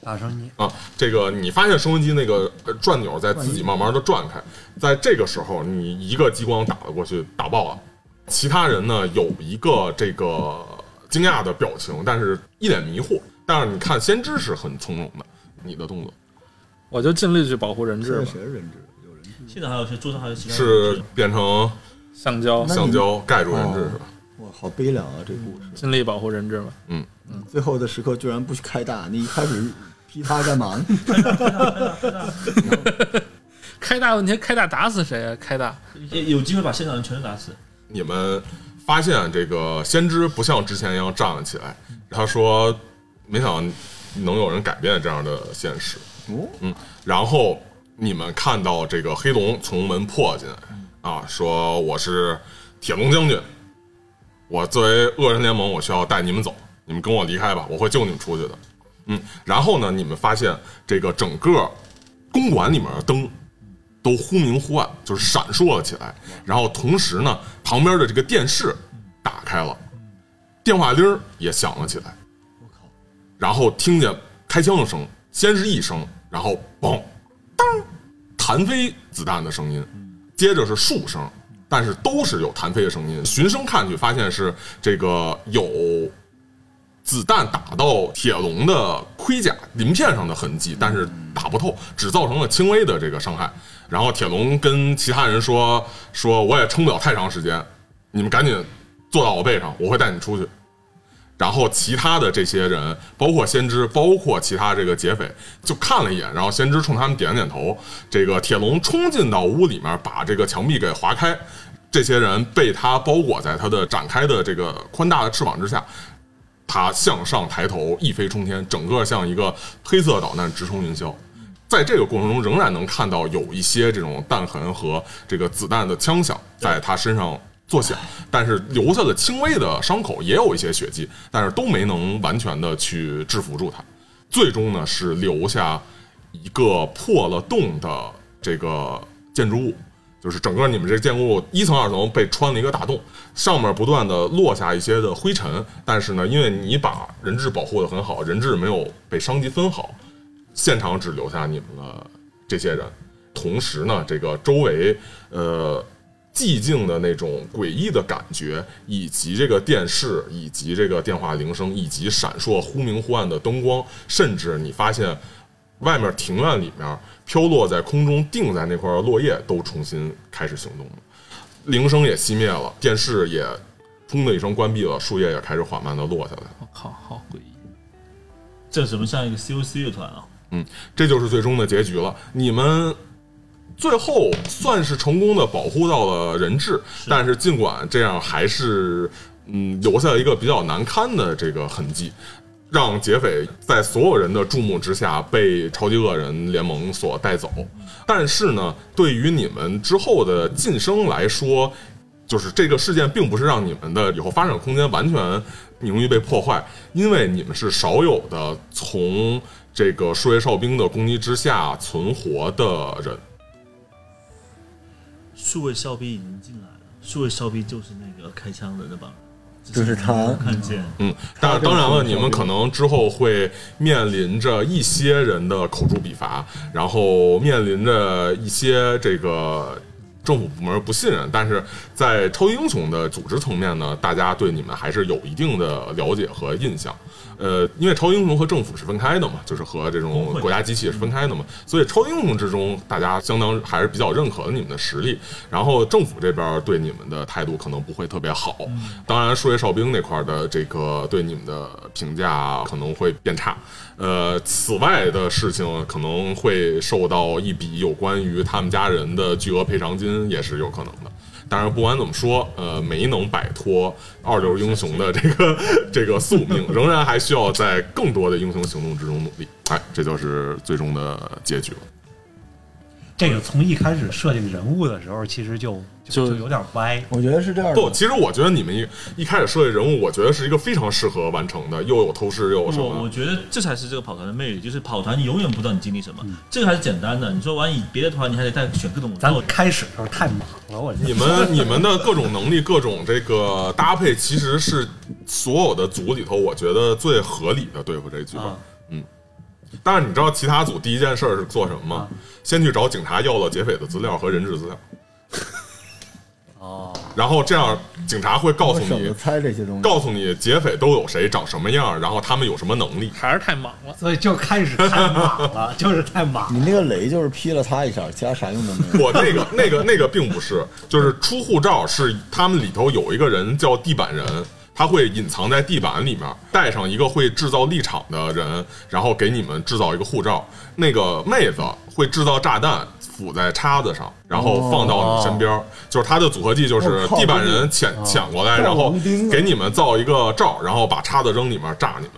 S3: 把收音机
S1: 啊，这个你发现收音机那个呃转钮在自己慢慢的转开，在这个时候，你一个激光打了过去，打爆了。其他人呢有一个这个惊讶的表情，但是一脸迷惑。但是你看先知是很从容的，你的动作
S2: 我就尽力去保护
S1: 嗯
S2: 人质
S5: 这是
S2: 吧，
S5: 谁的认知？有人质。
S4: 现在还有些桌上还有其他的
S1: 是
S4: 人
S1: 变成
S2: 橡胶，
S5: 那你
S1: 橡胶盖住人质
S5: 哦
S1: 是吧？
S5: 哇，好悲凉啊！这故事
S2: 尽力保护人质嘛。
S1: 嗯
S5: 最后的时刻居然不去开大，你一开始劈他 干嘛呢？
S2: 开大问题，开大打死谁啊？开大，
S4: 也有机会把现场人全都打死。
S1: 你们发现啊这个先知不像之前一样站了起来，他说：“没想到能有人改变这样的现实。”
S5: 哦，
S1: 嗯，然后你们看到这个黑龙从门破进来，啊，说我是铁龙将军，我作为恶人联盟，我需要带你们走，你们跟我离开吧，我会救你们出去的。嗯，然后呢，你们发现这个整个公馆里面的灯都忽明忽暗，就是闪烁了起来，然后同时呢，旁边的这个电视打开了，电话铃儿也响了起来。然后听见开枪的声，先是一声，然后嘣，当，弹飞子弹的声音，接着是数声，但是都是有弹飞的声音。循声看去，发现是这个有子弹打到铁龙的盔甲鳞片上的痕迹，但是打不透，只造成了轻微的这个伤害。然后铁龙跟其他人说：“说我也撑不了太长时间，你们赶紧坐到我背上，我会带你出去。”然后其他的这些人，包括先知，包括其他这个劫匪，就看了一眼，然后先知冲他们点了点头。这个铁龙冲进到屋里面，把这个墙壁给划开，这些人被他包裹在他的展开的这个宽大的翅膀之下。他向上抬头，一飞冲天，整个像一个黑色导弹直冲云霄。在这个过程中，仍然能看到有一些这种弹痕和这个子弹的枪响在他身上作响，但是留下了轻微的伤口，也有一些血迹，但是都没能完全的去制服住他。最终呢，是留下一个破了洞的这个建筑物，就是整个你们这建筑物一层、二层被穿了一个大洞，上面不断的落下一些的灰尘，但是呢，因为你把人质保护的很好，人质没有被伤及分毫，现场只留下你们了这些人。同时呢，这个周围呃寂静的那种诡异的感觉，以及这个电视，以及这个电话铃声，以及闪烁忽明忽暗的灯光，甚至你发现外面庭院里面飘落在空中定在那块的落叶都重新开始行动了，铃声也熄灭了，电视也砰的一声关闭了，树叶也开始缓慢的落下来了。
S2: 我靠，好诡异！
S4: 这怎么像一个 COC 乐团啊？
S1: 嗯，这就是最终的结局了。你们最后算是成功的保护到了人质，但是尽管这样，还是嗯留下了一个比较难堪的这个痕迹，让劫匪在所有人的注目之下被超级恶人联盟所带走。但是呢，对于你们之后的晋升来说，就是这个事件并不是让你们的以后发展空间完全名誉被破坏，因为你们是少有的从这个数位哨兵的攻击之下存活的人。
S4: 数位哨兵已经进来了，数位哨兵就是那个开枪的那帮人，
S5: 就是他
S4: 没有看见。
S1: 嗯，但当然了，你们可能之后会面临着一些人的口诛笔伐，然后面临着一些这个政府部门不信任，但是在超级英雄的组织层面呢，大家对你们还是有一定的了解和印象。呃，因为超级英雄和政府是分开的嘛，就是和这种国家机器是分开的嘛，所以超级英雄之中，大家相当还是比较认可你们的实力。然后政府这边对你们的态度可能不会特别好，当然数位哨兵那块的这个对你们的评价可能会变差。呃，此外的事情可能会受到一笔有关于他们家人的巨额赔偿金，也是有可能的。当然，不管怎么说，呃，没能摆脱二流英雄的这个这个宿命，仍然还需要在更多的英雄行动之中努力。哎，这就是最终的结局了。
S3: 这个从一开始设定人物的时候，其实就
S2: 就
S3: 就有点歪。
S5: 我觉得是这样
S1: 不，
S5: 的。
S1: 其实我觉得你们一一开始设计人物，我觉得是一个非常适合完成的，又有透视，又有什
S4: 我我
S1: 么。
S4: 觉得这才是这个跑团的魅力，就是跑团你永远不知道你经历什么，这个还是简单的。你说玩以别的团，你还得再选各种
S3: 咱
S4: 做
S3: 开始的时候太莽了，我觉
S1: 你
S3: 得。
S1: 们你们的各种能力、各种这个搭配，其实是所有的组里头，我觉得最合理的对付这局
S4: 啊
S1: 吧。
S3: 啊
S1: 嗯，但是你知道其他组第一件事儿是做什么吗？先去找警察要了劫匪的资料和人质资料。
S3: 哦，
S1: 然后这样警察会告诉
S5: 我省
S1: 你
S5: 得，猜这些东西。
S1: 告诉你劫匪都有谁，长什么样，然后他们有什么能力。
S2: 还是太莽了。
S3: 所以就开始太莽了，就是太莽
S5: 你那个雷就是劈了他一下，其他啥用都没 有。
S1: 我那个那个那个并不是，就是出护照是他们里头有一个人叫地板人，他会隐藏在地板里面，带上一个会制造立场的人，然后给你们制造一个护照。那个妹子会制造炸弹。phủ在叉子
S5: 哦
S1: 上，然后放到你身边儿，就是他的组合技就是
S5: 我哦靠
S1: 地板
S5: 这
S1: 人
S5: 个
S1: 潜潜过来，然
S5: 照
S1: 后
S5: 王钉啊
S1: 给你们造一个罩，然后把叉子扔里面炸你们。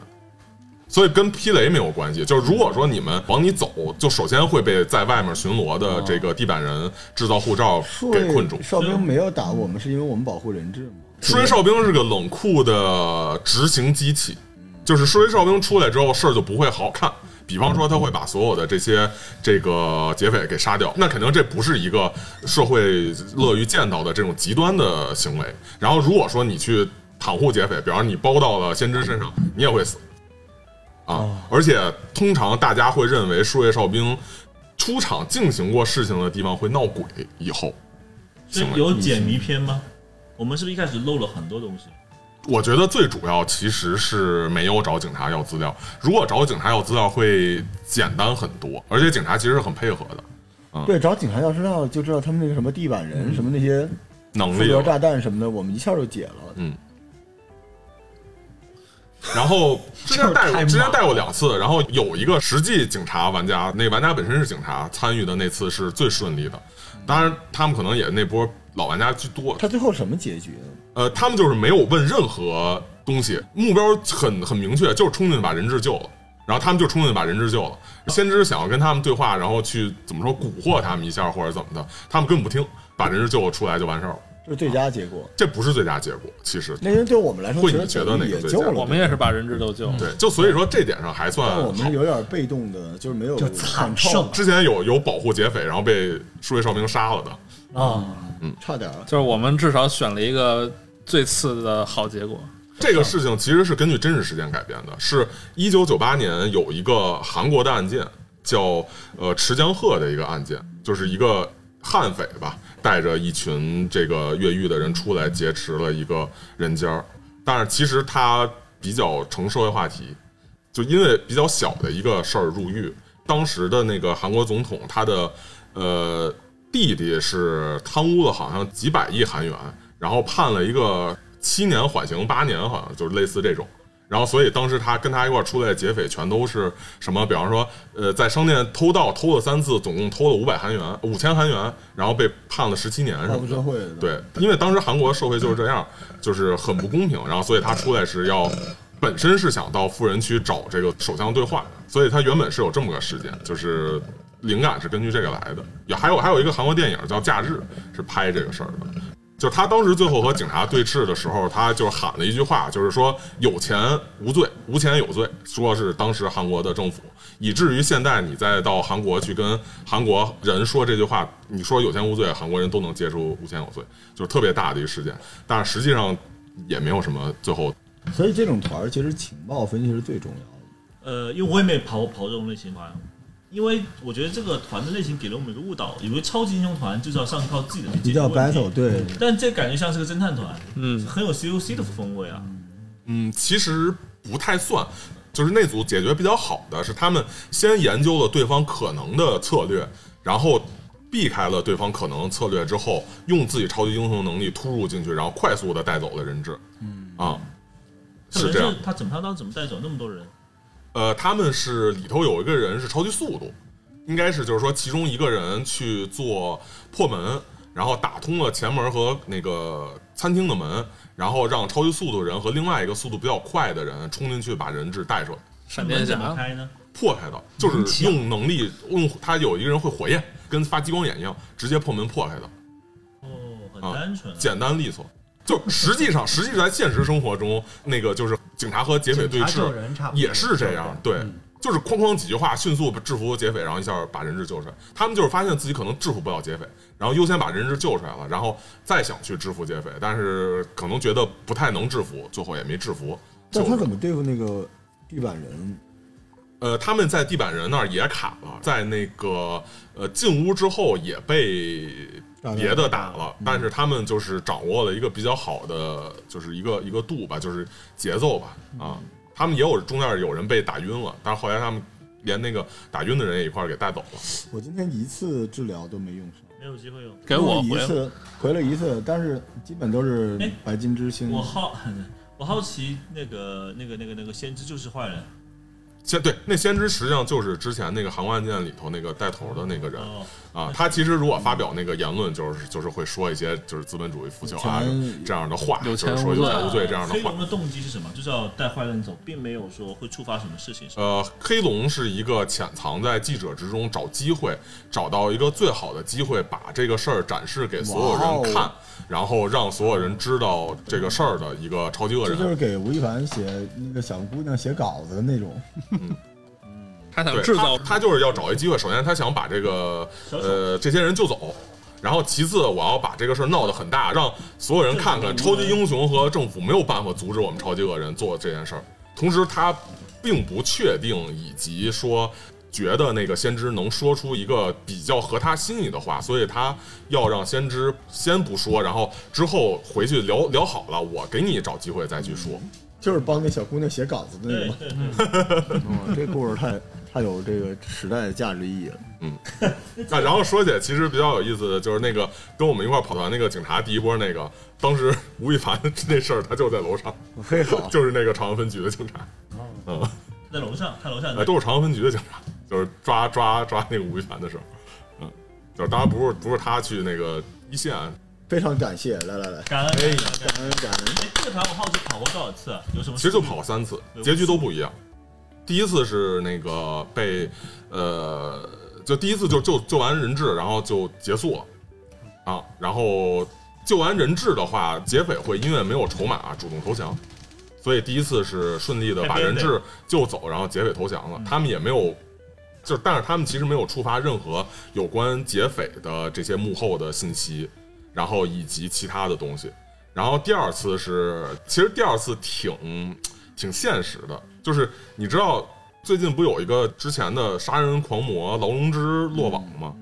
S1: 所以跟劈雷没有关系。就是如果说你们往里走，就首先会被在外面巡逻的这个地板人制造护照
S5: 数
S1: 给困住
S5: 位。哨兵没有打我们，是因为我们保护人质嘛？
S1: 数位哨兵是个冷酷的执行机器，就是数位哨兵出来之后，事儿就不会好看。比方说，他会把所有的这些这个劫匪给杀掉，那肯定这不是一个社会乐于见到的这种极端的行为。然后，如果说你去袒护劫匪，比方说你包到了先知身上，你也会死啊。而且，通常大家会认为数位哨兵出场进行过事情的地方会闹鬼，以后
S4: 所以
S1: 行为
S4: 有解谜篇吗？我们是不是一开始漏了很多东西？
S1: 我觉得最主要其实是没有找警察要资料，如果找警察要资料会简单很多，而且警察其实是很配合的，
S5: 对，找警察要知道，就知道他们那个什么地板人、什么那些
S1: 能
S5: 负
S1: 力
S5: 责
S1: 有。
S5: 炸弹什么的，我们一下就解了。
S1: 然后之前带
S3: 就是太
S1: 过
S3: 忙
S1: 之前带过两次，然后有一个实际警察玩家，那个玩家本身是警察参与的那次是最顺利的，当然他们可能也那波老玩家居多，
S5: 他最后什么结局呢？
S1: 呃，他们就是没有问任何东西，目标很很明确，就是冲进去把人质救了。然后他们就冲进去把人质救了。先知想要跟他们对话，然后去怎么说蛊惑他们一下或者怎么的，他们根本不听，把人质救了出来就完事儿了。
S5: 就是最佳结果。
S1: 这不是最佳结果，其实
S5: 那些对我们来说，
S1: 会
S5: 其实
S1: 你觉得哪个
S5: 也
S1: 最
S5: 救
S1: 佳
S5: 了
S2: 我们也是把人质都救了。
S1: 对，就所以说这点上还算
S5: 哦但我
S1: 好
S5: 们有点被动的，就是没有
S3: 就惨胜
S1: 之前有有保护劫匪，然后被数位哨兵杀了的，
S3: 啊！
S5: 差点儿。
S2: 就是我们至少选了一个最次的好结果。
S1: 这个事情其实是根据真实事件改编的，是一九九八年有一个韩国的案件，叫呃池江鹤的一个案件，就是一个悍匪吧，带着一群这个越狱的人出来劫持了一个人家儿，但是其实他比较成社会话题，就因为比较小的一个事儿入狱，当时的那个韩国总统，他的呃弟弟是贪污了好像几百亿韩元，然后判了一个七年缓刑八年，好像就是类似这种。然后，所以当时他跟他一块儿出来的劫匪全都是什么？比方说，呃，在商店偷盗偷了三次，总共偷了五百韩元、五千韩元，然后被判了十七年什
S5: 报
S1: 么
S5: 复
S1: 的
S5: 社。会的，
S1: 对，因为当时韩国社会就是这样，就是很不公平，然后所以他出来是要本身是想到富人区找这个首相对话，所以他原本是有这么个事件，就是灵感是根据这个来的。也还有还有一个韩国电影叫《假日》，是拍这个事儿的。就是他当时最后和警察对峙的时候，他就是喊了一句话，就是说有钱无罪，无钱有罪，说是当时韩国的政府，以至于现在你再到韩国去跟韩国人说这句话，你说有钱无罪，韩国人都能接受无钱有罪，就是特别大的一个事件。但是实际上也没有什么最后
S5: 所以这种团儿其实情报分析是最重要的。
S4: 呃，因为我也没跑跑这种类型团，因为我觉得这个团的类型给了我们一个误导，以为超级英雄团就是要上靠自己的去
S5: 比
S4: 解决
S5: 较
S4: 问题
S5: battle，对，
S4: 但这感觉像是个侦探团，
S2: 嗯，
S4: 很有 COC 的风味啊。
S1: 嗯，其实不太算。就是那组解决比较好的是，他们先研究了对方可能的策略，然后避开了对方可能的策略之后，用自己超级英雄能力突入进去，然后快速的带走了人质。嗯啊，
S4: 特
S1: 是
S4: 别
S1: 这样
S4: 是。他怎么他当时怎么带走那么多人？
S1: 呃，他们是里头有一个人是超级速度，应该是就是说其中一个人去做破门，然后打通了前门和那个餐厅的门，然后让超级速度的人和另外一个速度比较快的人冲进去把人质带出来。
S2: 闪电
S4: 怎么
S2: 侠，
S4: 开呢？
S1: 破开的，就是用能力用他有一个人会火焰，跟发激光眼一样，直接破门破开的，
S4: 哦，很
S1: 啊
S4: 单纯啊。
S1: 简单利索。就实际上，实际在现实生活中，那个就是警察和劫匪对
S3: 警察救
S1: 峙
S3: 人差不多
S1: 也是这样，对，就是哐哐几句话，迅速制服劫匪，然后一下把人质救出来。他们就是发现自己可能制服不了劫匪，然后优先把人质救出来了，然后再想去制服劫匪，但是可能觉得不太能制服，最后也没制服。
S5: 但
S1: 救
S5: 他
S1: 出来
S5: 怎么对付那个地板人？
S1: 呃，他们在地板人那儿也卡了，在那个呃进屋之后也被
S5: 炸弹
S1: 别的打了，但是他们就是掌握了一个比较好的，就是一个一个度吧，就是节奏吧啊。他们也有中间有人被打晕了，但是后来他们连那个打晕的人也一块儿给带走了。
S5: 我今天一次治疗都没用上，
S4: 没有机会用。
S2: 给我回
S5: 用了一
S2: 来。
S5: 次回了一次，但是基本都是
S4: 哎
S5: 白金之星。
S4: 我好， 我好奇那个那个那个那个先知就是坏人
S1: 先对那先知实际上就是之前那个韩国案件里头那个带头的那个人
S4: 哦，
S1: 啊，他其实如果发表那个言论，就是就是会说一些就是资本主义腐朽啊
S5: 有钱
S1: 这样的话，
S2: 有
S1: 就
S2: 钱
S1: 是说
S2: 无
S1: 有
S2: 罪
S1: 钱无罪这样的
S4: 黑
S1: 话
S4: 龙。的动机是什么？就是要带坏人走，并没有说会触发什么事情。是吧
S1: 呃，黑龙是一个潜藏在记者之中找机会，找到一个最好的机会，把这个事儿展示给所有人看，
S5: 哇哦
S1: 然后让所有人知道这个事儿的一个超级恶
S5: 这就是
S1: 人。
S5: 给吴亦凡写那个小姑娘写稿子的那种，
S2: 他想
S1: 对
S2: 制
S1: 他
S2: 造，
S1: 他就是要找一机会。首先，他想把这个呃这些人救走，然后其次，我要把这个事儿闹得很大，让所有人看看超级英雄和政府没有办法阻止我们超级恶人做这件事儿。同时，他并不确定以及说觉得那个先知能说出一个比较合他心意的话，所以他要让先知先不说，然后之后回去聊聊好了，我给你找机会再去说。
S5: 就是帮那小姑娘写稿子的那
S4: 对
S5: 种。
S4: 对对，
S5: 哇哦这故事太太有这个时代的价值意义 了。
S1: 那然后说起来，其实比较有意思的就是那个跟我们一块儿跑团那个警察第一波那个，当时吴亦凡 那事儿他就在楼上，
S5: 嘿 好，
S1: 就是那个朝阳分局的警察，嗯，
S4: 在楼上，他楼上
S1: 哎，都是朝阳分局的警察，就是抓抓抓那个吴亦凡的时候，嗯，就是当然不是不是他去那个一线，啊
S5: 非常感谢，来来来，
S4: 感恩。
S1: 哎
S4: 感恩
S5: 感恩感恩。
S4: 哎，这个团我好奇跑过多少次啊？有什么？
S1: 其实就跑了。三次，结局都不一样。第一次是那个被呃，就第一次就救救完人质，然后就结束了啊。然后救完人质的话，劫匪会因为没有筹码主动投降，所以第一次是顺利的把人质救走，然后劫匪投降了。他们也没有。就是，但是他们其实没有触发任何有关劫匪的这些幕后的信息，然后以及其他的东西。然后第二次是，其实第二次挺挺现实的，就是你知道最近不有一个之前的杀人狂魔劳荣枝落网吗？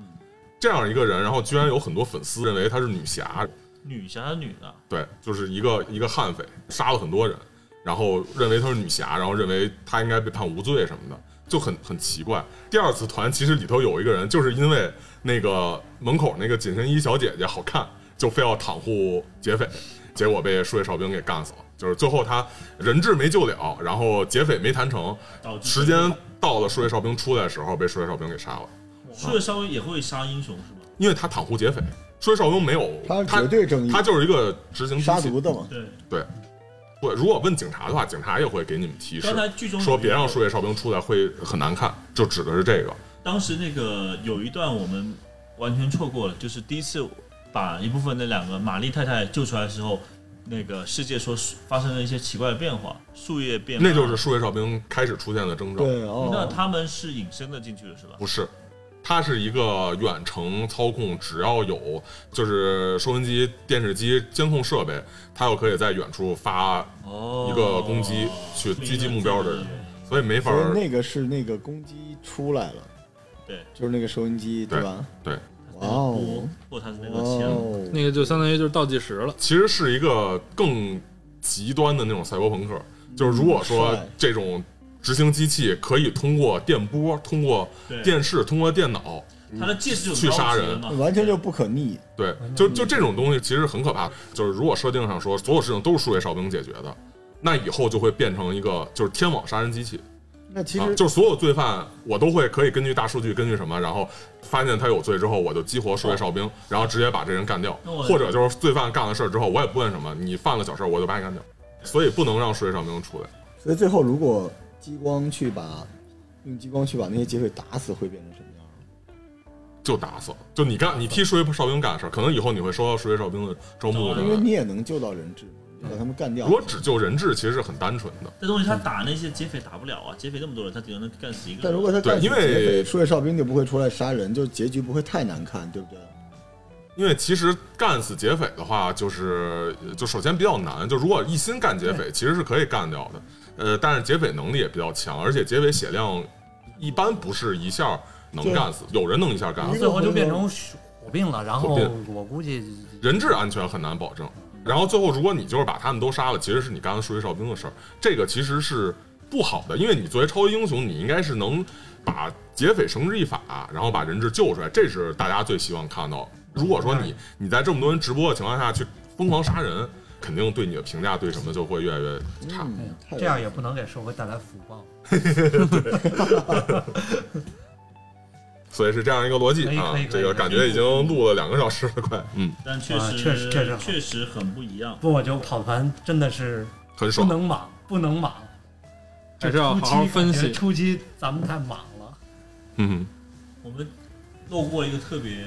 S1: 这样一个人，然后居然有很多粉丝认为她是女侠，
S4: 女侠女的，啊
S1: 对，就是一个一个悍匪，杀了很多人，然后认为她是女侠，然后认为她应该被判无罪什么的。就很很奇怪。第二次团其实里头有一个人，就是因为那个门口那个紧身衣小姐姐好看，就非要袒护劫匪，结果被数位哨兵给干死了。就是最后他人质没救了，然后劫匪没谈成
S4: 导，致
S1: 时间到了，数位哨兵出来的时候被数位哨兵给杀了，
S4: 数位稍微也会杀英雄是吗？
S1: 因为他袒护劫匪。数位哨兵没有
S5: 他绝对正义
S1: 他就是一个执行机器
S5: 嗯杀毒的嘛。
S4: 对，
S1: 对，对，如果问警察的话，警察也会给你们提示
S4: 刚才剧中，
S1: 说别让数位哨兵出来会很难看，就指的是这个。
S4: 当时那个有一段我们完全错过了，就是第一次把一部分那两个玛丽太太救出来的时候，那个世界说发生了一些奇怪的变化，树叶变，
S1: 那就是。数位哨兵开始出现的征兆，
S5: 对
S4: 那
S5: 哦，
S4: 他们是隐身的进去了是吧？
S1: 不是。它是一个远程操控，只要有就是收音机、电视机监控设备，它又可以在远处发
S4: 哦，
S1: 一个攻击去
S4: 不一
S1: 狙击
S4: 样
S1: 目标的人，所以没法
S5: 所
S1: 儿
S5: 以那个是那个公鸡出来了，
S4: 对，
S5: 就是那个收音机
S1: 对
S5: 吧？
S1: 对。
S5: 哇哦
S4: 波，或者他是那
S5: 哇
S4: 个钱，
S5: 哦，
S2: 那个就相当于就是倒计时了。
S1: 其实是一个更极端的那种赛博朋克，就是如果说
S5: 嗯帅
S1: 这种执行机器可以通过电波、通过
S4: 对
S1: 电视、通过电脑，
S4: 他的技术
S1: 去杀人
S5: 完全就不可逆。
S1: 对，就就这种东西其实很可怕。就是如果设定上说所有事情都是数位哨兵解决的，那以后就会变成一个就是天网杀人机器
S5: 那其
S1: 啊
S5: 实，
S1: 就是所有罪犯我都会可以根据大数据，根据什么，然后发现他有罪之后，我就激活数位哨兵，然后直接把这人干掉，
S4: 那我
S1: 或者就是罪犯干了事儿之后，我也不问什么，你犯了小事儿，我就把你干掉。所以不能让数位哨兵出来。
S5: 所以最后如果激光去把用激光去把那些劫匪打死，会变成什么样？
S1: 就打死了，就你干，你替数位哨兵干的事儿，可能以后你会收到数位哨兵的招募的
S5: 啊因为。你也能救到人质嘛，你就把他们干掉。
S1: 呃如果只救人质，其实是很单纯的。
S4: 这东西他打那些劫匪打不了啊，劫匪那么多人，他顶多能干死一个人。
S5: 但如果他干死
S1: 对因为
S5: 劫匪数位哨兵就不会出来杀人，就结局不会太难看，对不对？
S1: 因为其实干死劫匪的话，就是就首先比较难，就如果一心干劫匪，其实是可以干掉的。呃，但是劫匪能力也比较强，而且劫匪血量一般不是一下能干死，有人能一下干死。
S6: 最后就变成火并了。然后
S1: 火并
S6: 我估计
S1: 人质安全很难保证。然后最后，如果你就是把他们都杀了，其实是你干了数位哨兵的事儿，这个其实是不好的，因为你作为超级英雄，你应该是能把劫匪绳之以法，然后把人质救出来，这是大家最希望看到的。如果说你你在这么多人直播的情况下去疯狂杀人，肯定对你的评价对什么就会越来越差。
S5: 嗯，太
S6: 这样也不能给社会带来福报。
S1: 所以是这样一个逻辑
S6: 可以
S1: 啊
S6: 可以，可以
S1: 这个感觉已经录了两个小时了，快，嗯，
S4: 但确
S6: 啊
S4: 实
S6: 确实确实好
S4: 确实很不一样。
S6: 不，我就跑团真的是
S1: 很
S6: 不
S1: 爽。
S6: 能莽，不能莽，
S2: 还是要好好分析
S6: 初期咱们太莽了，
S1: 嗯，
S4: 我们漏过一个特别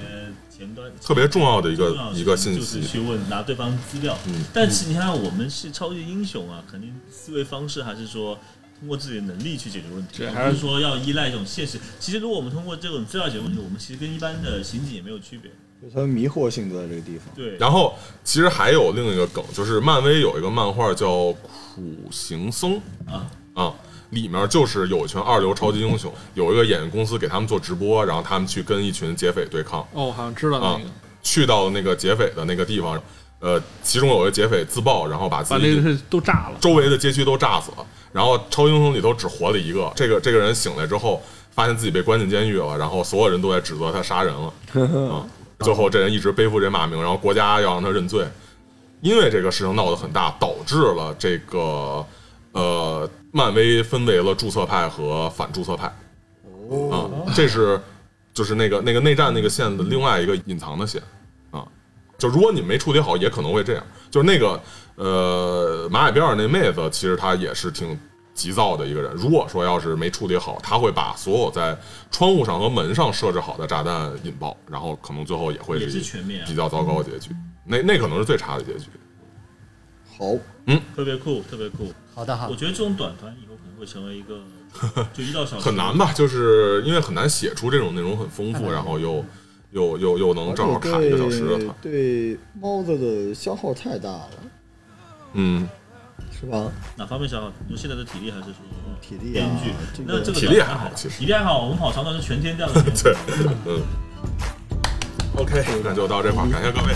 S4: 前端。
S1: 特别重要嗯的一
S4: 重
S1: 个
S4: 要的事情
S1: 一个信
S4: 就是
S1: 息，
S4: 去问拿对方资料。
S1: 嗯
S4: 但是你看，我们是超级英雄啊，肯定思维方式还是说通过自己的能力去解决问题，
S2: 这还
S4: 而不
S2: 是
S4: 是说要依赖一种现实。其实，如果我们通过这种资料解决问题，我们其实跟一般的刑警也没有区别。
S5: 就他们迷惑性就在这个地方。
S4: 对，
S1: 然后其实还有另一个梗，就是漫威有一个漫画叫《苦行僧》
S4: 啊
S1: 啊，里面就是有一群二流超级英
S2: 嗯
S1: 雄，有一个演员公司给他们做直播，然后他们去跟一群劫匪对抗，
S2: 哦，我好像知道
S1: 啊
S2: 那个，，
S1: 去到那个劫匪的那个地方，呃，其中有一个劫匪自爆，然后把自
S2: 把那
S1: 己
S2: 个是都炸了。
S1: 周围的街区都炸死了，然后超英雄里头只活了一个。这个这个人醒来之后，发现自己被关进监狱了，然后所有人都在指责他杀人了。嗯，最后这人一直背负这骂名，然后国家要让他认罪。因为这个事情闹得很大，导致了这个呃，漫威分为了注册派和反注册派。哦，这是就是那个那个内战那个线的另外一个隐藏的线啊。就如果你没处理好，也可能会这样。就是那个呃，马海边尔那妹子，其实她也是挺急躁的一个人。如果说要是没处理好，她会把所有在窗户上和门上设置好的炸弹引爆，然后可能最后也会
S4: 也是
S1: 一
S4: 全面啊
S1: 比较糟糕的结局。那那可能是最差的结局。
S5: 好，
S4: 特别酷，特别酷。
S6: 好
S1: 啊
S6: 的好
S4: 我，觉得这种短团以后可能会成为一 个，就一到小时
S1: 很难？吧？就是因为很难写出这种内容很丰富，然后又又又又能正好砍一个小时的
S5: 嗯对
S1: 团。
S5: 对猫子的消耗太大了，
S1: 嗯，
S5: 是吧？
S4: 哪方面消耗？用现在的体力还是说嗯
S5: 体力
S4: 编
S5: 啊
S4: 剧？
S5: 这
S4: 那
S5: 个
S4: 这个
S1: 体力
S4: 短
S1: 还
S4: 团
S1: 好其实
S4: 体力还好。我们跑长短是全天这样的
S1: 对，嗯。OK，那就到这块儿，感谢各位。